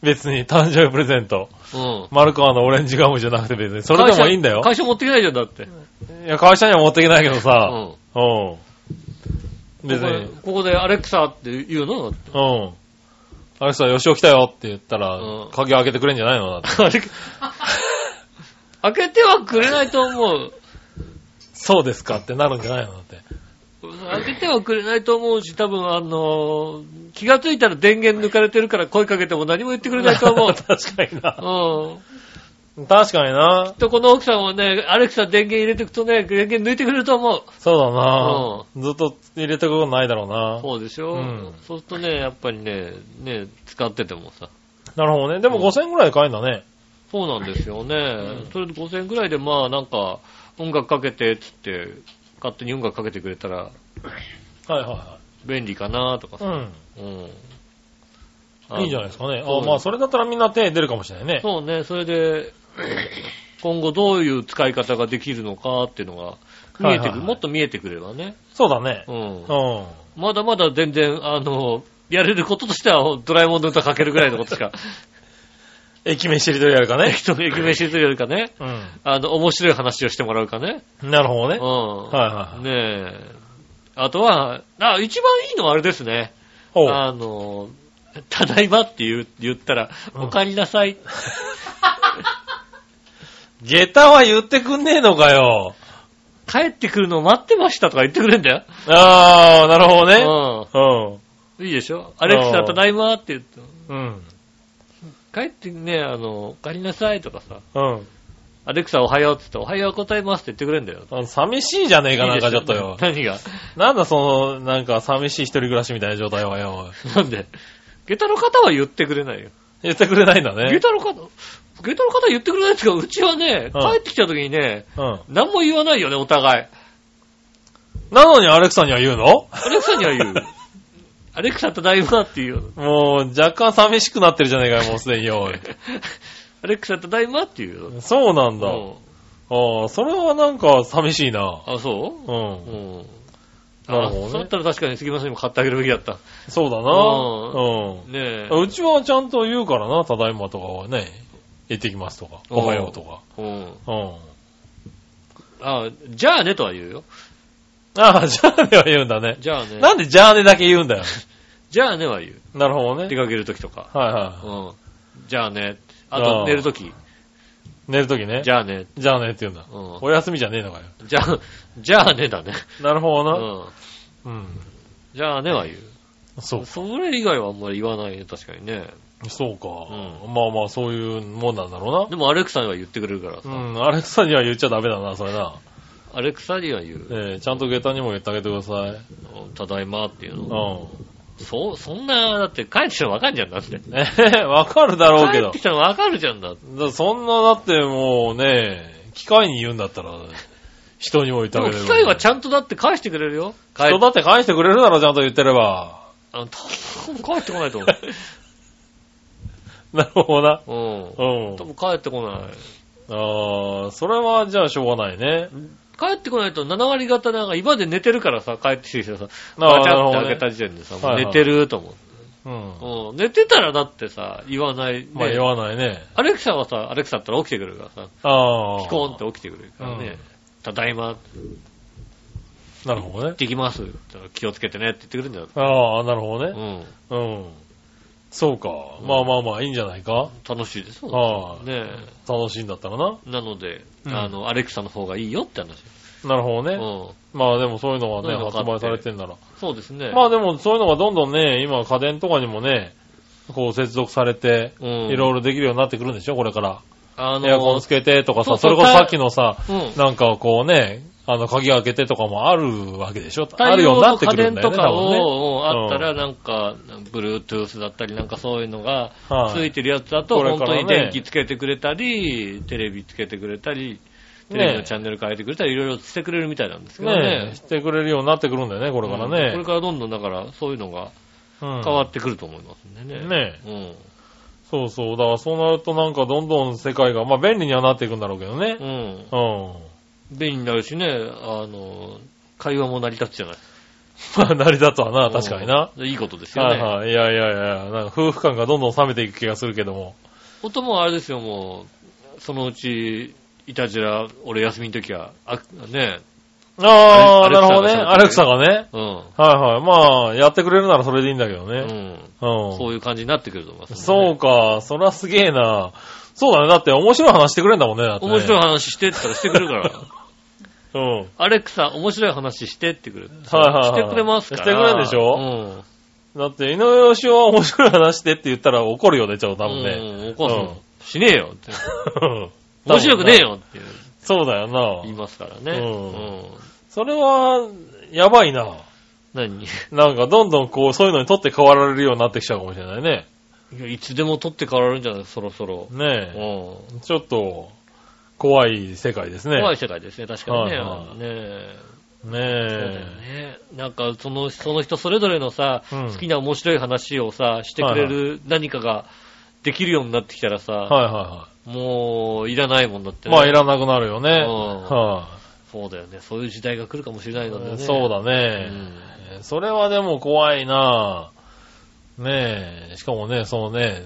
[SPEAKER 3] 別に、誕生日プレゼント。
[SPEAKER 2] うん。
[SPEAKER 3] マルカーのオレンジガムじゃなくて別に、それでもいいんだよ。
[SPEAKER 2] 会社会社持ってきないじゃん、だって。
[SPEAKER 3] いや、会社には持っていけないけど
[SPEAKER 2] う
[SPEAKER 3] さ。
[SPEAKER 2] ん。
[SPEAKER 3] うん。別
[SPEAKER 2] ここ
[SPEAKER 3] に。
[SPEAKER 2] でここでアレクサって言うのだって
[SPEAKER 3] うん。あれさ、吉尾来たよって言った
[SPEAKER 2] う
[SPEAKER 3] ら
[SPEAKER 2] ん、
[SPEAKER 3] 鍵開けてくれんじゃないのだって。
[SPEAKER 2] あ れ開けてはくれないと思う。
[SPEAKER 3] そうですかってなるんじゃないのだって。
[SPEAKER 2] 開けてはくれないと思うし、多分あのー気がついたら電源抜かれてるから声かけても何も言ってくれないと
[SPEAKER 3] 確かにな。
[SPEAKER 2] 思う。うん。
[SPEAKER 3] 確かにな。
[SPEAKER 2] と、この奥さんもね、アレクサ電源入れてくとね、電源抜いてくれると思う。
[SPEAKER 3] そうだな。ずっと入れたことないだろうな。
[SPEAKER 2] そうでしょ、
[SPEAKER 3] うん
[SPEAKER 2] そうするとね、やっぱりね、ね、使っててもさ。
[SPEAKER 3] なるほどね。でも
[SPEAKER 2] うん
[SPEAKER 3] 5000円くらいで買えんだね。
[SPEAKER 2] そうなんですよね。それで5000円ぐらいで、まあなんか、音楽かけてっつって、勝手に音楽かけてくれたら
[SPEAKER 3] はいは
[SPEAKER 2] 便利かなとか
[SPEAKER 3] い
[SPEAKER 2] さ。
[SPEAKER 3] はい。
[SPEAKER 2] うん。
[SPEAKER 3] うん。いいじゃないですかね。
[SPEAKER 2] そう
[SPEAKER 3] あまあそれだったらみんな手出るかもしれないね。
[SPEAKER 2] そうね、それ で、今後どういう使い方ができるのかっていうのが、見えてくる、
[SPEAKER 3] はいはいはい
[SPEAKER 2] もっと見えてくればね。
[SPEAKER 3] そうだね
[SPEAKER 2] う。ん
[SPEAKER 3] う。ん。
[SPEAKER 2] まだまだ全然、あの、やれることとしては、ドラえもんの歌かけるぐらいのことし か、
[SPEAKER 3] 駅名しりとりやるかね。
[SPEAKER 2] 人の駅名知りとるよりかね、
[SPEAKER 3] う
[SPEAKER 2] あの、面白い話をしてもらうかね。
[SPEAKER 3] ん。なるほどね
[SPEAKER 2] うん。。
[SPEAKER 3] はいはい。
[SPEAKER 2] ねえ。あとは、あ、一番いいのはあれですね。
[SPEAKER 3] おう。
[SPEAKER 2] あの、ただいまって言う言ったら、
[SPEAKER 3] うん
[SPEAKER 2] お帰りなさい。
[SPEAKER 3] 下駄は言ってくんねえのかよ。
[SPEAKER 2] 帰ってくるのを待ってましたとか言ってくれんだよ。
[SPEAKER 3] ああ、なるほどね。
[SPEAKER 2] う。
[SPEAKER 3] うん
[SPEAKER 2] いいでしょアレクサ、
[SPEAKER 3] うん
[SPEAKER 2] ただいまって言って。
[SPEAKER 3] ん。うん。
[SPEAKER 2] 帰ってね、あの、お帰りなさいとかさ、
[SPEAKER 3] うん。
[SPEAKER 2] アレクサおはようって言って、おはようございますって言ってくれんだよ。
[SPEAKER 3] あの寂しいじゃねえかなんかちょっと
[SPEAKER 2] いい
[SPEAKER 3] よ
[SPEAKER 2] でし。何が
[SPEAKER 3] なんだその、なんか寂しい一人暮らしみたいな状態はよ。
[SPEAKER 2] なんで下駄の方は言ってくれないよ。
[SPEAKER 3] 言ってくれないんだ
[SPEAKER 2] 下
[SPEAKER 3] ね。
[SPEAKER 2] 駄の方、下駄の方は言ってくれないですけど、うちはね、
[SPEAKER 3] うん
[SPEAKER 2] 帰ってきた時にね、
[SPEAKER 3] うん。
[SPEAKER 2] 何も言わないよね、お互い。
[SPEAKER 3] なのにアレクサには言うの
[SPEAKER 2] アレクサには 言う。アレクサただいまっていうよ。
[SPEAKER 3] もう若干寂しくなってるじゃねえかよ、もうすでによ。
[SPEAKER 2] アレクサただいまっていうよ。
[SPEAKER 3] そうなんだ。
[SPEAKER 2] うん
[SPEAKER 3] ああ、それはなんか寂しいな。
[SPEAKER 2] あ、そう
[SPEAKER 3] う。
[SPEAKER 2] うんん。
[SPEAKER 3] なる
[SPEAKER 2] あ
[SPEAKER 3] ほどね
[SPEAKER 2] そうだったら確かに杉村さんにも買ってあげるべきだった。
[SPEAKER 3] そうだな。
[SPEAKER 2] ねえ。
[SPEAKER 3] うん。うちはちゃんと言うからな、ただいまとかはね。行ってきますとか、おはようとか。
[SPEAKER 2] うん。
[SPEAKER 3] うん。
[SPEAKER 2] あ、じゃあねとは言うよ。
[SPEAKER 3] ああ、 じゃあねは言うんだね。
[SPEAKER 2] じゃあね。
[SPEAKER 3] なんでじゃあねだけ言うんだよ。
[SPEAKER 2] じゃあねは言う。
[SPEAKER 3] なるほど
[SPEAKER 2] 出
[SPEAKER 3] ね。
[SPEAKER 2] かけるときとか。
[SPEAKER 3] はいは
[SPEAKER 2] うん。じゃあね。あ
[SPEAKER 3] あ
[SPEAKER 2] と
[SPEAKER 3] あ
[SPEAKER 2] 寝るとき。
[SPEAKER 3] い。寝るときね。
[SPEAKER 2] じゃあね。
[SPEAKER 3] じゃあねって言うんだ。
[SPEAKER 2] う
[SPEAKER 3] お休みじゃねえのかよ。
[SPEAKER 2] ん。じゃあ、じゃあねだね。
[SPEAKER 3] なるほ
[SPEAKER 2] う
[SPEAKER 3] どな。
[SPEAKER 2] ん。
[SPEAKER 3] うん。
[SPEAKER 2] じゃあねは言う。
[SPEAKER 3] そう
[SPEAKER 2] それ以外はあんまり言わないね、確かにね。
[SPEAKER 3] そうか。まあまあ、そういうもんなんだろ
[SPEAKER 2] でもアレクサには言ってくれるから
[SPEAKER 3] う
[SPEAKER 2] さ。
[SPEAKER 3] な。うん、アレクサには言っちゃダメだな、それな。
[SPEAKER 2] アレクサには言う。
[SPEAKER 3] ええ、ちゃんと下駄にも言ってあげてください。
[SPEAKER 2] うんただいまっていう
[SPEAKER 3] う
[SPEAKER 2] の。
[SPEAKER 3] ん。
[SPEAKER 2] そ、そんな、だって帰ってきたらわかんじゃんだって。
[SPEAKER 3] ええ、 わかるだろうけ
[SPEAKER 2] 帰っ
[SPEAKER 3] ど
[SPEAKER 2] て。きたらわかるじゃんだって。
[SPEAKER 3] だそんな、だってもうね、機械に言うんだったら、人にも言って
[SPEAKER 2] で
[SPEAKER 3] あげ
[SPEAKER 2] も
[SPEAKER 3] れる。
[SPEAKER 2] 機械はちゃんとだって返してくれるよ。帰っ
[SPEAKER 3] 人だって返してくれるだろ、ちゃんと言ってれば。
[SPEAKER 2] あの、多分帰ってこないと思
[SPEAKER 3] なるほどな。
[SPEAKER 2] う。
[SPEAKER 3] う
[SPEAKER 2] うんん。多。分帰ってこない。
[SPEAKER 3] ああ、それはじゃあしょうがないね。
[SPEAKER 2] 帰ってこないと7割方なんか今で寝てるからさ、帰ってきてさ、
[SPEAKER 3] あー
[SPEAKER 2] ガチャって
[SPEAKER 3] なるほどね
[SPEAKER 2] 開けた時点でさ、もう
[SPEAKER 3] はいはい
[SPEAKER 2] 寝てると思
[SPEAKER 3] うん。
[SPEAKER 2] う。うん。寝てたらだってさ、言わない。ね
[SPEAKER 3] まあ言わないね。
[SPEAKER 2] アレクサはさ、アレクサだったら起きてくるからさ、
[SPEAKER 3] ああ。
[SPEAKER 2] ピコーンって起きてくるからね。ただいま、行
[SPEAKER 3] なるほどね
[SPEAKER 2] っ。てきます。気をつけてねって言ってくるんだよ。
[SPEAKER 3] ああ、なるほどね。
[SPEAKER 2] うん。
[SPEAKER 3] うん。そうか。まあまあまあ、いいんじゃないか。
[SPEAKER 2] 楽しいです。そう
[SPEAKER 3] ああ、
[SPEAKER 2] ね
[SPEAKER 3] 楽しいんだったらな。
[SPEAKER 2] え。なので、
[SPEAKER 3] うん
[SPEAKER 2] あの、アレクサの方がいいよって話。
[SPEAKER 3] なるほど
[SPEAKER 2] う
[SPEAKER 3] ね。
[SPEAKER 2] ん。
[SPEAKER 3] まあでもそういうのは
[SPEAKER 2] そうい
[SPEAKER 3] ね、
[SPEAKER 2] うの買
[SPEAKER 3] 発
[SPEAKER 2] って
[SPEAKER 3] 売されてんなら。
[SPEAKER 2] そうですね。
[SPEAKER 3] まあでもそういうのがどんどんね、今家電とかにもね、こう接続されて、
[SPEAKER 2] うん
[SPEAKER 3] いろいろできるようになってくるんでしょ、これから。
[SPEAKER 2] あ
[SPEAKER 3] エアコン
[SPEAKER 2] の
[SPEAKER 3] つ、けてとかさ、そ
[SPEAKER 2] そうそう
[SPEAKER 3] れこそさっきのさ、
[SPEAKER 2] うん。
[SPEAKER 3] なんかこうね、あの、鍵開けてとかもあるわけでしょある
[SPEAKER 2] 対
[SPEAKER 3] よ
[SPEAKER 2] 応
[SPEAKER 3] うになっ
[SPEAKER 2] の
[SPEAKER 3] て
[SPEAKER 2] 家
[SPEAKER 3] くる
[SPEAKER 2] 電
[SPEAKER 3] んだよ
[SPEAKER 2] と
[SPEAKER 3] ね、
[SPEAKER 2] か
[SPEAKER 3] 多分ね。
[SPEAKER 2] を、
[SPEAKER 3] うん
[SPEAKER 2] あったらなんか、Bluetooth だったりなんかそういうのが
[SPEAKER 3] はい
[SPEAKER 2] ついてるやつだと、
[SPEAKER 3] これ
[SPEAKER 2] 本
[SPEAKER 3] か
[SPEAKER 2] 当
[SPEAKER 3] らね
[SPEAKER 2] に電気つけてくれたり、テレビつけてくれたり、テレビの
[SPEAKER 3] ね
[SPEAKER 2] チャンネル変えてくれたり、いろいろしてくれるみたいなんですけど
[SPEAKER 3] ね
[SPEAKER 2] ね。
[SPEAKER 3] してくれるようになってくるんだよね、これから
[SPEAKER 2] うんこれ
[SPEAKER 3] ね。
[SPEAKER 2] からどんどんだから、そういうのが
[SPEAKER 3] 変
[SPEAKER 2] 変わってくると思いますんでね。
[SPEAKER 3] ね
[SPEAKER 2] うん。
[SPEAKER 3] そうそう。だからそうなるとなんかどんどん世界が、まあ便利にはなっていくんだろうけどね
[SPEAKER 2] う。ん。
[SPEAKER 3] うん。
[SPEAKER 2] 便利になるしね、あの、会話も成り立つじゃない
[SPEAKER 3] まあ成り立つわな、確かにな。。
[SPEAKER 2] うんいいことですよね。
[SPEAKER 3] はいはい。いやいやいや、なんか夫婦間がどんどん冷めていく気がするけども。
[SPEAKER 2] 音もあれですよ、もう、そのうち、いたじら、俺休みの時は、あ、ね、
[SPEAKER 3] あ
[SPEAKER 2] ア
[SPEAKER 3] あ、
[SPEAKER 2] レ
[SPEAKER 3] なるほどね。ア
[SPEAKER 2] アレク
[SPEAKER 3] レク
[SPEAKER 2] サ
[SPEAKER 3] サがね。
[SPEAKER 2] うん。
[SPEAKER 3] はいはい。まあ、やってくれるならそれでいいんだけど
[SPEAKER 2] う
[SPEAKER 3] ね。
[SPEAKER 2] ん。
[SPEAKER 3] うん。
[SPEAKER 2] そういう感じになってくると思います、
[SPEAKER 3] そう
[SPEAKER 2] う。
[SPEAKER 3] か。そりゃすげえな。そうだね。だって面白い話してくれんだもんね。だってね
[SPEAKER 2] 面白い話してって言ったらしてくれるから。
[SPEAKER 3] うん。
[SPEAKER 2] アレクサ、面白い話してってくれる。
[SPEAKER 3] はいはいはい
[SPEAKER 2] してくれますから。
[SPEAKER 3] してくれるでしょ
[SPEAKER 2] うん。
[SPEAKER 3] だって、井上義雄は面白い話してって言ったら怒るよね、ちょっと多分ね。
[SPEAKER 2] うん、お母さん、
[SPEAKER 3] うん
[SPEAKER 2] しねえよって。
[SPEAKER 3] 多分な
[SPEAKER 2] 面白くねえよって
[SPEAKER 3] そうだよな。
[SPEAKER 2] 言いますからね。
[SPEAKER 3] う
[SPEAKER 2] う
[SPEAKER 3] ん
[SPEAKER 2] ん。
[SPEAKER 3] それは、やばいな。
[SPEAKER 2] 何 い
[SPEAKER 3] なんか、どんどんこう、そういうのにとって変わられるようになってきちゃうかもしれないね。
[SPEAKER 2] やいつでも取って変わられるんじゃないそろそろ。う
[SPEAKER 3] ね
[SPEAKER 2] ん。
[SPEAKER 3] え。ちょっと、怖い世界ですね。
[SPEAKER 2] 怖い世界ですね、確かにね。
[SPEAKER 3] はいはい
[SPEAKER 2] ねえ
[SPEAKER 3] ね
[SPEAKER 2] そうだよ
[SPEAKER 3] え。
[SPEAKER 2] ね。なんか、その、その人それぞれのさ、
[SPEAKER 3] うん
[SPEAKER 2] 好きな面白い話をさ、してくれる何かができるようになってきたらさ、
[SPEAKER 3] はいは
[SPEAKER 2] もう、いらないもんだっ
[SPEAKER 3] いは
[SPEAKER 2] て
[SPEAKER 3] い。
[SPEAKER 2] ね。
[SPEAKER 3] まあ、いらなくなるよね。
[SPEAKER 2] うん
[SPEAKER 3] は
[SPEAKER 2] そうだよね。そういう時代が来るかもしれないのでね。
[SPEAKER 3] い。そうだ
[SPEAKER 2] う
[SPEAKER 3] ね。
[SPEAKER 2] ん。
[SPEAKER 3] えーそれはでも怖いなぁ。ねえ、しかもね、そのね、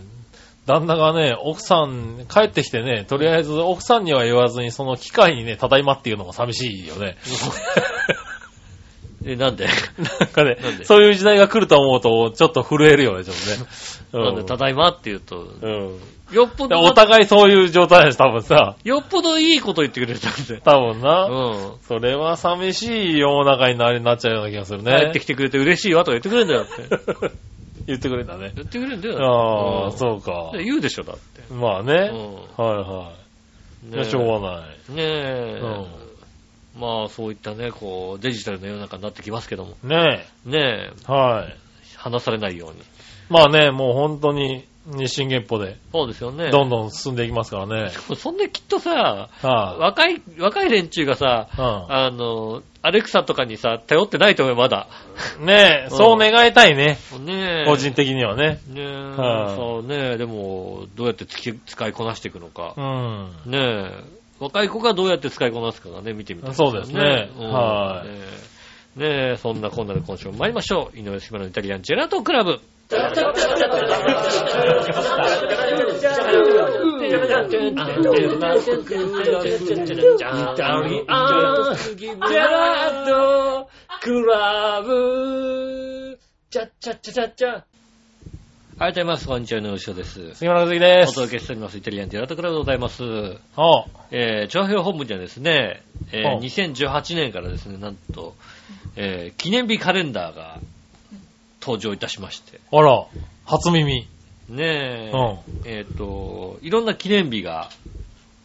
[SPEAKER 3] 旦那がね、奥さん、帰ってきてね、とりあえず奥さんには言わずに、その機械にね、ただいまっていうのも寂しいよ ね。
[SPEAKER 2] え、なんで、
[SPEAKER 3] なんかね
[SPEAKER 2] なんで、
[SPEAKER 3] そういう時代が来ると思うと、ちょっと震えるよね、ちょっとね。
[SPEAKER 2] なんで、ただいまって言うと、
[SPEAKER 3] うん。
[SPEAKER 2] よっぽ
[SPEAKER 3] で
[SPEAKER 2] ど、
[SPEAKER 3] お互いそういう状態です、多分さ。
[SPEAKER 2] よっぽどいいこと言ってくれたんで。
[SPEAKER 3] 多分
[SPEAKER 2] う
[SPEAKER 3] な。
[SPEAKER 2] ん。
[SPEAKER 3] それは寂しい世の中になりなっちゃうような気がするね。
[SPEAKER 2] 帰ってきてくれて嬉しいわとか言ってくれるんだよって。
[SPEAKER 3] 言ってくれたね。
[SPEAKER 2] 言ってくれるんだよ。
[SPEAKER 3] ああ、
[SPEAKER 2] う
[SPEAKER 3] そうか
[SPEAKER 2] ん。。言うでしょ、だって。
[SPEAKER 3] まあ
[SPEAKER 2] う
[SPEAKER 3] ね。
[SPEAKER 2] ん。
[SPEAKER 3] はいはい。いや、
[SPEAKER 2] ね
[SPEAKER 3] しょうがない。
[SPEAKER 2] ねえ、
[SPEAKER 3] う
[SPEAKER 2] まあそういったね、こう、デジタルの世の中になってきますけども、
[SPEAKER 3] ね
[SPEAKER 2] ねえ、
[SPEAKER 3] え。はい。
[SPEAKER 2] 離されないように。
[SPEAKER 3] まあね、もう本当に、日進月歩で、
[SPEAKER 2] そうですよね。
[SPEAKER 3] どんどん進んでいきます からね。
[SPEAKER 2] そんできっとさ、
[SPEAKER 3] は
[SPEAKER 2] 若い、若い連中がさ、
[SPEAKER 3] い
[SPEAKER 2] あの、アレクサとかにさ、頼ってないと思うよ、まだ。
[SPEAKER 3] うん。ねえ、
[SPEAKER 2] うん
[SPEAKER 3] そう願いたいね。
[SPEAKER 2] ねえ。
[SPEAKER 3] 個人的にはね。
[SPEAKER 2] ねえ、
[SPEAKER 3] はい
[SPEAKER 2] そうねえ、でも、どうやってつき使いこなしていくのか
[SPEAKER 3] う。ん。
[SPEAKER 2] ねえ、若い子がどうやって使いこなすかがね、見てみたい、
[SPEAKER 3] そうですね
[SPEAKER 2] うん
[SPEAKER 3] はい
[SPEAKER 2] ねえねえ、そんなこんなで今週も参りましょう。井上島のイタリアンジェラートクラブ。ありがとうございます。こんにちは、井上翔です。
[SPEAKER 3] 杉村和樹で
[SPEAKER 2] お
[SPEAKER 3] す。
[SPEAKER 2] 届けしております。イタリアンジェラートクラブでございます。
[SPEAKER 3] お
[SPEAKER 2] えー、長編本部にはですね、えー
[SPEAKER 3] うん
[SPEAKER 2] 2018年からですね、なんと、えー記念日カレンダーが登場いたしまして、
[SPEAKER 3] あら、初耳。う
[SPEAKER 2] ねえ、
[SPEAKER 3] ん。
[SPEAKER 2] えっ、と、いろんな記念日が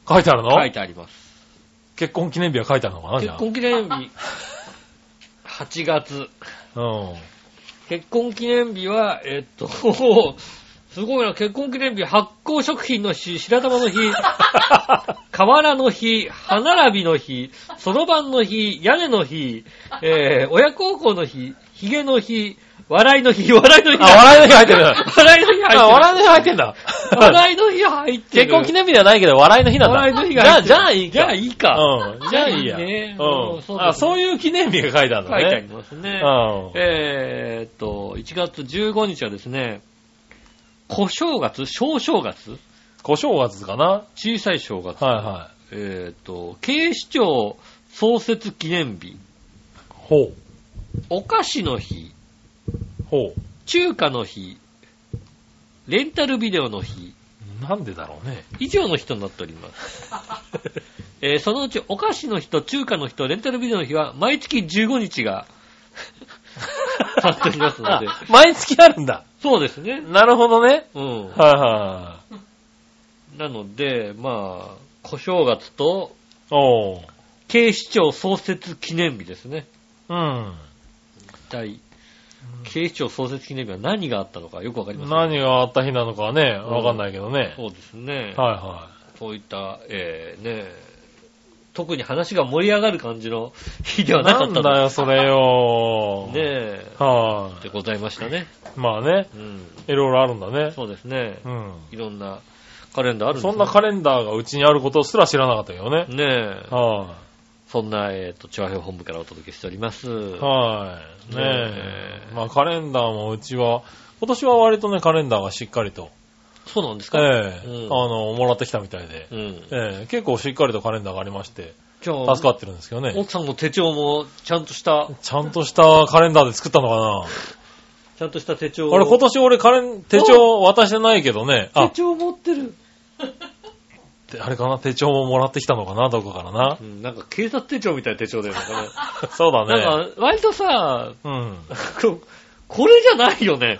[SPEAKER 3] 書いてあるの
[SPEAKER 2] 書いてあります。
[SPEAKER 3] 結婚記念日は書いてあるのかなじゃ
[SPEAKER 2] 結
[SPEAKER 3] あ。
[SPEAKER 2] 婚記念 日、8月。
[SPEAKER 3] うん。
[SPEAKER 2] 結婚記念日は、えっ、と、 すごいな、結婚記念日、発酵食品の日、白玉 の日、瓦の日、歯並びの日、そろばんの日、屋根の日、えー、親孝行の日、髭の日、笑いの日、笑いの日。
[SPEAKER 3] あ、笑いの日入ってる。
[SPEAKER 2] 笑いの日入ってる。
[SPEAKER 3] あ笑いの日入ってんだ。
[SPEAKER 2] 笑いの日入ってる。
[SPEAKER 3] 結婚記念日ではないけど、笑いの日なんだ。
[SPEAKER 2] 笑いの日が
[SPEAKER 3] じゃ
[SPEAKER 2] 入っ
[SPEAKER 3] あ、
[SPEAKER 2] てる
[SPEAKER 3] じゃあいいか。
[SPEAKER 2] じゃあいいか。
[SPEAKER 3] うん。じゃあいいや。
[SPEAKER 2] いいね
[SPEAKER 3] う
[SPEAKER 2] うん
[SPEAKER 3] ん。
[SPEAKER 2] そうだね
[SPEAKER 3] あ、そういう記念日が書いてあるの
[SPEAKER 2] 書いてあり
[SPEAKER 3] ね。
[SPEAKER 2] ますね。
[SPEAKER 3] うん。
[SPEAKER 2] えーっと、1月15日はですね、小正月、小正月
[SPEAKER 3] 小正月かな
[SPEAKER 2] 小さい正月。
[SPEAKER 3] はいはい。
[SPEAKER 2] えーっと、警視庁創設記念日、
[SPEAKER 3] ほう。
[SPEAKER 2] お菓子の日、
[SPEAKER 3] ほ
[SPEAKER 2] 中華の日、レンタルビデオの日、
[SPEAKER 3] う。なんでだろうね。
[SPEAKER 2] 以上の日となっております。えーそのうちお菓子の日と中華の日とレンタルビデオの日は毎月15日がなっておりますの
[SPEAKER 3] あ
[SPEAKER 2] で。
[SPEAKER 3] 毎月あるんだ。
[SPEAKER 2] そうですね。
[SPEAKER 3] なるほどね。
[SPEAKER 2] うん。
[SPEAKER 3] はいはい。
[SPEAKER 2] なので、まあ、小正月と
[SPEAKER 3] おう。
[SPEAKER 2] 警視庁創設記念日ですね。
[SPEAKER 3] うん。
[SPEAKER 2] 一体、警視庁創設記念日は何があったのかよくわかりません。
[SPEAKER 3] 何があった日なのかはね、わかんないけどね。
[SPEAKER 2] そうですね。
[SPEAKER 3] はいは。
[SPEAKER 2] そういった、えー、ね、特に話が盛り上がる感じの日ではいなか
[SPEAKER 3] な
[SPEAKER 2] っ
[SPEAKER 3] ん
[SPEAKER 2] た
[SPEAKER 3] だよ、それよ。
[SPEAKER 2] ねえ、
[SPEAKER 3] は
[SPEAKER 2] でございましたね。
[SPEAKER 3] い。まあね、
[SPEAKER 2] うん。
[SPEAKER 3] いろいろあるんだね。
[SPEAKER 2] そうですね。
[SPEAKER 3] うん。
[SPEAKER 2] いろんなカレンダーあるんです
[SPEAKER 3] そ
[SPEAKER 2] ね
[SPEAKER 3] んなカレンダーがうちにあることすら知らなかったけどね。
[SPEAKER 2] ねえ、
[SPEAKER 3] は
[SPEAKER 2] そんな、えっ、と、調和表本部からお届けしております。
[SPEAKER 3] い。はい。ね
[SPEAKER 2] ねえ
[SPEAKER 3] え。まあカレンダーもうちは、今年は割とね、カレンダーがしっかりと、
[SPEAKER 2] そうなんです
[SPEAKER 3] え
[SPEAKER 2] か、
[SPEAKER 3] え
[SPEAKER 2] うん
[SPEAKER 3] あの、もらってきたみたいで、
[SPEAKER 2] うん。
[SPEAKER 3] ええ結構しっかりとカレンダーがありまして、
[SPEAKER 2] じゃあ、
[SPEAKER 3] 助かってるんですけどね。
[SPEAKER 2] 奥さんの手帳もちゃんとした、
[SPEAKER 3] ちゃんとしたカレンダーで作ったのか
[SPEAKER 2] ちゃんとした手帳
[SPEAKER 3] な俺今年俺カレン、手帳渡してないけどね、あ
[SPEAKER 2] 手、帳持ってる。
[SPEAKER 3] てあれかな、手帳ももらってきたのかな、どこかからな
[SPEAKER 2] う。ん、なんか警察手帳みたいな手帳だよね。 これ
[SPEAKER 3] そうだね。
[SPEAKER 2] なんか、割とさ、
[SPEAKER 3] うん。
[SPEAKER 2] こ これじゃないよ ね。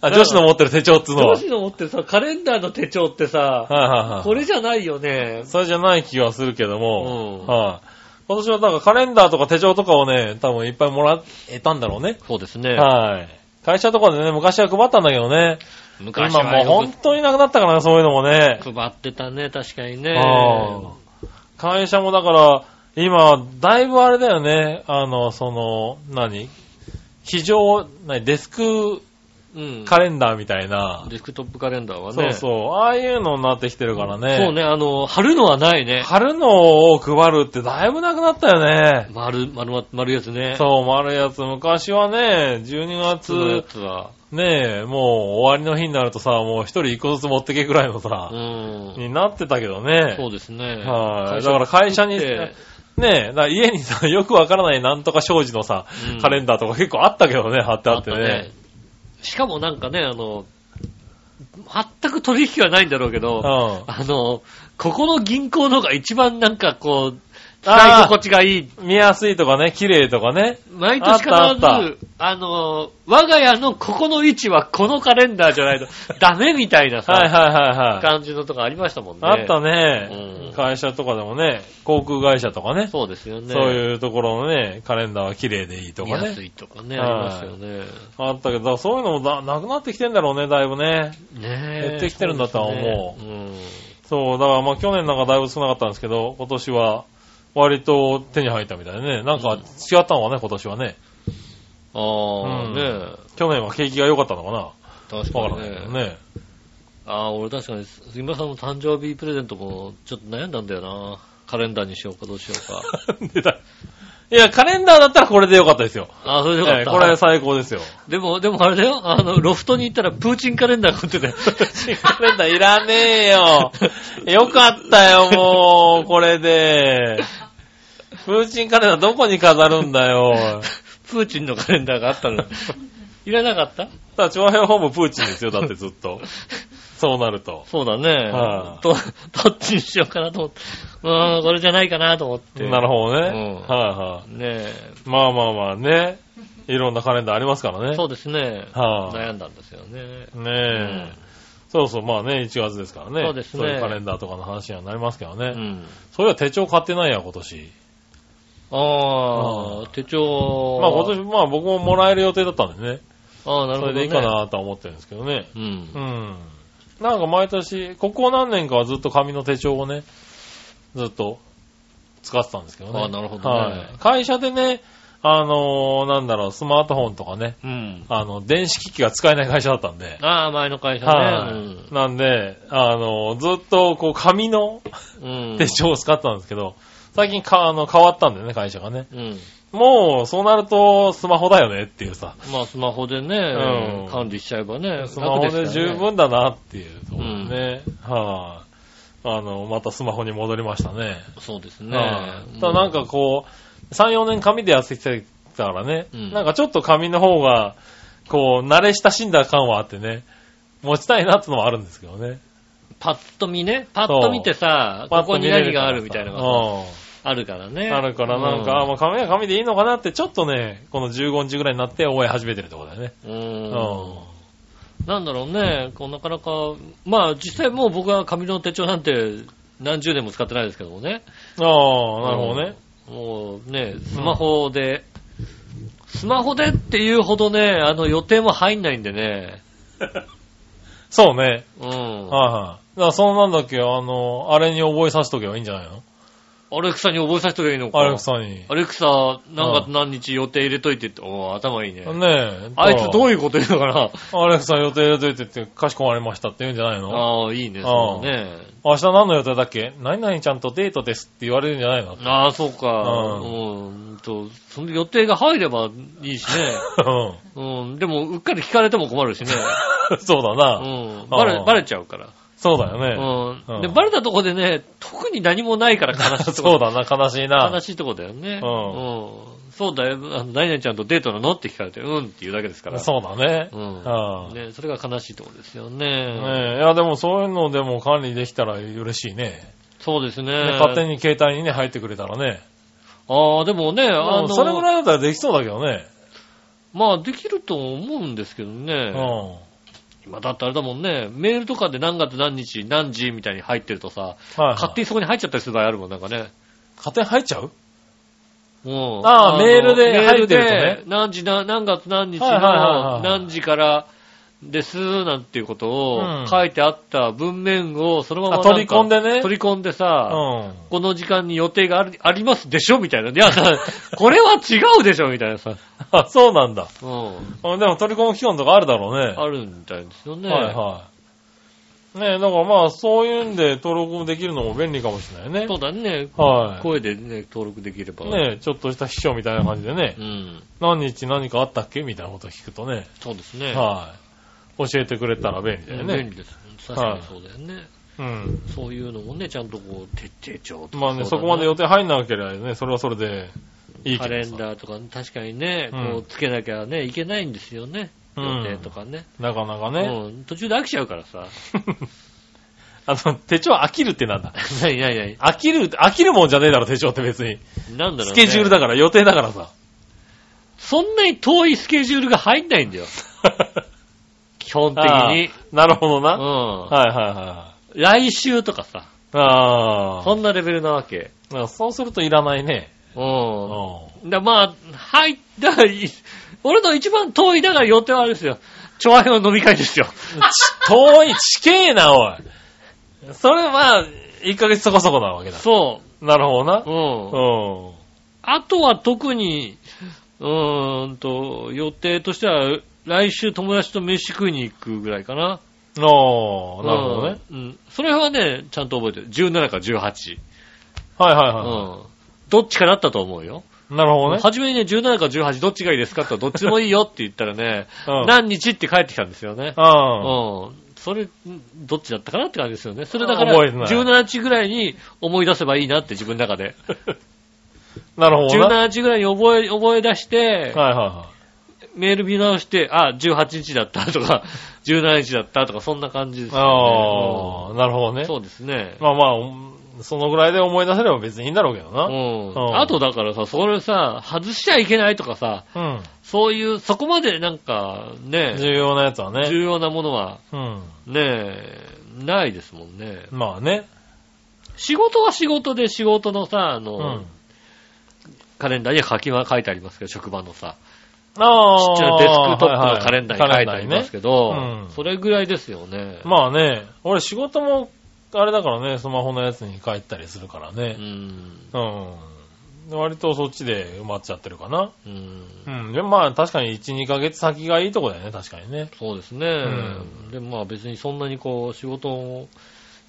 [SPEAKER 3] あ、女子の持ってる手帳っつうのは。
[SPEAKER 2] 女
[SPEAKER 3] はい
[SPEAKER 2] 子の持ってるさ、カレンダーの手帳ってさ、
[SPEAKER 3] はいはい。
[SPEAKER 2] これじゃないよね。
[SPEAKER 3] それじゃない気はするけども、
[SPEAKER 2] うん
[SPEAKER 3] はい、今年はなんかカレンダーとか手帳とかをね、多分いっぱいもらえたんだろうね。
[SPEAKER 2] そうですね
[SPEAKER 3] はい。会社とかでね、昔は配ったんだけどね。
[SPEAKER 2] 昔
[SPEAKER 3] 今
[SPEAKER 2] は
[SPEAKER 3] もう
[SPEAKER 2] よ
[SPEAKER 3] 本当になくなったからね、そういうのもね。
[SPEAKER 2] く配ってたね、確かにね。
[SPEAKER 3] うん会社もだから、今、だいぶあれだよね。あの、その、何非常、何デスク
[SPEAKER 2] うん。
[SPEAKER 3] カレンダーみたいな。
[SPEAKER 2] デスクトップカレンダーは
[SPEAKER 3] そ
[SPEAKER 2] ね。
[SPEAKER 3] うそう。ああいうのになってきてるからね。
[SPEAKER 2] そうね、あの、貼るのはないね。
[SPEAKER 3] 貼るのを配るってだいぶなくなったよね。
[SPEAKER 2] 丸、丸ま、丸いやつね。
[SPEAKER 3] そう、丸いやつ、昔はね、12
[SPEAKER 2] 普通のや
[SPEAKER 3] 月、
[SPEAKER 2] つは。
[SPEAKER 3] ねえ、もう終わりの日になるとさ、もう一人一個ずつ持ってけぐらいの
[SPEAKER 2] う
[SPEAKER 3] さ、
[SPEAKER 2] ん。
[SPEAKER 3] になってたけどね。
[SPEAKER 2] そうですね。
[SPEAKER 3] はい。だから会社に、
[SPEAKER 2] 作っ
[SPEAKER 3] ね
[SPEAKER 2] て
[SPEAKER 3] え、だから家にさ、よくわからないなんとか障子のさ、
[SPEAKER 2] うん
[SPEAKER 3] カレンダーとか結構あったけどね、貼ってあって
[SPEAKER 2] あ
[SPEAKER 3] ね。
[SPEAKER 2] ったねしかもなんかね、あの、全く取引はないんだろうけど、
[SPEAKER 3] うん。
[SPEAKER 2] あの、ここの銀行のが一番なんかこう、使い
[SPEAKER 3] あー
[SPEAKER 2] 心地がいい。
[SPEAKER 3] 見やすいとかね、綺麗とかね。
[SPEAKER 2] 毎年必ず、
[SPEAKER 3] あった
[SPEAKER 2] あ
[SPEAKER 3] あっ
[SPEAKER 2] のー、我が家のここの位置はこのカレンダーじゃ ないとダメみたいなさ、
[SPEAKER 3] はいはいはいはい。
[SPEAKER 2] 感じのとかありましたもんね。
[SPEAKER 3] あったね、
[SPEAKER 2] うん
[SPEAKER 3] 会社とかでもね、航空会社とかね。
[SPEAKER 2] そうですよね。
[SPEAKER 3] そう
[SPEAKER 2] う
[SPEAKER 3] いうところのね、カレンダーは綺麗でいいと
[SPEAKER 2] 見
[SPEAKER 3] か
[SPEAKER 2] やす
[SPEAKER 3] ね。
[SPEAKER 2] いとかね、
[SPEAKER 3] はい
[SPEAKER 2] ありますよね。
[SPEAKER 3] あったけど、そういうのもだなくなってきてんだろうね、だいぶね。
[SPEAKER 2] ねえ
[SPEAKER 3] 減ってきてるんだとは思う
[SPEAKER 2] そうですね
[SPEAKER 3] そう、だからまあ去年なんかだいぶ少なかったんですけど、今年は割と手に入ったみたいでね。なんか違ったのかね、今年はね。
[SPEAKER 2] うん。ああ、
[SPEAKER 3] うん
[SPEAKER 2] ねえ
[SPEAKER 3] 去年は景気が良かったのかな。
[SPEAKER 2] 確か
[SPEAKER 3] わか
[SPEAKER 2] に
[SPEAKER 3] らない
[SPEAKER 2] ね
[SPEAKER 3] け。どね。
[SPEAKER 2] ああ、俺確かに、杉村さんの誕生日プレゼントもちょっと悩んだんだよな。カレンダーにしようかどうしよ うか。
[SPEAKER 3] 出た。いや、カレンダーだったらこれで良かったですよ。
[SPEAKER 2] ああ、それでよかっ
[SPEAKER 3] ええ
[SPEAKER 2] た。
[SPEAKER 3] これ最高ですよ。
[SPEAKER 2] でも、でもあれだよ。あの、ロフトに行ったらプーチンカレンダーが売ってたよ。
[SPEAKER 3] カレンダーいらねえよ。 よかったよ、もう、これで。プーチンカレンダーどこに飾るんだよ。
[SPEAKER 2] プーチンのカレンダーがあったのに。いらなかった
[SPEAKER 3] ただ、長編ホームプーチンですよ、だってずっ と。そうなると。
[SPEAKER 2] そうだね。
[SPEAKER 3] はい
[SPEAKER 2] ど、どっちにしようかなと思って。うーん、これじゃないかなと思って。
[SPEAKER 3] なるほどね。
[SPEAKER 2] うん
[SPEAKER 3] はいはい。
[SPEAKER 2] ね
[SPEAKER 3] まあまあまあね。いろんなカレンダーありますから
[SPEAKER 2] え。
[SPEAKER 3] ね。
[SPEAKER 2] そうですね。
[SPEAKER 3] はい
[SPEAKER 2] 悩んだんですよね。
[SPEAKER 3] ねえ、そうそう、まあね、1月ですからね。
[SPEAKER 2] そうですね
[SPEAKER 3] そういうカレンダーとかの話にはなりますけどね。
[SPEAKER 2] うん。
[SPEAKER 3] それは手帳買ってないや、今年。
[SPEAKER 2] ああ、手帳。
[SPEAKER 3] まあ今年、まあ僕ももらえる予定だったんでね。
[SPEAKER 2] ああ、なるほど、ね。
[SPEAKER 3] それでいいかなとは思ってるんですけどね。
[SPEAKER 2] う。
[SPEAKER 3] うんん。なんか毎年、ここ何年かはずっと紙の手帳をね、ずっと使ってたんですけどね。
[SPEAKER 2] あなるほどね
[SPEAKER 3] はい。会社でね、あのーなんだろう、スマートフォンとかね、
[SPEAKER 2] うん。
[SPEAKER 3] あの、電子機器が使えない会社だったんで。
[SPEAKER 2] ああ、前の会社ね。
[SPEAKER 3] はい。なんで、あのーずっとこう紙の
[SPEAKER 2] うん。うん。
[SPEAKER 3] 手帳を使ってたんですけど、最近か、あの、変わったんだよね、会社がね。
[SPEAKER 2] うん。
[SPEAKER 3] もう、そうなると、スマホだよねっていうさ。
[SPEAKER 2] まあ、スマホでね、
[SPEAKER 3] うん
[SPEAKER 2] 管理しちゃえばね、
[SPEAKER 3] スマホで十
[SPEAKER 2] 楽すからね。
[SPEAKER 3] 分だなっていうところね。はい、あ。の、またスマホに戻りましたね。
[SPEAKER 2] そうですね。
[SPEAKER 3] はいただなんかこう、3、4年紙でやってきてたからね、
[SPEAKER 2] うん
[SPEAKER 3] なんかちょっと紙の方が、こう、慣れ親しんだ感はあってね、持ちたいなってのもあるんですけどね。
[SPEAKER 2] パッと見ね、パッと見てさ、
[SPEAKER 3] パ
[SPEAKER 2] こ
[SPEAKER 3] ッと
[SPEAKER 2] こに
[SPEAKER 3] 見れ
[SPEAKER 2] 何
[SPEAKER 3] るか
[SPEAKER 2] が
[SPEAKER 3] ら
[SPEAKER 2] あ
[SPEAKER 3] さ
[SPEAKER 2] るみたいなのが
[SPEAKER 3] うん
[SPEAKER 2] あるからね。
[SPEAKER 3] あるからなんか、あもう紙は紙でいいのかなって、ちょっとね、この15日ぐらいになって覚え始めてるところだよね。
[SPEAKER 2] うん。
[SPEAKER 3] う
[SPEAKER 2] うんなんだろうね、こうなかなか、まあ実際もう僕は紙の手帳なんて何十年も使ってないですけどもね。
[SPEAKER 3] ああ、なるほどね。
[SPEAKER 2] もうね、スマホで、スマホでっていうほどね、あの予定も入んないんでね。
[SPEAKER 3] そうね。
[SPEAKER 2] うん。
[SPEAKER 3] はいはい。だから、そのなんだっけ、あの、あれに覚えさせとけばいいんじゃないの
[SPEAKER 2] アレクサに覚えさせとけばいいのか。
[SPEAKER 3] アレクサに。ね
[SPEAKER 2] アレクサ、何月何日予定入れといてって、おー頭いいね。
[SPEAKER 3] え。
[SPEAKER 2] あいつどう
[SPEAKER 3] い
[SPEAKER 2] いうこと言うのかな
[SPEAKER 3] アレクサ予定入れといてって、かしこまりましたって言うんじゃないの
[SPEAKER 2] ああ、いいね、そうね。
[SPEAKER 3] 明日何の予定だっけ何々ちゃんとデートですって言われるんじゃ ないの
[SPEAKER 2] ああ、そうか。
[SPEAKER 3] う
[SPEAKER 2] うん。と、その予定が入ればいいしね。 うん。でも、うっかり聞かれても困るしね。
[SPEAKER 3] うん。そうだ
[SPEAKER 2] う
[SPEAKER 3] な。
[SPEAKER 2] ん。バレ
[SPEAKER 3] あ、ー
[SPEAKER 2] バレちゃうから。
[SPEAKER 3] そうだよね。
[SPEAKER 2] うん。で、
[SPEAKER 3] うん
[SPEAKER 2] バレたとこでね、特に何もないから悲しいと
[SPEAKER 3] そ
[SPEAKER 2] こ。
[SPEAKER 3] うだな、悲しいな。
[SPEAKER 2] 悲しいとこだよね。
[SPEAKER 3] う
[SPEAKER 2] うん。そうだよ。あの何々ちゃんとデートなのって聞かれて、うんって言うだけですから。
[SPEAKER 3] そうだね。
[SPEAKER 2] う。ん。
[SPEAKER 3] ああ
[SPEAKER 2] ね、それが悲しいとこですよね。
[SPEAKER 3] ねえ、いやでもそういうのでも管理できたら嬉しいね。
[SPEAKER 2] そうですね。
[SPEAKER 3] ね勝手に携帯にね、入ってくれたらね。
[SPEAKER 2] ああ、でもね、あの、
[SPEAKER 3] それぐらいだったらできそうだけどね。
[SPEAKER 2] まあ、できると思うんですけどね。
[SPEAKER 3] うん。
[SPEAKER 2] 今だってあれだもんね、メールとかで何月何日何時みたいに入ってるとさ、
[SPEAKER 3] はい、
[SPEAKER 2] 勝手にそこに入っちゃったりする場合あるもん、なんかね。
[SPEAKER 3] 勝手に入っちゃう
[SPEAKER 2] うん。
[SPEAKER 3] あ
[SPEAKER 2] の
[SPEAKER 3] あメールで
[SPEAKER 2] メールで
[SPEAKER 3] 入ってるとね
[SPEAKER 2] 何時な、何月何日
[SPEAKER 3] はいはいはいは
[SPEAKER 2] の
[SPEAKER 3] い
[SPEAKER 2] 何時からです、なんていうこと
[SPEAKER 3] う
[SPEAKER 2] を
[SPEAKER 3] ん
[SPEAKER 2] 書いてあった文面をそのまま
[SPEAKER 3] あ
[SPEAKER 2] なんか
[SPEAKER 3] 取り込んでね
[SPEAKER 2] 取り込んで
[SPEAKER 3] う
[SPEAKER 2] さ、
[SPEAKER 3] ん。
[SPEAKER 2] この時間に予定がありありますでしょみたいな。いや、 さこれは違うでしょみたいなさ。
[SPEAKER 3] あ、そうなんだ。
[SPEAKER 2] うん。
[SPEAKER 3] あでも取り込む期間とかあるだろうね。
[SPEAKER 2] あるみたいですよね。
[SPEAKER 3] はいはい。ねえ、だからまあそういうんで登録できるのも便利かもしれないね
[SPEAKER 2] そう。だね。
[SPEAKER 3] はい。
[SPEAKER 2] 声でね、登録できれば。
[SPEAKER 3] ねえ、ちょっとした秘書みたいな感じでね
[SPEAKER 2] う、ん。
[SPEAKER 3] 何日何かあったっけみたいなこと聞くとね、
[SPEAKER 2] そうですね。
[SPEAKER 3] はい。教えてくれたら便利だよ
[SPEAKER 2] 便
[SPEAKER 3] ね。
[SPEAKER 2] 利です。確かにそうだよね。
[SPEAKER 3] うん。
[SPEAKER 2] そういうのもね、ちゃんとこう、徹底帳とか。
[SPEAKER 3] まあね、そこまで予定入んなければね、それはそれでいい
[SPEAKER 2] カ
[SPEAKER 3] け
[SPEAKER 2] レ
[SPEAKER 3] ど
[SPEAKER 2] ン
[SPEAKER 3] さ
[SPEAKER 2] ダーとかね、確かにね、
[SPEAKER 3] うん
[SPEAKER 2] こう、つけなきゃね、いけないんですよね。
[SPEAKER 3] う
[SPEAKER 2] 予
[SPEAKER 3] ん
[SPEAKER 2] 定とかね。
[SPEAKER 3] なかなかね。
[SPEAKER 2] うん。途中で飽きちゃうからさ。
[SPEAKER 3] あの、手帳飽きる ってなんだ。
[SPEAKER 2] いやいやいや、
[SPEAKER 3] 飽きる、飽きるもんじゃねえだろ、手帳って別に。
[SPEAKER 2] なんだろう、ね。
[SPEAKER 3] スケジュールだから、予定だか らさ。
[SPEAKER 2] そんなに遠いスケジュールが入んないんだよ。基本的
[SPEAKER 3] あ
[SPEAKER 2] に
[SPEAKER 3] ー。なるほどな。
[SPEAKER 2] うん。
[SPEAKER 3] はいはいは
[SPEAKER 2] 来週とかさ、
[SPEAKER 3] い。ああ。
[SPEAKER 2] そんなレベルなわけ。
[SPEAKER 3] まあそうするといらないね。
[SPEAKER 2] う
[SPEAKER 3] うん
[SPEAKER 2] ん。だまあ、はい、だからい、 俺の一番遠い、だから予定はあれですよ。調和表の飲み会ですよ。
[SPEAKER 3] ち遠い、ちけえな、おい。それは、1ヶ月そこそこなわけだ。
[SPEAKER 2] そ
[SPEAKER 3] なるほどな
[SPEAKER 2] う。。うん。
[SPEAKER 3] うん。
[SPEAKER 2] あとは特に、うーんと、予定としては、来週友達と飯食いに行くぐらいかな。
[SPEAKER 3] おー、なるほどね。
[SPEAKER 2] うん。うん。それはね、ちゃんと覚えてる。17か18。
[SPEAKER 3] はいはいうは
[SPEAKER 2] ん。どっちかだったと思うよ。
[SPEAKER 3] い。なるほどね。
[SPEAKER 2] 初めにね、17か18どっちがいいですかって言ったらどっちでも いいよって言ったらね、
[SPEAKER 3] うん
[SPEAKER 2] 何日って帰ってきたんですよね。
[SPEAKER 3] うん。
[SPEAKER 2] うん。それ、んどっちだったかなって感じですよね。それだから、
[SPEAKER 3] 覚えてない
[SPEAKER 2] 17日ぐらいに思い出せばいいなって自分の中 で。
[SPEAKER 3] なるほどな。
[SPEAKER 2] 17日ぐらいに覚え、覚え出して、
[SPEAKER 3] はいは
[SPEAKER 2] メール見直して、あ、18日だったとか、17日だったとか、そんな感じで
[SPEAKER 3] いはい。
[SPEAKER 2] すよね。
[SPEAKER 3] あ
[SPEAKER 2] う
[SPEAKER 3] ー、
[SPEAKER 2] ん
[SPEAKER 3] なるほどね。
[SPEAKER 2] そうですね。
[SPEAKER 3] まあまあうん、そのぐらいで思い出せれば別にいいんだろうけど
[SPEAKER 2] う
[SPEAKER 3] な。
[SPEAKER 2] ん。あとだからさ、それさ、外しちゃいけないとかさ、
[SPEAKER 3] うん。
[SPEAKER 2] そういう、そこまでなんか、ね、
[SPEAKER 3] 重要なやつはね。
[SPEAKER 2] 重要なものは、
[SPEAKER 3] うん。
[SPEAKER 2] ねえ、ないですもんね。
[SPEAKER 3] まあね。
[SPEAKER 2] 仕事は仕事で仕事のさ、あ
[SPEAKER 3] う
[SPEAKER 2] の、
[SPEAKER 3] ん。
[SPEAKER 2] カレンダーには書きは書いてありますけど、職場のさ、ち
[SPEAKER 3] あー
[SPEAKER 2] っちゃなデスクトップのカレンダーに書いてあり
[SPEAKER 3] はは
[SPEAKER 2] ますけど、
[SPEAKER 3] カレンダーにねうん
[SPEAKER 2] それぐらいですよね。
[SPEAKER 3] まあね、俺仕事も、あれだからね、スマホのやつに帰ったりするから
[SPEAKER 2] う
[SPEAKER 3] ね。
[SPEAKER 2] ん。
[SPEAKER 3] うん。割とそっちで埋まっちゃってるかな。
[SPEAKER 2] うん。
[SPEAKER 3] うん。でもまあ確かに1、2ヶ月先がいいとこだよね、確かにね。。
[SPEAKER 2] そうですね。で、まあ別にそんなにこう、仕事も、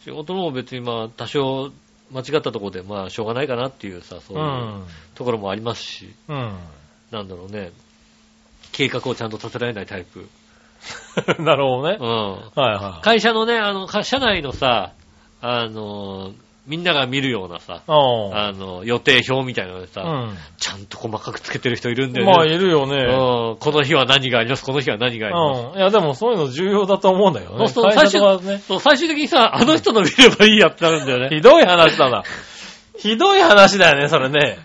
[SPEAKER 2] 仕事も別にまあ多少間違ったところで、まあしょうがないかなっていうさ、そうういうんところもありますし、
[SPEAKER 3] うん。
[SPEAKER 2] なんだろうね。計画をちゃんと立てられないタイプ。
[SPEAKER 3] なるほどね
[SPEAKER 2] う。ん。
[SPEAKER 3] はいはい。
[SPEAKER 2] 会社のね、あの、か社内のさ、あの、みんなが見るようなさ、
[SPEAKER 3] ああ。
[SPEAKER 2] あの、予定表みたいなのでさ、
[SPEAKER 3] うん。
[SPEAKER 2] ちゃんと細かくつけてる人いるんだよね。
[SPEAKER 3] まあ、いるよね。
[SPEAKER 2] うん、この日は何があります、この日は何があります。
[SPEAKER 3] うん。いや、でもそういうの重要だと思うんだよね。
[SPEAKER 2] そうそう
[SPEAKER 3] 会社とかね。
[SPEAKER 2] そう最終的にさ、あの人の見ればいいやってなるんだよね。
[SPEAKER 3] ひどい話だな。ひどい話だよね、それね。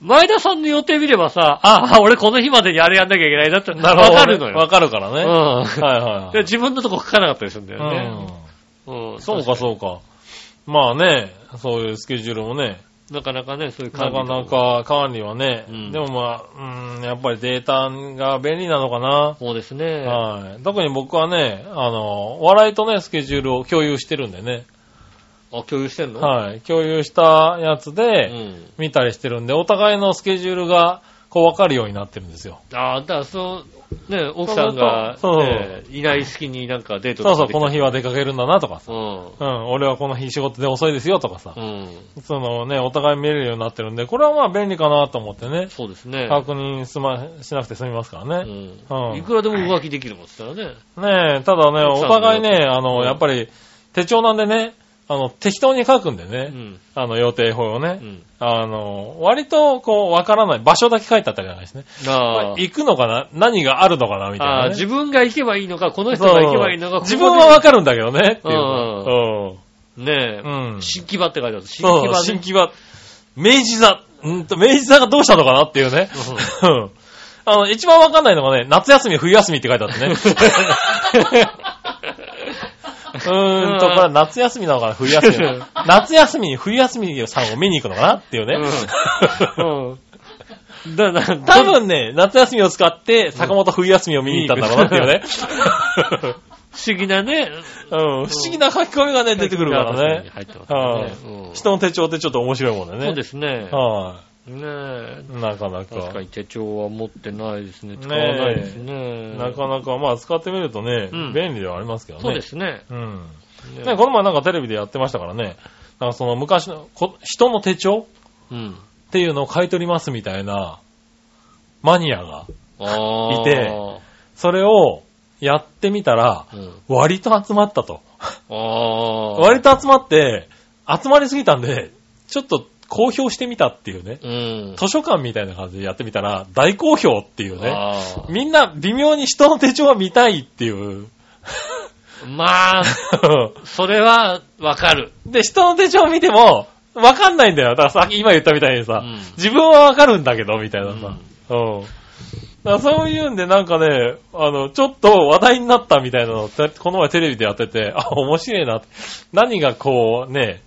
[SPEAKER 2] 前田さんの予定見ればさ、ああ、俺この日までにあれやんなきゃいけないなって、
[SPEAKER 3] な
[SPEAKER 2] わか
[SPEAKER 3] ね
[SPEAKER 2] るの
[SPEAKER 3] わ
[SPEAKER 2] よ。
[SPEAKER 3] かるからね。
[SPEAKER 2] うん。
[SPEAKER 3] はいはい
[SPEAKER 2] で
[SPEAKER 3] はい。
[SPEAKER 2] 自分のとこ書かなかったりするんだよ
[SPEAKER 3] うん
[SPEAKER 2] ね。。うん
[SPEAKER 3] そうか、そうか。まあね、そういうスケジュールもね、
[SPEAKER 2] なかなかね、そういう
[SPEAKER 3] な
[SPEAKER 2] 感じ。
[SPEAKER 3] かな。か管理はね、
[SPEAKER 2] うん
[SPEAKER 3] でもまあ、うん、やっぱりデータが便利なのかな。
[SPEAKER 2] そうですね。
[SPEAKER 3] はい。特に僕はね、あの、お笑いとね、スケジュールを共有してるんでね。
[SPEAKER 2] あ、共有してんの
[SPEAKER 3] はい。共有したやつ
[SPEAKER 2] う
[SPEAKER 3] で、
[SPEAKER 2] ん。
[SPEAKER 3] 見たりしてるんで、お互いのスケジュールが、こう分かるようになってるんですよ。
[SPEAKER 2] ああ、だからその、ね、奥さんが、
[SPEAKER 3] そうそう
[SPEAKER 2] ねいない隙になんかデート
[SPEAKER 3] そうそう、この
[SPEAKER 2] 日。
[SPEAKER 3] 日は出かけるんだなとかさ。
[SPEAKER 2] うん。
[SPEAKER 3] うん、俺はこの日仕事で遅いですよとかさ
[SPEAKER 2] う。ん。
[SPEAKER 3] そのね、お互い見れるようになってるんで、これはまあ便利かなと思ってね。
[SPEAKER 2] そうですね。
[SPEAKER 3] 確認すま、しなくて済みますからね。
[SPEAKER 2] うん
[SPEAKER 3] うん
[SPEAKER 2] いくらでも浮気できるもんですからね。
[SPEAKER 3] ねえ、ただね、
[SPEAKER 2] 奥さんの
[SPEAKER 3] お互いね、あ
[SPEAKER 2] う
[SPEAKER 3] の、
[SPEAKER 2] ん
[SPEAKER 3] やっぱり手帳なんでね、あの、適当に書くんで
[SPEAKER 2] う
[SPEAKER 3] ね、
[SPEAKER 2] ん。
[SPEAKER 3] あの、予定表を
[SPEAKER 2] う
[SPEAKER 3] ね、
[SPEAKER 2] ん。
[SPEAKER 3] あの、割とこう、わからない。場所だけ書いてあったりなんかしてね。
[SPEAKER 2] あ
[SPEAKER 3] 行くのかな何があるのかなみたい
[SPEAKER 2] あ
[SPEAKER 3] な
[SPEAKER 2] ー、
[SPEAKER 3] ね。
[SPEAKER 2] 自分が行けばいいのか、この人が行けばいいのか、
[SPEAKER 3] そう自分はわかるんだけどね、っていう
[SPEAKER 2] うる。ね
[SPEAKER 3] か。う
[SPEAKER 2] え、
[SPEAKER 3] ん。うん。
[SPEAKER 2] 新木場って書いてある。新
[SPEAKER 3] そ
[SPEAKER 2] 木
[SPEAKER 3] う
[SPEAKER 2] 場
[SPEAKER 3] 新規場、明治座、うんと、明治座がどうしたのかなっていうね。うん。あの、一番わかんないのがね、夏休み、冬休みって書いてあっ てね。うーんと、これは夏休みなのかな、冬休みなのかな。夏休みに冬休みさんを見に行くのかなっていうね。
[SPEAKER 2] うん。うん。だ、だ、
[SPEAKER 3] 多分ね、夏休みを使って、坂本冬休みを見に行ったんだろうなっていうね。
[SPEAKER 2] 不思議なね。
[SPEAKER 3] うん、不思議な書き込みがね、出てくるからね。
[SPEAKER 2] 入ってます
[SPEAKER 3] は
[SPEAKER 2] ね
[SPEAKER 3] い。
[SPEAKER 2] うん
[SPEAKER 3] 人の手帳ってちょっと面白いもんだよね。
[SPEAKER 2] そうですね。
[SPEAKER 3] は
[SPEAKER 2] ねえ。
[SPEAKER 3] い。なかなか。
[SPEAKER 2] 確かに手帳は持ってないですね。使わないですね。
[SPEAKER 3] なかなか、まあ使ってみるとね、
[SPEAKER 2] うん
[SPEAKER 3] 便利ではありますけどね。
[SPEAKER 2] そうですね。
[SPEAKER 3] うん。
[SPEAKER 2] ね
[SPEAKER 3] ね、この前なんかテレビでやってましたからね、なんかその昔の、こ人の手帳
[SPEAKER 2] うん。
[SPEAKER 3] っていうのを買い取りますみたいな、マニアが、
[SPEAKER 2] ああ。
[SPEAKER 3] いてそれをやってみたら、
[SPEAKER 2] うん。
[SPEAKER 3] 割と集まったと。
[SPEAKER 2] ああ。
[SPEAKER 3] 割と集まって、集まりすぎたんで、ちょっと公表してみたっていうね。
[SPEAKER 2] うん。
[SPEAKER 3] 図書館みたいな感じでやってみたら、大好評っていうね。
[SPEAKER 2] あー
[SPEAKER 3] みんな微妙に人の手帳は見たいっていう。
[SPEAKER 2] まあ、それはわかる。
[SPEAKER 3] で、人の手帳見ても、わかんないんだよ。だからさっき今言ったみたいにさ、
[SPEAKER 2] うん
[SPEAKER 3] 自分はわかるんだけど、みたいなさ。
[SPEAKER 2] う
[SPEAKER 3] うんん。だからそういうんで、なんかね、あの、ちょっと話題になったみたいなのって、この前テレビでやってて、あ、面白いな。何がこう、ね、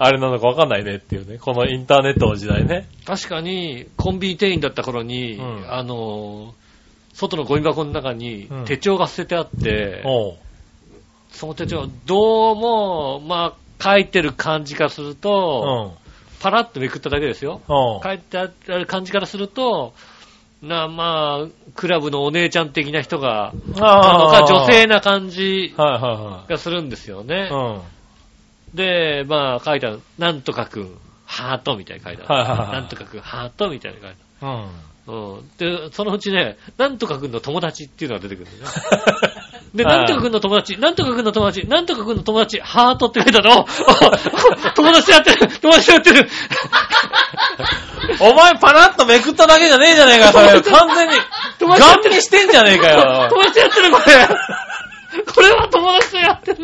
[SPEAKER 3] あれなのかわかんないねっていうね。このインターネットの時代ね。
[SPEAKER 2] 確かに、コンビニ店員だった頃に、
[SPEAKER 3] うん
[SPEAKER 2] あの、外のゴミ箱の中に
[SPEAKER 3] うん
[SPEAKER 2] 手帳が捨ててあって、
[SPEAKER 3] おう
[SPEAKER 2] その手帳、どうも、まあ、書いてる感じがする
[SPEAKER 3] う
[SPEAKER 2] と、
[SPEAKER 3] ん。
[SPEAKER 2] パラッとめくっただけですよ。
[SPEAKER 3] おう
[SPEAKER 2] 書いてある感じからすると、なまあ、クラブのお姉ちゃん的な人が、なのか
[SPEAKER 3] あー
[SPEAKER 2] 女性な感じ
[SPEAKER 3] はいは
[SPEAKER 2] がするんですよね
[SPEAKER 3] いはい。う。ん。はい
[SPEAKER 2] で、まあ書いてある。なんとかくん、ハートみたいに書いて
[SPEAKER 3] はいはい
[SPEAKER 2] あ
[SPEAKER 3] は
[SPEAKER 2] る。
[SPEAKER 3] い
[SPEAKER 2] なんとかくん、ハートみたいに書いてある。
[SPEAKER 3] うん。
[SPEAKER 2] うん、で、そのうちね、なんとかくんの友達っていうのが出てくるんだよね。 で、なんとかくんの友達、なんとかくんの友達、なんとかくんの友達、ハートって書いてあるの。おお 友達とやってる友達とやってる
[SPEAKER 3] お前パラッとめくっただけじゃねえじゃねえかよ、それ。完全に。
[SPEAKER 2] 友達やって
[SPEAKER 3] ガンにしてんじゃねえかよ。
[SPEAKER 2] 友達とやってるこれこれは友達とや ってる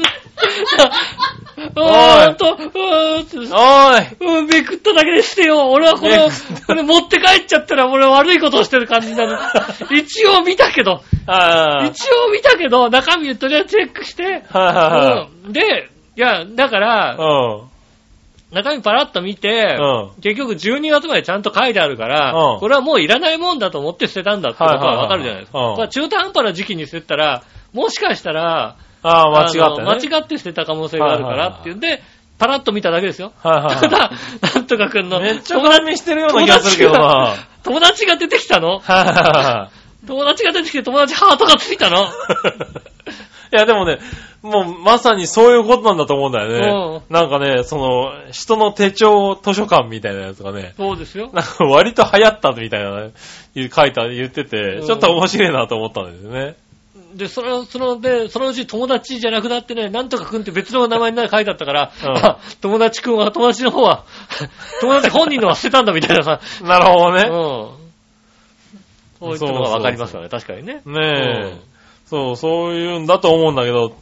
[SPEAKER 3] おい
[SPEAKER 2] あーんと、うーんと、
[SPEAKER 3] おい。
[SPEAKER 2] うん、めくっただけでしてよ。俺はこ
[SPEAKER 3] め
[SPEAKER 2] の
[SPEAKER 3] くっ、
[SPEAKER 2] これ持って帰っちゃったら俺悪いことをしてる感じに なる。一応見たけど、
[SPEAKER 3] ああ。
[SPEAKER 2] 一応見たけど、中身をとりあえずチェックして、
[SPEAKER 3] はいはい
[SPEAKER 2] うんで、いや、だから、
[SPEAKER 3] は
[SPEAKER 2] 中身パラッと見て、
[SPEAKER 3] う
[SPEAKER 2] 結局12月までちゃんと書いてあるから、
[SPEAKER 3] うん
[SPEAKER 2] これはもういらないもんだと思って捨てたんだってことはわかるじゃないですか。
[SPEAKER 3] はいはいはいうん
[SPEAKER 2] まあ中途半端な時期に捨てたら、もしかしたら、
[SPEAKER 3] い。ああ、間違った、ね。
[SPEAKER 2] あの間違って捨てた可能性があるからっていうんで、パラッと見ただけですよ。
[SPEAKER 3] はい
[SPEAKER 2] た
[SPEAKER 3] は
[SPEAKER 2] だ、なんとかくん
[SPEAKER 3] いは
[SPEAKER 2] の
[SPEAKER 3] い。 めっちゃ絡みしてるような気がするけどな。はい
[SPEAKER 2] 友達が出てきたの
[SPEAKER 3] は
[SPEAKER 2] 友達が出てきて友達ハートがついたの
[SPEAKER 3] い。いや、でもね、もうまさにそういうことなんだと思うんだよね。なんかね、その、人の手帳図書館みたいなやつがね、
[SPEAKER 2] そうですよ。
[SPEAKER 3] なんか割と流行ったみたいな、いう書いた、言ってて、ちょっと面白いなと思ったんですよね。
[SPEAKER 2] で、その、その、で、そのうち友達じゃなくなってね、なんとかくんって別の名前にな書いてあったから、
[SPEAKER 3] うん
[SPEAKER 2] あ友達くんは友達の方は、 友達本人のは捨てたんだみたいなさ。
[SPEAKER 3] なるほど
[SPEAKER 2] うん
[SPEAKER 3] ね。。
[SPEAKER 2] そういったのがわかりますよね、確かにね。
[SPEAKER 3] ねえ、そう、そういうんだと思うんだけど、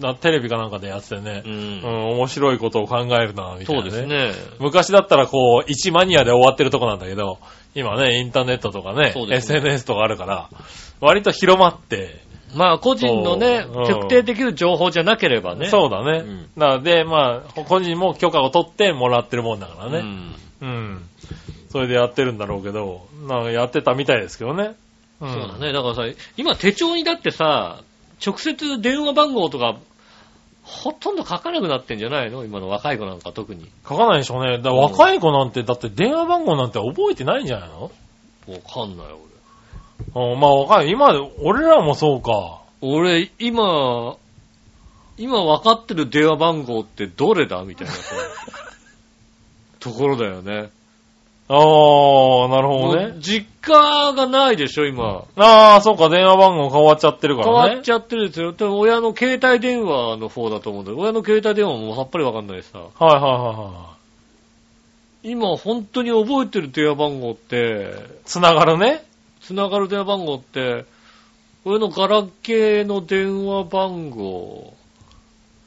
[SPEAKER 3] なテレビかなんかでやっててね、
[SPEAKER 2] う
[SPEAKER 3] うんん、面白いことを考えるな、みたい
[SPEAKER 2] そ
[SPEAKER 3] な、
[SPEAKER 2] うです。ね。
[SPEAKER 3] 昔だったらこう、一マニアで終わってるとこなんだけど、今ね、インターネットとかね、
[SPEAKER 2] そうですね
[SPEAKER 3] SNS とかあるから、割と広まって、
[SPEAKER 2] まあ、個人のね、
[SPEAKER 3] そううん
[SPEAKER 2] 特定できる情報じゃなければね。
[SPEAKER 3] そうだね。
[SPEAKER 2] うん
[SPEAKER 3] なので、まあ、個人も許可を取ってもらってるもんだから
[SPEAKER 2] う
[SPEAKER 3] ね。
[SPEAKER 2] ん
[SPEAKER 3] うん。それでやってるんだろうけど、なんかやってたみたいですけどね。うん、
[SPEAKER 2] そうだね。だからさ、今手帳にだってさ、直接電話番号とか、ほとんど書かなくなってんじゃないの今の若い子なんか特に。
[SPEAKER 3] 書かないでしょうね。だから若い子なんて、だって電話番号なんて覚えてないんじゃないの
[SPEAKER 2] わかんない、
[SPEAKER 3] うん、まあ若い。今、俺らもそうか。
[SPEAKER 2] 俺。俺、今、今分かってる電話番号ってどれだみたいな さところだよね。
[SPEAKER 3] ああ、なるほど
[SPEAKER 2] も
[SPEAKER 3] ね
[SPEAKER 2] う。実家がないでしょ、今。
[SPEAKER 3] ああ、そうか、電話番号変わっちゃってるか
[SPEAKER 2] 変
[SPEAKER 3] らね。
[SPEAKER 2] わっちゃってるんですよ。でも親の携帯電話の方だと思うんだけど、親の携帯電話もさっぱり分かんないしさ。
[SPEAKER 3] はいはいはいは
[SPEAKER 2] 今本当に覚えてる電話番号って、
[SPEAKER 3] い。つながるね。
[SPEAKER 2] つながる電話番号って、俺のガラケーの電話番号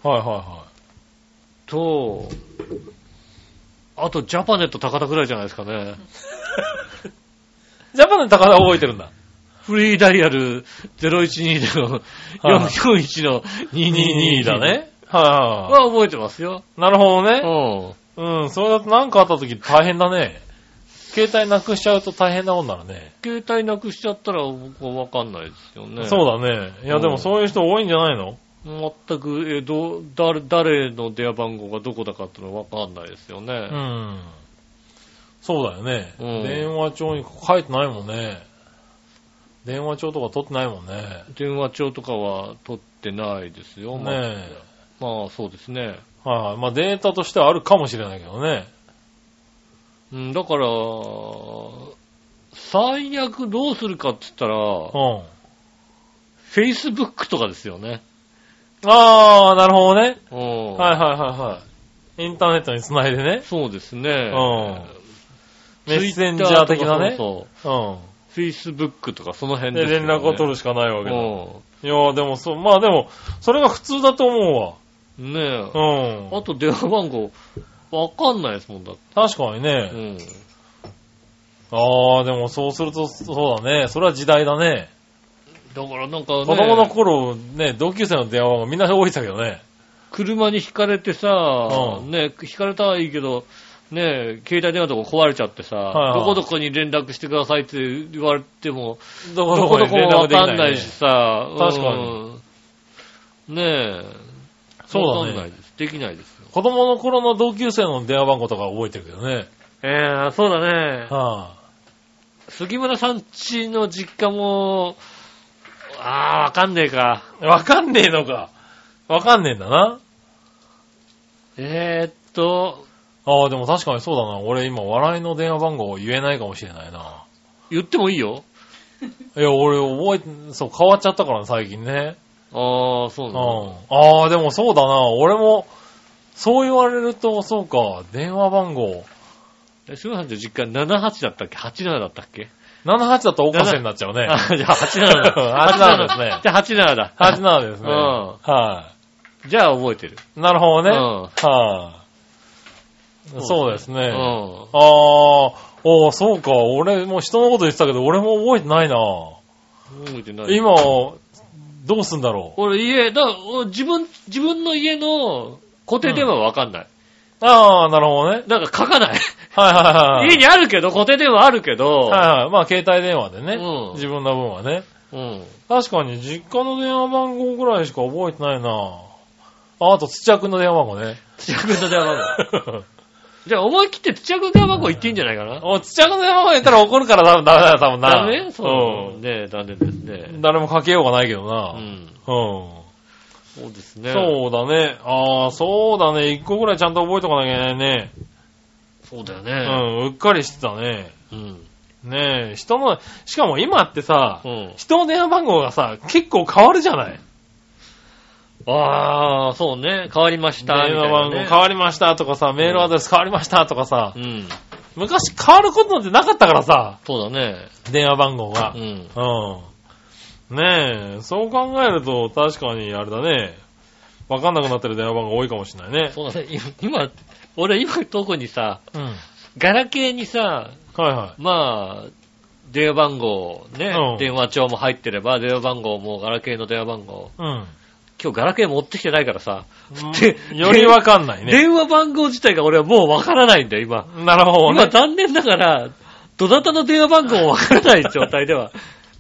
[SPEAKER 3] はいはいは
[SPEAKER 2] と、あとジャパネット高田くらいじゃないですかね。
[SPEAKER 3] い。ジャパンの高田覚えてるんだ。
[SPEAKER 2] フリーダイヤル0120の441の222だね。。
[SPEAKER 3] はいはいは
[SPEAKER 2] は覚えてますよ。
[SPEAKER 3] い。なるほど
[SPEAKER 2] う
[SPEAKER 3] ね。
[SPEAKER 2] ん。
[SPEAKER 3] うん、それだとなんかあった時大変だね。携帯なくしちゃうと大変なもんならね。
[SPEAKER 2] 携帯なくしちゃったら僕はわかんないですよね。
[SPEAKER 3] そうだね。いや、で
[SPEAKER 2] うん
[SPEAKER 3] もそういう人多いんじゃないの
[SPEAKER 2] 全く、えー、ど、誰、誰の電話番号がどこだかってのはわかんないですよね。
[SPEAKER 3] うん。そうだよね。
[SPEAKER 2] うん
[SPEAKER 3] 電話帳に書いてないもんね。電話帳とか取ってないもんね。
[SPEAKER 2] 電話帳とかは取ってないですよ。まあ
[SPEAKER 3] ねえ。
[SPEAKER 2] まあそうですね。
[SPEAKER 3] はい、まあデータとしてはあるかもしれないけどね。
[SPEAKER 2] うん、だから、最悪どうするかって言ったら
[SPEAKER 3] う、ん。
[SPEAKER 2] Facebook とかですよね。
[SPEAKER 3] ああ、なるほどね。
[SPEAKER 2] うん。
[SPEAKER 3] はいはいはいはい。インターネットにつないでね。
[SPEAKER 2] そうです
[SPEAKER 3] う
[SPEAKER 2] ね。
[SPEAKER 3] ん。メッセンジャー的なね。
[SPEAKER 2] そう
[SPEAKER 3] うん。
[SPEAKER 2] Facebook とかその辺
[SPEAKER 3] で、
[SPEAKER 2] ですよ
[SPEAKER 3] 連
[SPEAKER 2] ね。
[SPEAKER 3] 絡を取
[SPEAKER 2] る
[SPEAKER 3] るしかないわけだ。い
[SPEAKER 2] わ
[SPEAKER 3] やーでもそう、まあでも、それが普通だと思
[SPEAKER 2] けだ。ね
[SPEAKER 3] う
[SPEAKER 2] え。
[SPEAKER 3] わ。う
[SPEAKER 2] あ
[SPEAKER 3] ん。
[SPEAKER 2] と電話番号、わかんないですもんだって。
[SPEAKER 3] 確かに
[SPEAKER 2] う
[SPEAKER 3] ね。
[SPEAKER 2] ん。
[SPEAKER 3] ああ、でもそうすると、そうだね。それは時代だね。
[SPEAKER 2] だからなんかね、
[SPEAKER 3] 子供の頃、ね、同級生の電話番号みんな覚えてたけどね。
[SPEAKER 2] 車にひかれてさ、
[SPEAKER 3] うん
[SPEAKER 2] ねえ、ひかれたはいいけど、ねえ、携帯電話とか壊れちゃってさ、
[SPEAKER 3] いはい
[SPEAKER 2] どこどこに連絡してくださいって言われても、
[SPEAKER 3] どこ
[SPEAKER 2] ど
[SPEAKER 3] ど
[SPEAKER 2] こ
[SPEAKER 3] こ
[SPEAKER 2] ど
[SPEAKER 3] に
[SPEAKER 2] こ
[SPEAKER 3] 連
[SPEAKER 2] も
[SPEAKER 3] 絡
[SPEAKER 2] わ
[SPEAKER 3] でき
[SPEAKER 2] か
[SPEAKER 3] ない、
[SPEAKER 2] んないしさ、
[SPEAKER 3] 確か
[SPEAKER 2] に。ねえ。
[SPEAKER 3] そうだ
[SPEAKER 2] わ
[SPEAKER 3] ね
[SPEAKER 2] かんないです。できないですよ。
[SPEAKER 3] 子供の頃の同級生の電話番号とか覚えてるけどね。
[SPEAKER 2] ええそうだね。
[SPEAKER 3] は
[SPEAKER 2] 杉村さんちの実家も、ああ、わかんねえか。
[SPEAKER 3] あ、わかんねえのか。わかんねえんだな。
[SPEAKER 2] えー、っと、
[SPEAKER 3] ああ、でも確かにそうだな。俺今、笑いの電話番号を言えないかもしれないな。
[SPEAKER 2] 言ってもいいよ。
[SPEAKER 3] いや、俺覚えて、そう、変わっちゃったからね最近ね。
[SPEAKER 2] ああ、そう
[SPEAKER 3] う。
[SPEAKER 2] なんんだ。
[SPEAKER 3] ああ、でもそうだな。俺も、そう言われると、そうか、電話番号。
[SPEAKER 2] え杉村さんちの実家78だったっけ ?87 だったっけ
[SPEAKER 3] 78だとおかしになっちゃうね。
[SPEAKER 2] あじゃあ87だ。
[SPEAKER 3] 87ですね
[SPEAKER 2] じゃあ87だ。
[SPEAKER 3] 87ですね。
[SPEAKER 2] うん
[SPEAKER 3] は
[SPEAKER 2] じゃあ覚えてる。
[SPEAKER 3] い。なるほどね。
[SPEAKER 2] うん
[SPEAKER 3] はい。そうです
[SPEAKER 2] う
[SPEAKER 3] ね。
[SPEAKER 2] ん。
[SPEAKER 3] ああ、おーそうか。俺もう人のこと言ってたけど、俺も覚えてないな。
[SPEAKER 2] 覚えてない。
[SPEAKER 3] 今、どうすんだろう。
[SPEAKER 2] 俺家、だから俺自分、自分の家の固定電話はわかんない。
[SPEAKER 3] ああ、なるほどね。
[SPEAKER 2] なんか書かない。
[SPEAKER 3] はいはいはいはい。
[SPEAKER 2] 家にあるけど、固定電話あるけど、
[SPEAKER 3] はいはい。まあ、携帯電話でね。
[SPEAKER 2] うん
[SPEAKER 3] 自分の分はね。
[SPEAKER 2] うん。
[SPEAKER 3] 確かに、実家の電話番号ぐらいしか覚えてないな。ああと、土屋くんの電話番号ね。
[SPEAKER 2] 土屋君の電話番号。じゃあ思い切って土屋君の電話番号言っていいんじゃないかな。
[SPEAKER 3] お土屋くんの電話番号言ったら怒るから多分ダメだよ、多分な。
[SPEAKER 2] ダメそうう。ねえ、残念です
[SPEAKER 3] ん。
[SPEAKER 2] ね。
[SPEAKER 3] 誰もかけようがないけどな。
[SPEAKER 2] うん。
[SPEAKER 3] うん
[SPEAKER 2] そうですね。
[SPEAKER 3] そうだね。ああ、そうだね。一個ぐらいちゃんと覚えとかなきゃいけないね。
[SPEAKER 2] そうだよ
[SPEAKER 3] う
[SPEAKER 2] ね。
[SPEAKER 3] ん、うっかりしてたね。
[SPEAKER 2] うん。
[SPEAKER 3] ねえ、人の、しかも今ってさ、
[SPEAKER 2] うん。
[SPEAKER 3] 人の電話番号がさ、結構変わるじゃない
[SPEAKER 2] ああ、そうね。変わりました。
[SPEAKER 3] 電話番号変わりましたとかさ、メールアドレス変わりましたとかさ、
[SPEAKER 2] り。うん。
[SPEAKER 3] 昔変わることなんてなかったからさ、
[SPEAKER 2] そうだね。
[SPEAKER 3] 電話番号が
[SPEAKER 2] う。ん。
[SPEAKER 3] うん。ねえ、そう考えると確かにあれだね。わかんなくなってる電話番号多いかもしれないね。
[SPEAKER 2] そうだね。 今、今俺今特にさ、
[SPEAKER 3] うん。
[SPEAKER 2] ガラケーにさ、
[SPEAKER 3] はいは
[SPEAKER 2] まあ、電話番号、ね、
[SPEAKER 3] うん
[SPEAKER 2] 電話帳も入ってれば、電話番号もガラケーの電話番号。
[SPEAKER 3] い。うん。
[SPEAKER 2] 今日ガラケー持ってきてないからさ、で
[SPEAKER 3] うんよりわかんないね。
[SPEAKER 2] 電話番号自体が俺はもうわからないんだよ、今。
[SPEAKER 3] なるほど
[SPEAKER 2] 今
[SPEAKER 3] ね。
[SPEAKER 2] 残念ながら、どなたの電話番号もわからない状態で は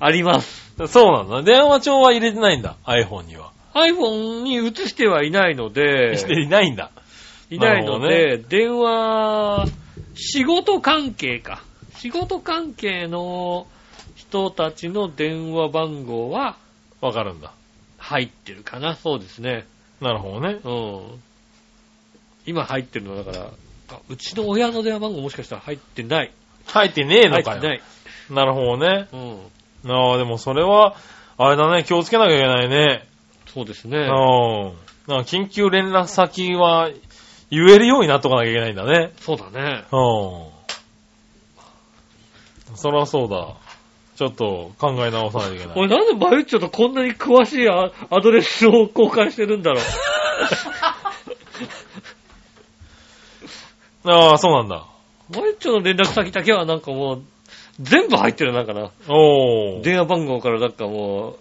[SPEAKER 2] あります。
[SPEAKER 3] そうなんだ。電話帳は入れてないんだ。iPhone には。
[SPEAKER 2] iPhone に移してはいないので、
[SPEAKER 3] していないんだ。
[SPEAKER 2] いないの
[SPEAKER 3] なる
[SPEAKER 2] で、電話、仕事関係か。仕事関係の人たちの電話番号は
[SPEAKER 3] わかるんだ。
[SPEAKER 2] 入ってるかな。そうですね。
[SPEAKER 3] なるほどね。
[SPEAKER 2] うん。今入ってるのはだから、あうちの親の電話番号もしかしたら入ってない。
[SPEAKER 3] 入ってねえ
[SPEAKER 2] 入
[SPEAKER 3] の
[SPEAKER 2] っ
[SPEAKER 3] か
[SPEAKER 2] て
[SPEAKER 3] よ。
[SPEAKER 2] ない。
[SPEAKER 3] なるほどね。
[SPEAKER 2] うん。
[SPEAKER 3] ああ、でもそれは、あれだね、気をつけなきゃいけないね。
[SPEAKER 2] そうですね。
[SPEAKER 3] うん。なんか緊急連絡先は言えるようになっとかなきゃいけないんだね。
[SPEAKER 2] そうだね。
[SPEAKER 3] うん。そらそうだ。ちょっと考え直さないといけない。
[SPEAKER 2] 俺なんでマユッチョとこんなに詳しいアアドレスを交換してるんだ ろう。
[SPEAKER 3] ああ、そうなんだ。
[SPEAKER 2] マユッチョの連絡先だけはなんかもう、全部入ってるなんかな。
[SPEAKER 3] おー。
[SPEAKER 2] 電話番号からなんかもう、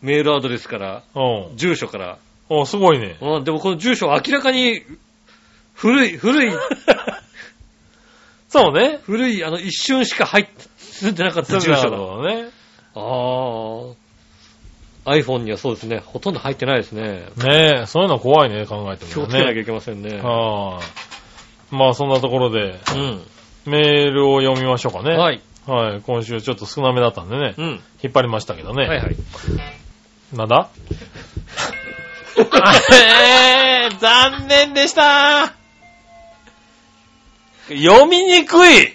[SPEAKER 2] メールアドレスから、
[SPEAKER 3] うん。
[SPEAKER 2] 住所から。
[SPEAKER 3] おー、すごいね。
[SPEAKER 2] うん、でもこの住所は明らかに、古い、古い、
[SPEAKER 3] そうね。
[SPEAKER 2] 古い、あの、一瞬しか入って、住んでなかった
[SPEAKER 3] 住
[SPEAKER 2] 住所
[SPEAKER 3] 所
[SPEAKER 2] が。
[SPEAKER 3] だね。
[SPEAKER 2] ああ。iPhone にはそうですね、ほとんど入ってないですね。
[SPEAKER 3] ねえ、そういうの怖いね、考えて
[SPEAKER 2] 気
[SPEAKER 3] み
[SPEAKER 2] を
[SPEAKER 3] る
[SPEAKER 2] つけなきゃ
[SPEAKER 3] ね。
[SPEAKER 2] いけませんね。
[SPEAKER 3] はあ。まあ、そんなところで、
[SPEAKER 2] うん。
[SPEAKER 3] メールを読みましょうかね。
[SPEAKER 2] はい。
[SPEAKER 3] はい。今週ちょっと少なめだったんでね
[SPEAKER 2] う。ん。
[SPEAKER 3] 引っ張りましたけどね。
[SPEAKER 2] はい はい。
[SPEAKER 3] なんだえー、残念でした読みにくい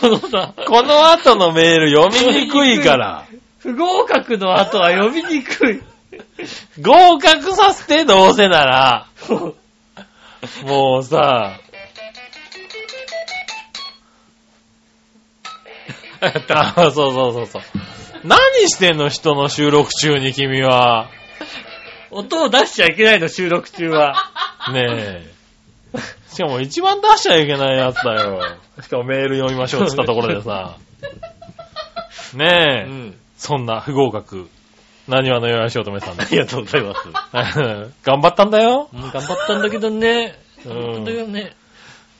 [SPEAKER 2] そのさ、
[SPEAKER 3] この後のメール読みにくい から、
[SPEAKER 2] 不合格の後は読みにくい。
[SPEAKER 3] 合格させてどうせなら、も うさ、あそうそうそうそう。何してんの人の収録中に君は。
[SPEAKER 2] 音を出しちゃいけないの、収録中は。
[SPEAKER 3] ねえ。しかも一番出しちゃいけないやつだよ。しかもメール読みましょうって言ったところでさ。
[SPEAKER 2] う
[SPEAKER 3] ねえ、
[SPEAKER 2] ん。
[SPEAKER 3] そんな不合格。何話のよやしおとめさん
[SPEAKER 2] あ
[SPEAKER 3] です。
[SPEAKER 2] りがとうございます。
[SPEAKER 3] 頑張ったんだよ。
[SPEAKER 2] うん、頑張ったんだけどね。
[SPEAKER 3] うん
[SPEAKER 2] 頑張ったけどね。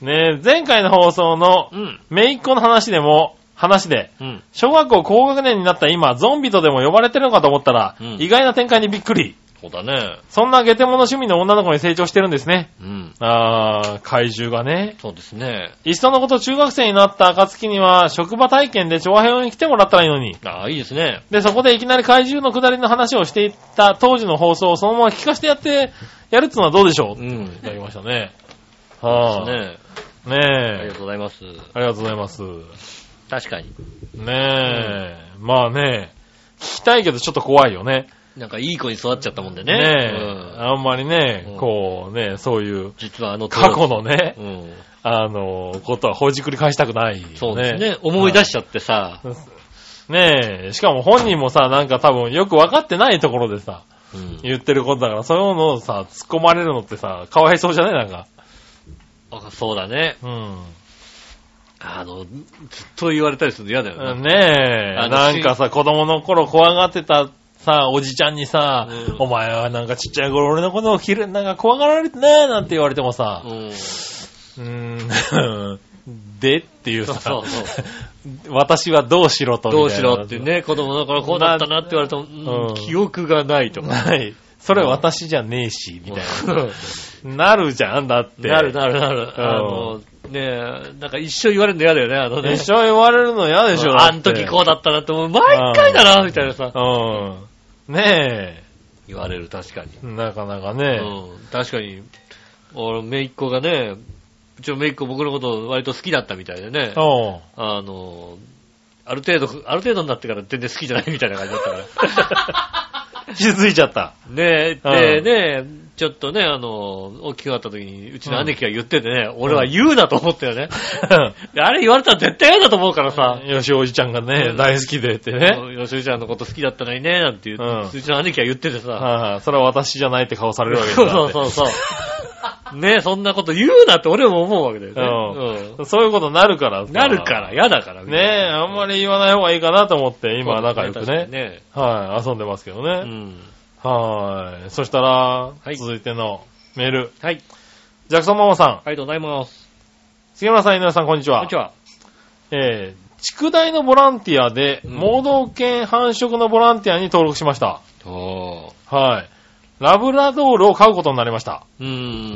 [SPEAKER 3] ねえ、前回の放送の
[SPEAKER 2] うん。
[SPEAKER 3] めいっ子の話でも、話で、
[SPEAKER 2] うん。
[SPEAKER 3] 小学校高学年になった今、ゾンビとでも呼ばれてるのかと思ったら、
[SPEAKER 2] うん
[SPEAKER 3] 意外な展開にびっくり。
[SPEAKER 2] そうだね。
[SPEAKER 3] そんなゲテモノ趣味の女の子に成長してるんですね。
[SPEAKER 2] うん。
[SPEAKER 3] あー、怪獣がね。
[SPEAKER 2] そうですね。
[SPEAKER 3] いっそのこと中学生になった暁には、職場体験で長編に来てもらったらいいのに。
[SPEAKER 2] ああ、いいですね。
[SPEAKER 3] で、そこでいきなり怪獣の下りの話をしていった当時の放送をそのまま聞かせてやって、やるっつうのはどうでしょう、
[SPEAKER 2] う
[SPEAKER 3] い
[SPEAKER 2] ん。ね
[SPEAKER 3] ただきましたね。はぁ、
[SPEAKER 2] ありが
[SPEAKER 3] ねえ
[SPEAKER 2] と。うございます。
[SPEAKER 3] ありがとうございます。
[SPEAKER 2] 確かに。
[SPEAKER 3] ねえ。まあね聞きたいけどちょっと怖いよね。
[SPEAKER 2] なんかいい子に育っちゃったもんでね。
[SPEAKER 3] ねえ。
[SPEAKER 2] うん
[SPEAKER 3] あんまりね、
[SPEAKER 2] うん
[SPEAKER 3] こうね、そういう
[SPEAKER 2] 実はあの
[SPEAKER 3] 過去のね、
[SPEAKER 2] うん。
[SPEAKER 3] あの、ことはほじくり返したくない、
[SPEAKER 2] そうですね。思い出しちゃってさ。
[SPEAKER 3] ねえ、しかも本人もさ、なんか多分よく分かってないところでさ、
[SPEAKER 2] うん。
[SPEAKER 3] 言ってることだから、そういうのをさ、突っ込まれるのってさ、かわいそうじゃないなんか。
[SPEAKER 2] あそうだね。
[SPEAKER 3] う
[SPEAKER 2] あの、ずっと言われたりするの嫌だよ
[SPEAKER 3] ん。
[SPEAKER 2] ね。
[SPEAKER 3] ねえ、
[SPEAKER 2] あの
[SPEAKER 3] なんかさ、子供の頃怖がってたさ、おじちゃんにさ、
[SPEAKER 2] うん
[SPEAKER 3] お前はなんかちっちゃい頃俺のことを切る、なんか怖がられてねえなんて言われてもさ、
[SPEAKER 2] うん。
[SPEAKER 3] うーん、でっていうさ、
[SPEAKER 2] そうそうそ
[SPEAKER 3] 私はどうしろとみたい
[SPEAKER 2] ど
[SPEAKER 3] な。
[SPEAKER 2] うしろってね、子供の頃こうだったなって言われても、
[SPEAKER 3] う
[SPEAKER 2] うんん記憶がないとか。
[SPEAKER 3] はい。それ私じゃねえし、みたい
[SPEAKER 2] うん
[SPEAKER 3] な。なるじゃん、だって。
[SPEAKER 2] なるなるなる。
[SPEAKER 3] うん
[SPEAKER 2] あの、ねえ、なんか一生言われるの嫌だよね、あのね。
[SPEAKER 3] 一緒言われるの嫌でしょ。
[SPEAKER 2] あの時こうだったなって、もう毎回だな、みたいなさ。
[SPEAKER 3] う。うん。ね
[SPEAKER 2] 言われる、確かに。
[SPEAKER 3] え。なかなかね。
[SPEAKER 2] うん、確かに、俺、めいっ子がね、うちのめいっ子僕のこと割と好きだったみたいでね、
[SPEAKER 3] お
[SPEAKER 2] あの、ある程度、ある程度になってから全然好きじゃないみたいな感じだったから。
[SPEAKER 3] うん。気づいちゃった。
[SPEAKER 2] ね
[SPEAKER 3] う
[SPEAKER 2] え、
[SPEAKER 3] ん
[SPEAKER 2] で、ねちょっとね、あの、大きくなった時に、うちの姉貴が言っててね、俺は言うなと思ったよね。であれ言われたら絶対嫌だと思うからさ、
[SPEAKER 3] よしおじちゃんがね
[SPEAKER 2] う、ん
[SPEAKER 3] 大好きでってね。
[SPEAKER 2] よしおちゃんのこと好きだったのにね、なんて言って、
[SPEAKER 3] うん
[SPEAKER 2] うちの姉貴が言っててさ、
[SPEAKER 3] はいはい。それは私じゃないって顔されるわけだ
[SPEAKER 2] そ
[SPEAKER 3] か
[SPEAKER 2] う
[SPEAKER 3] ら
[SPEAKER 2] そうそう そう。ねそんなこと言うなって俺も思うわけだよね。うん
[SPEAKER 3] うん そういうことになるからさ
[SPEAKER 2] なるから、。嫌だから。
[SPEAKER 3] ねえ、あんまり言わない方がいいかなと思って、今は仲良く
[SPEAKER 2] そうです
[SPEAKER 3] ね。
[SPEAKER 2] ね。
[SPEAKER 3] はい、遊んでますけど
[SPEAKER 2] う
[SPEAKER 3] ね。
[SPEAKER 2] ん。
[SPEAKER 3] はい。そしたら
[SPEAKER 2] は、い
[SPEAKER 3] 続いてのメール。
[SPEAKER 2] はい。
[SPEAKER 3] ジャクソンママさん、
[SPEAKER 2] ありがとうございます。
[SPEAKER 3] 杉村さん、井上さん、こんにち
[SPEAKER 2] こん
[SPEAKER 3] は。
[SPEAKER 2] にちは。
[SPEAKER 3] えー、畜大のボランティアで、
[SPEAKER 2] うん
[SPEAKER 3] 盲導犬繁殖のボランティアに登録しました。
[SPEAKER 2] おー。
[SPEAKER 3] はい。ラブラドールを飼うことになりました。
[SPEAKER 2] う
[SPEAKER 3] うんん。。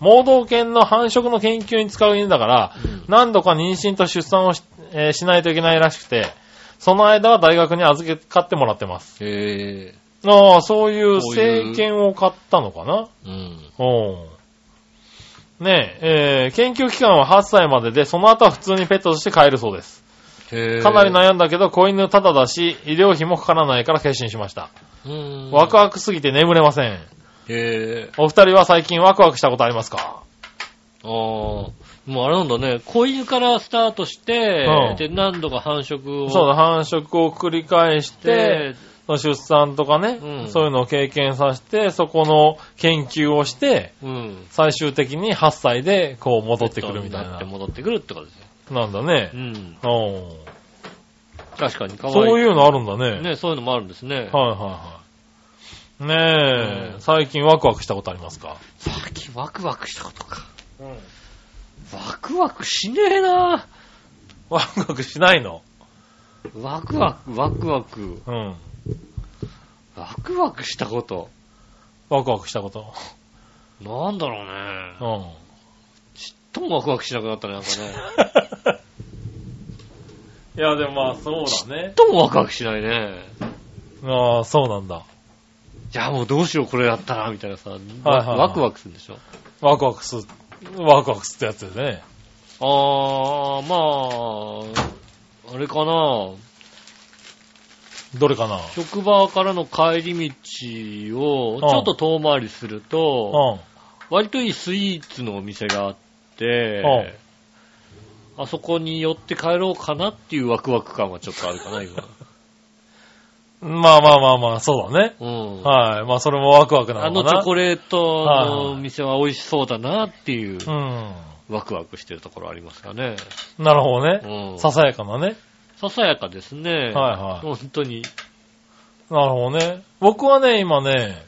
[SPEAKER 3] 盲導犬の繁殖の研究に使う犬だから、
[SPEAKER 2] うん
[SPEAKER 3] 何度か妊娠と出産をし,、えーしないといけないらしくて、その間は大学に預け、飼ってもらってます。
[SPEAKER 2] へ
[SPEAKER 3] ああ、そういう
[SPEAKER 2] そういう
[SPEAKER 3] 政権を買ったのかな
[SPEAKER 2] ー。うん。
[SPEAKER 3] うん。ねえ、えー研究期間は8歳までで、その後は普通にペットとして飼えるそうです。
[SPEAKER 2] へー。
[SPEAKER 3] かなり悩んだけど、子犬タダだし、医療費もかからないから決心しました。
[SPEAKER 2] うん。
[SPEAKER 3] ワクワクすぎて眠れません。
[SPEAKER 2] へ
[SPEAKER 3] お二人は最近ワクワクしたことありますか
[SPEAKER 2] ー。あー。もうあれなんだね、子犬からスタートして、
[SPEAKER 3] うん
[SPEAKER 2] で、何度か繁殖を。
[SPEAKER 3] そうだ、繁殖を繰り返して、
[SPEAKER 2] で、
[SPEAKER 3] 出産とかね、
[SPEAKER 2] うん
[SPEAKER 3] そういうのを経験させて、そこの研究をして、
[SPEAKER 2] うん。
[SPEAKER 3] 最終的に8歳で、こう戻ってくるみ
[SPEAKER 2] ペット
[SPEAKER 3] たい
[SPEAKER 2] になっ
[SPEAKER 3] な
[SPEAKER 2] て。戻ってくるってことですよ。
[SPEAKER 3] なんだね
[SPEAKER 2] う。ん。
[SPEAKER 3] うん
[SPEAKER 2] 確かに、かわいい。
[SPEAKER 3] そういうのあるんだね。
[SPEAKER 2] ね、そういうのもあるんですね。
[SPEAKER 3] はいはいはい。ねえ、
[SPEAKER 2] うん
[SPEAKER 3] 最近ワクワクしたことありますか
[SPEAKER 2] さっきワクワクしたことか。ワクワクしねえな
[SPEAKER 3] ワクワクしないの
[SPEAKER 2] ワクワク、ワクワク、
[SPEAKER 3] うん。
[SPEAKER 2] ワクワクしたこと。
[SPEAKER 3] ワクワクしたこと。
[SPEAKER 2] なんだろう
[SPEAKER 3] う
[SPEAKER 2] ね。
[SPEAKER 3] ん。
[SPEAKER 2] ともワクワクしなくなったね、なんかね。
[SPEAKER 3] いや、でもまあそうだね。
[SPEAKER 2] ともワクワクしないね。
[SPEAKER 3] ああ、そうなんだ。
[SPEAKER 2] いや、もうどうしよう、これやったら、みたいなさ、
[SPEAKER 3] はいはい
[SPEAKER 2] ワクワクするんでしょ。
[SPEAKER 3] ワクワクす、ワクワクすってやつですね。
[SPEAKER 2] あー、まあ、あれかな。
[SPEAKER 3] どれかな
[SPEAKER 2] 職場からの帰り道を、ちょっと遠回りすると、
[SPEAKER 3] う
[SPEAKER 2] 割といいスイーツのお店があって、あそこに寄って帰ろうかなっていうワクワク感はちょっとあるかな、今。
[SPEAKER 3] まあまあまあまあ、そうだね。
[SPEAKER 2] うん。
[SPEAKER 3] はい。まあ、それもワクワクな
[SPEAKER 2] あの
[SPEAKER 3] のか
[SPEAKER 2] チ
[SPEAKER 3] な。
[SPEAKER 2] ョコレート
[SPEAKER 3] はい
[SPEAKER 2] の店は美味しそうだなっていう、
[SPEAKER 3] う
[SPEAKER 2] ワクワクしてるところありますかね。
[SPEAKER 3] ん。なるほどね。
[SPEAKER 2] うん。
[SPEAKER 3] さ
[SPEAKER 2] さ
[SPEAKER 3] さやかなね。
[SPEAKER 2] さやかですね。
[SPEAKER 3] はいはい
[SPEAKER 2] 本当に。
[SPEAKER 3] なるほどね。僕はね、今ね、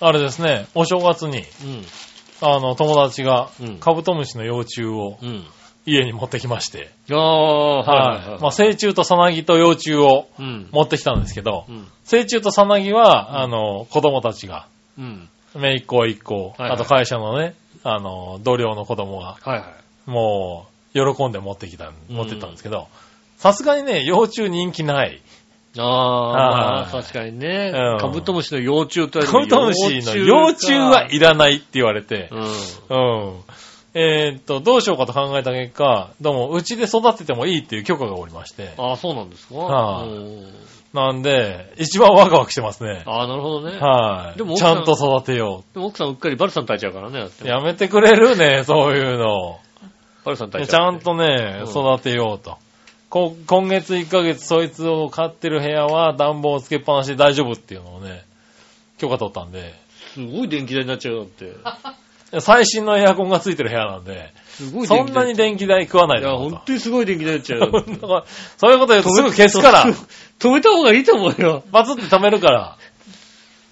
[SPEAKER 3] あれですね、お正月に、
[SPEAKER 2] うん。
[SPEAKER 3] あの、友達が
[SPEAKER 2] うん、
[SPEAKER 3] カブトムシの幼虫を
[SPEAKER 2] うん。
[SPEAKER 3] 家に持ってきまして、
[SPEAKER 2] ああ、はいはいはい。
[SPEAKER 3] まあ、成虫とサナギと幼虫を
[SPEAKER 2] うん。
[SPEAKER 3] 持ってきたんですけど
[SPEAKER 2] う、ん。
[SPEAKER 3] 成虫とサナギは、あの、子供たちが、
[SPEAKER 2] うん。
[SPEAKER 3] めいっ子一個、
[SPEAKER 2] はいはい
[SPEAKER 3] あと会社のね、あの、同僚の子供が、
[SPEAKER 2] はいはい。
[SPEAKER 3] もう、喜んで持ってきた、
[SPEAKER 2] うん
[SPEAKER 3] 持ってったんですけど、さすがにね、幼虫人気ない。
[SPEAKER 2] あ
[SPEAKER 3] はい
[SPEAKER 2] あ、確かにね
[SPEAKER 3] うん。
[SPEAKER 2] カブトムシの幼虫って
[SPEAKER 3] カブトムシの幼虫はいらないって言われて、
[SPEAKER 2] うん。
[SPEAKER 3] うん。えーっと、どうしようかと考えた結果、どうも、うちで育ててもいいっていう許可がおりまして。
[SPEAKER 2] ああ、そうなんですか
[SPEAKER 3] はい
[SPEAKER 2] うん
[SPEAKER 3] なんで、一番ワクワクしてますね。
[SPEAKER 2] ああ、なるほどね。
[SPEAKER 3] はい。
[SPEAKER 2] でも
[SPEAKER 3] ちゃんと育てよ
[SPEAKER 2] でも奥さんうっかりバルさん炊いちゃうからね、だっ
[SPEAKER 3] う。
[SPEAKER 2] て。
[SPEAKER 3] やめてくれるね、そういうの。
[SPEAKER 2] バルさん炊い
[SPEAKER 3] ち
[SPEAKER 2] ちゃ
[SPEAKER 3] ゃ
[SPEAKER 2] うっ
[SPEAKER 3] ん
[SPEAKER 2] て。
[SPEAKER 3] とね、
[SPEAKER 2] うん
[SPEAKER 3] 育てようと。こ今月1ヶ月、そいつを飼ってる部屋は暖房をつけっぱなしで大丈夫っていうのをね、許可取ったんで、
[SPEAKER 2] すごい電気代になっちゃうよ、だって。
[SPEAKER 3] 最新のエアコンがついてる部屋なんで、
[SPEAKER 2] すごい電
[SPEAKER 3] そ
[SPEAKER 2] 気代。
[SPEAKER 3] んなに電気代食わない
[SPEAKER 2] い
[SPEAKER 3] だ
[SPEAKER 2] や、
[SPEAKER 3] ろう
[SPEAKER 2] 本
[SPEAKER 3] と。
[SPEAKER 2] 当にすごい電気代になっちゃうよ。
[SPEAKER 3] そういうこと言うとすぐ消すから。
[SPEAKER 2] 止めた方がいいと思うよ。
[SPEAKER 3] バツって貯めるから。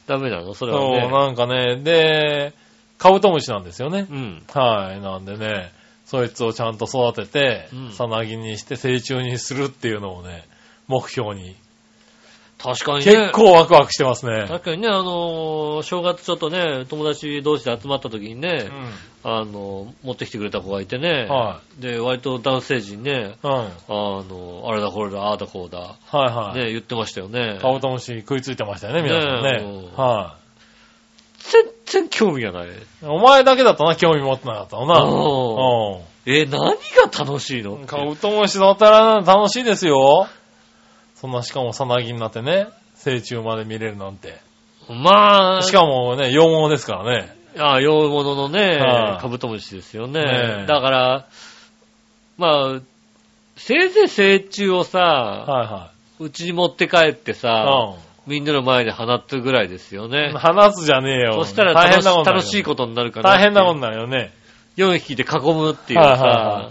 [SPEAKER 2] ダメなのそれ
[SPEAKER 3] そう、
[SPEAKER 2] はね。
[SPEAKER 3] なんかね、で、カブトムシなんですよね。
[SPEAKER 2] うん。
[SPEAKER 3] はい、なんでね、そいつをちゃんと育てて
[SPEAKER 2] う、ん
[SPEAKER 3] さなぎにして成虫にするっていうのをね、目標に。
[SPEAKER 2] 確かにね。
[SPEAKER 3] 結構ワクワクしてます ね。
[SPEAKER 2] 確かにね、あのー正月ちょっとね、友達同士で集まった時に
[SPEAKER 3] う
[SPEAKER 2] ね、
[SPEAKER 3] ん。
[SPEAKER 2] あのー持ってきてくれた子がいてね、
[SPEAKER 3] は
[SPEAKER 2] で、割と男性陣ね、
[SPEAKER 3] うん。はい
[SPEAKER 2] あのーあれだこれだ、ああだこうだ、
[SPEAKER 3] はい。
[SPEAKER 2] ね、言ってましたよね。
[SPEAKER 3] カブトムシ食いついてましたよね、皆さ
[SPEAKER 2] ね
[SPEAKER 3] んね。
[SPEAKER 2] え
[SPEAKER 3] は
[SPEAKER 2] 全然興味がない。
[SPEAKER 3] い。お前だけだったな、興味持ってなかったのな。
[SPEAKER 2] お
[SPEAKER 3] う
[SPEAKER 2] え、何が楽しいの
[SPEAKER 3] ん。カブトムシ育てられるの楽しいですよ。そんな、しかもさなぎになってね、成虫まで見れるなんて。
[SPEAKER 2] まあ、
[SPEAKER 3] しかもね、羊毛ですからね。
[SPEAKER 2] ああ、用物の
[SPEAKER 3] は
[SPEAKER 2] ね
[SPEAKER 3] い、
[SPEAKER 2] カブトムシですよ
[SPEAKER 3] ね
[SPEAKER 2] ね
[SPEAKER 3] え。
[SPEAKER 2] だから、まあ、せいぜい成虫をさ、
[SPEAKER 3] はいは
[SPEAKER 2] うちに持って帰ってさ、
[SPEAKER 3] い。うん。
[SPEAKER 2] みんなの前で放ったぐらいですよね。
[SPEAKER 3] 話すじゃねえ
[SPEAKER 2] そ
[SPEAKER 3] よ。
[SPEAKER 2] したら
[SPEAKER 3] 大
[SPEAKER 2] 楽
[SPEAKER 3] 変
[SPEAKER 2] し
[SPEAKER 3] なこと
[SPEAKER 2] 楽しいことになるか
[SPEAKER 3] と
[SPEAKER 2] ら。
[SPEAKER 3] 大変なことになるよね。
[SPEAKER 2] 4匹で囲むっていう
[SPEAKER 3] はいはい
[SPEAKER 2] さ、
[SPEAKER 3] は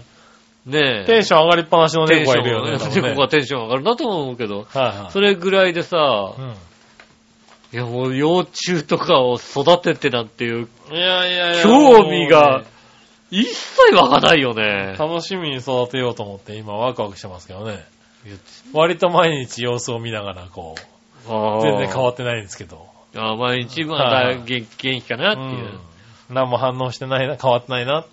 [SPEAKER 2] ねえ。
[SPEAKER 3] テンション上がりっぱなしの
[SPEAKER 2] テン
[SPEAKER 3] 猫
[SPEAKER 2] シ
[SPEAKER 3] が
[SPEAKER 2] ョ
[SPEAKER 3] いるよね。多分ね
[SPEAKER 2] 猫がテンション上がるなと思うけど、
[SPEAKER 3] はいはい。
[SPEAKER 2] それぐらいでさ
[SPEAKER 3] う、ん
[SPEAKER 2] いやもう幼虫とかを育ててなんていう
[SPEAKER 3] いやいやいや。
[SPEAKER 2] 興味
[SPEAKER 3] もう
[SPEAKER 2] が
[SPEAKER 3] ね
[SPEAKER 2] 一切湧かないよ ね。
[SPEAKER 3] 楽しみに育てようと思って今ワクワクしてますけどね。割と毎日様子を見ながらこう、全
[SPEAKER 2] 全
[SPEAKER 3] 然変わってないんですけど。
[SPEAKER 2] ああ、毎日、ま
[SPEAKER 3] は
[SPEAKER 2] だ
[SPEAKER 3] い
[SPEAKER 2] 元気元気かな
[SPEAKER 3] う
[SPEAKER 2] ってい
[SPEAKER 3] ん
[SPEAKER 2] う。。
[SPEAKER 3] 何も反応してないな、変わってないなって。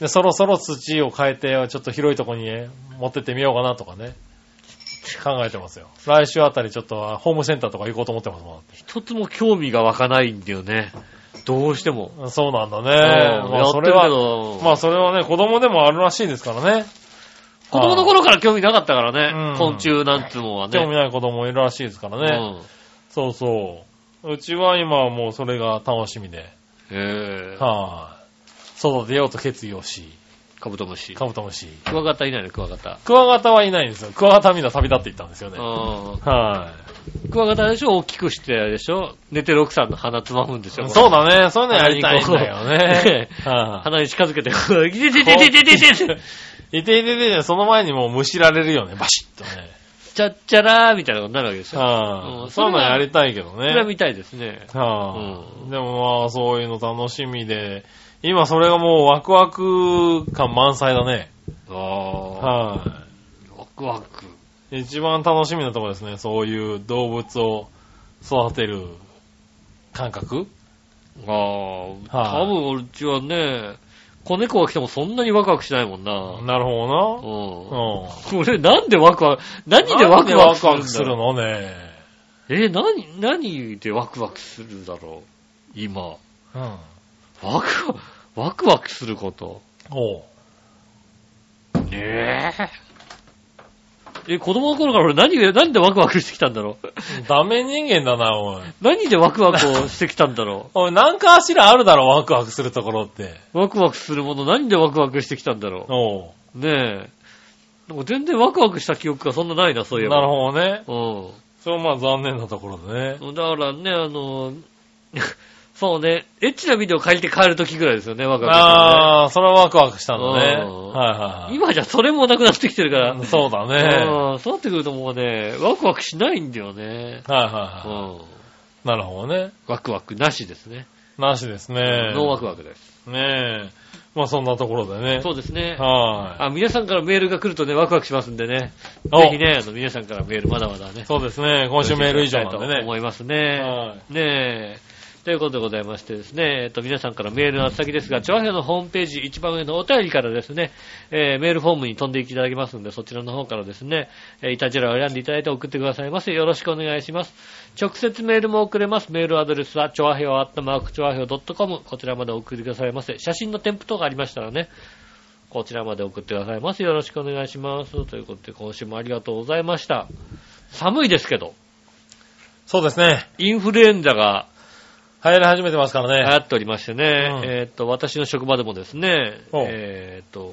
[SPEAKER 3] で、そろそろ土を変えて、ちょっと広いとこにね持ってってみようかなとかね。考えてますよ。来週あたりちょっとホームセンターとか行こうと思ってますもん。
[SPEAKER 2] 一つも興味が湧かないんだよね。どうしても。
[SPEAKER 3] そうなんだね。
[SPEAKER 2] うん
[SPEAKER 3] ま
[SPEAKER 2] や
[SPEAKER 3] あ、
[SPEAKER 2] っ
[SPEAKER 3] そ
[SPEAKER 2] て
[SPEAKER 3] れ
[SPEAKER 2] るけ
[SPEAKER 3] は、
[SPEAKER 2] ど、
[SPEAKER 3] まあ、それはね、子供でもあるらしいですからね。
[SPEAKER 2] 子供の頃から興味なかったから
[SPEAKER 3] う
[SPEAKER 2] ね。
[SPEAKER 3] ん
[SPEAKER 2] 昆虫なんつうもんはね。
[SPEAKER 3] 興味ない子供いるらしいですからね。そうそう。うちは今はもうそれが楽しみで、
[SPEAKER 2] うん。へえ。
[SPEAKER 3] はい、育てようと決意をし、
[SPEAKER 2] カブトムシ。
[SPEAKER 3] カブトムシ。
[SPEAKER 2] クワガタいないの、クワガタ。
[SPEAKER 3] クワガタはいないんですよ。クワガタはみんな旅立っていったんですよね。
[SPEAKER 2] うん
[SPEAKER 3] は
[SPEAKER 2] クワガタあれでしょ大きくしてあれでしょ寝てる奥さんの鼻つまむんでしょ
[SPEAKER 3] い。そうだね。そういうのやりたいんだ
[SPEAKER 2] 鼻に
[SPEAKER 3] よ
[SPEAKER 2] こう
[SPEAKER 3] ね。は
[SPEAKER 2] 鼻に近づけて、いてててててててて
[SPEAKER 3] い。いていていていて、その前にもうむしられるよね。バシッとね。
[SPEAKER 2] ちゃっちゃらーみたいなことになるわけでしょ。
[SPEAKER 3] は
[SPEAKER 2] うん
[SPEAKER 3] い。そういうのやりたいけどね。
[SPEAKER 2] それは見たいですね。
[SPEAKER 3] はあ
[SPEAKER 2] うん
[SPEAKER 3] でもまあ、そういうの楽しみで、今それがもうワクワク感満載だね。
[SPEAKER 2] ああ。
[SPEAKER 3] は
[SPEAKER 2] ワクワク。
[SPEAKER 3] い。一番楽しみなところですね。そういう動物を育てる感覚
[SPEAKER 2] ああ、
[SPEAKER 3] は
[SPEAKER 2] 多
[SPEAKER 3] い
[SPEAKER 2] 分俺うちはね、子猫が来てもそんなにワクワクしないもんな。
[SPEAKER 3] なるほ
[SPEAKER 2] う
[SPEAKER 3] ど
[SPEAKER 2] ん。
[SPEAKER 3] な。うん。
[SPEAKER 2] これなんでワクワク、何でワクワク
[SPEAKER 3] なんでワクワクす
[SPEAKER 2] する
[SPEAKER 3] る
[SPEAKER 2] の
[SPEAKER 3] のね。
[SPEAKER 2] え、何、何でワクワクするだろう今。
[SPEAKER 3] うん。
[SPEAKER 2] ワクワ、ワクワクすること。
[SPEAKER 3] おう
[SPEAKER 2] ねえ。え、子供の頃から俺何で、何でワクワクしてきたんだろう
[SPEAKER 3] ダメ人間だな、おい。
[SPEAKER 2] 何でワクワクをしてきたんだろ
[SPEAKER 3] おい、なんかしらあるだろ、ワクワクするところって。
[SPEAKER 2] うワクワクするもの何でワクワクしてきたんだろう
[SPEAKER 3] おう。
[SPEAKER 2] ねえ。でも全然ワクワクした記憶がそんなないな、そういえば。
[SPEAKER 3] なるほどね。
[SPEAKER 2] ほ
[SPEAKER 3] それはまあ残念なところでね。
[SPEAKER 2] うん。だからね、あの、 そうね、エッチなビデオ借りて帰るときぐらいですよね、ワクワクした
[SPEAKER 3] ああ、それはワクワクしたんだね。
[SPEAKER 2] う
[SPEAKER 3] は
[SPEAKER 2] ん
[SPEAKER 3] いはいは
[SPEAKER 2] のね。
[SPEAKER 3] い。
[SPEAKER 2] 今じゃそれもなくなってきてるから。
[SPEAKER 3] うんそうだね。
[SPEAKER 2] うんそうなってくるともうね、ワクワクしないんだよね。
[SPEAKER 3] はいうはいは
[SPEAKER 2] ん。
[SPEAKER 3] い。なるほどね。
[SPEAKER 2] ワクワクなしですね。
[SPEAKER 3] なしですね。
[SPEAKER 2] ノーワクワクです。
[SPEAKER 3] ねえ。まあそんなところでね。
[SPEAKER 2] そうですね。
[SPEAKER 3] は
[SPEAKER 2] あ、皆さんからメールが来るとね、ワクワクしますんでね。ぜ
[SPEAKER 3] お
[SPEAKER 2] ひね、あの、皆さんからメールまだまだね
[SPEAKER 3] い。。そうですね。今週メール以上なんで
[SPEAKER 2] と
[SPEAKER 3] ね。
[SPEAKER 2] 思いますね。
[SPEAKER 3] はい。
[SPEAKER 2] ねえ。ということでございましてですね、えっと、皆さんからメールの宛先ですが、調和表のホームページ一番上のお便りからですね、えーメールフォームに飛んでいただきますので、そちらの方からですね、えーいたじらを選んでいただいて送ってくださいませ。よろしくお願いします。直接メールも送れます。メールアドレスは、ちょあへおあったまーくちょあへお .com。こちらまで送ってくださいませ。写真の添付等がありましたらね、こちらまで送ってくださいませ。よろしくお願いします。ということで、今週もありがとうございました。寒いですけど、
[SPEAKER 3] そうですね。
[SPEAKER 2] インフルエンザが
[SPEAKER 3] 流行り始めてますか
[SPEAKER 2] 流 行
[SPEAKER 3] らね。
[SPEAKER 2] っておりましてね、
[SPEAKER 3] うん
[SPEAKER 2] えーっと、私の職場でもですね、
[SPEAKER 3] お
[SPEAKER 2] えーっと、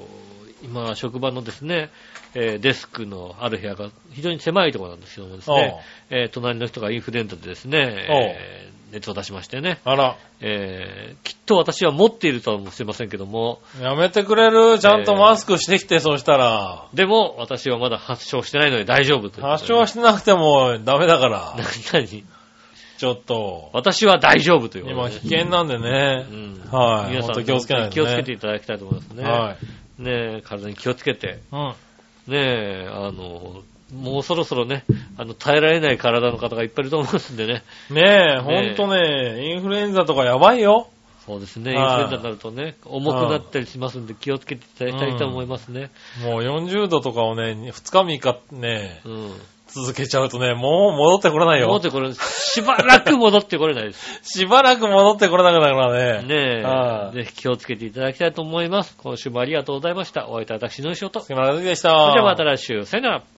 [SPEAKER 2] 今、職場のですね、えーデスクのある部屋が非常に狭いところなんですけどもですね、えー隣の人がインフルエンザでですね、えー熱を出しましてね、
[SPEAKER 3] おうあら、
[SPEAKER 2] えーきっと私は持っているとはしれませんけども、
[SPEAKER 3] やめてくれるちゃんとマスクしてきて、そうしたら。
[SPEAKER 2] でも私はまだ発症してないので大丈夫ということで
[SPEAKER 3] 発症はしてなくてもダメだから。
[SPEAKER 2] 何々
[SPEAKER 3] ちょっと。
[SPEAKER 2] 私は大丈夫ということ
[SPEAKER 3] 今
[SPEAKER 2] で
[SPEAKER 3] 危険なんでね。
[SPEAKER 2] うん
[SPEAKER 3] はい。
[SPEAKER 2] 皆さ
[SPEAKER 3] 本当
[SPEAKER 2] ん
[SPEAKER 3] 気をつけないと
[SPEAKER 2] 気
[SPEAKER 3] ね。
[SPEAKER 2] をつけていただきたいと思いますね。
[SPEAKER 3] はい。
[SPEAKER 2] ねえ、体に気をつけて、
[SPEAKER 3] うん。
[SPEAKER 2] ねえ、あの、もうそろそろね、あの、耐えられない体の方がいっぱいいると思いますんでね。
[SPEAKER 3] ねえ、ほんとね、インフルエンザとかやばいよ。
[SPEAKER 2] そうですね、インフル
[SPEAKER 3] はい
[SPEAKER 2] エンザになるとね、重くなったりしますんで、気をつけていただきたいと思いますね。
[SPEAKER 3] もう40度とかをね、2日3日ね、
[SPEAKER 2] うん。
[SPEAKER 3] 続けちゃうとね、もう戻ってこれない
[SPEAKER 2] 戻っ
[SPEAKER 3] よ。
[SPEAKER 2] てこれ、しばらく戻ってこれないです。
[SPEAKER 3] しばらく戻ってこれなくなるからね。
[SPEAKER 2] ね
[SPEAKER 3] は
[SPEAKER 2] え、
[SPEAKER 3] い
[SPEAKER 2] ぜひ気をつけていただきたいと思います。今週もありがとうございました。お会いいたい私の衣装と。そ
[SPEAKER 3] 杉村和樹でした。
[SPEAKER 2] れではまた来週、さよなら。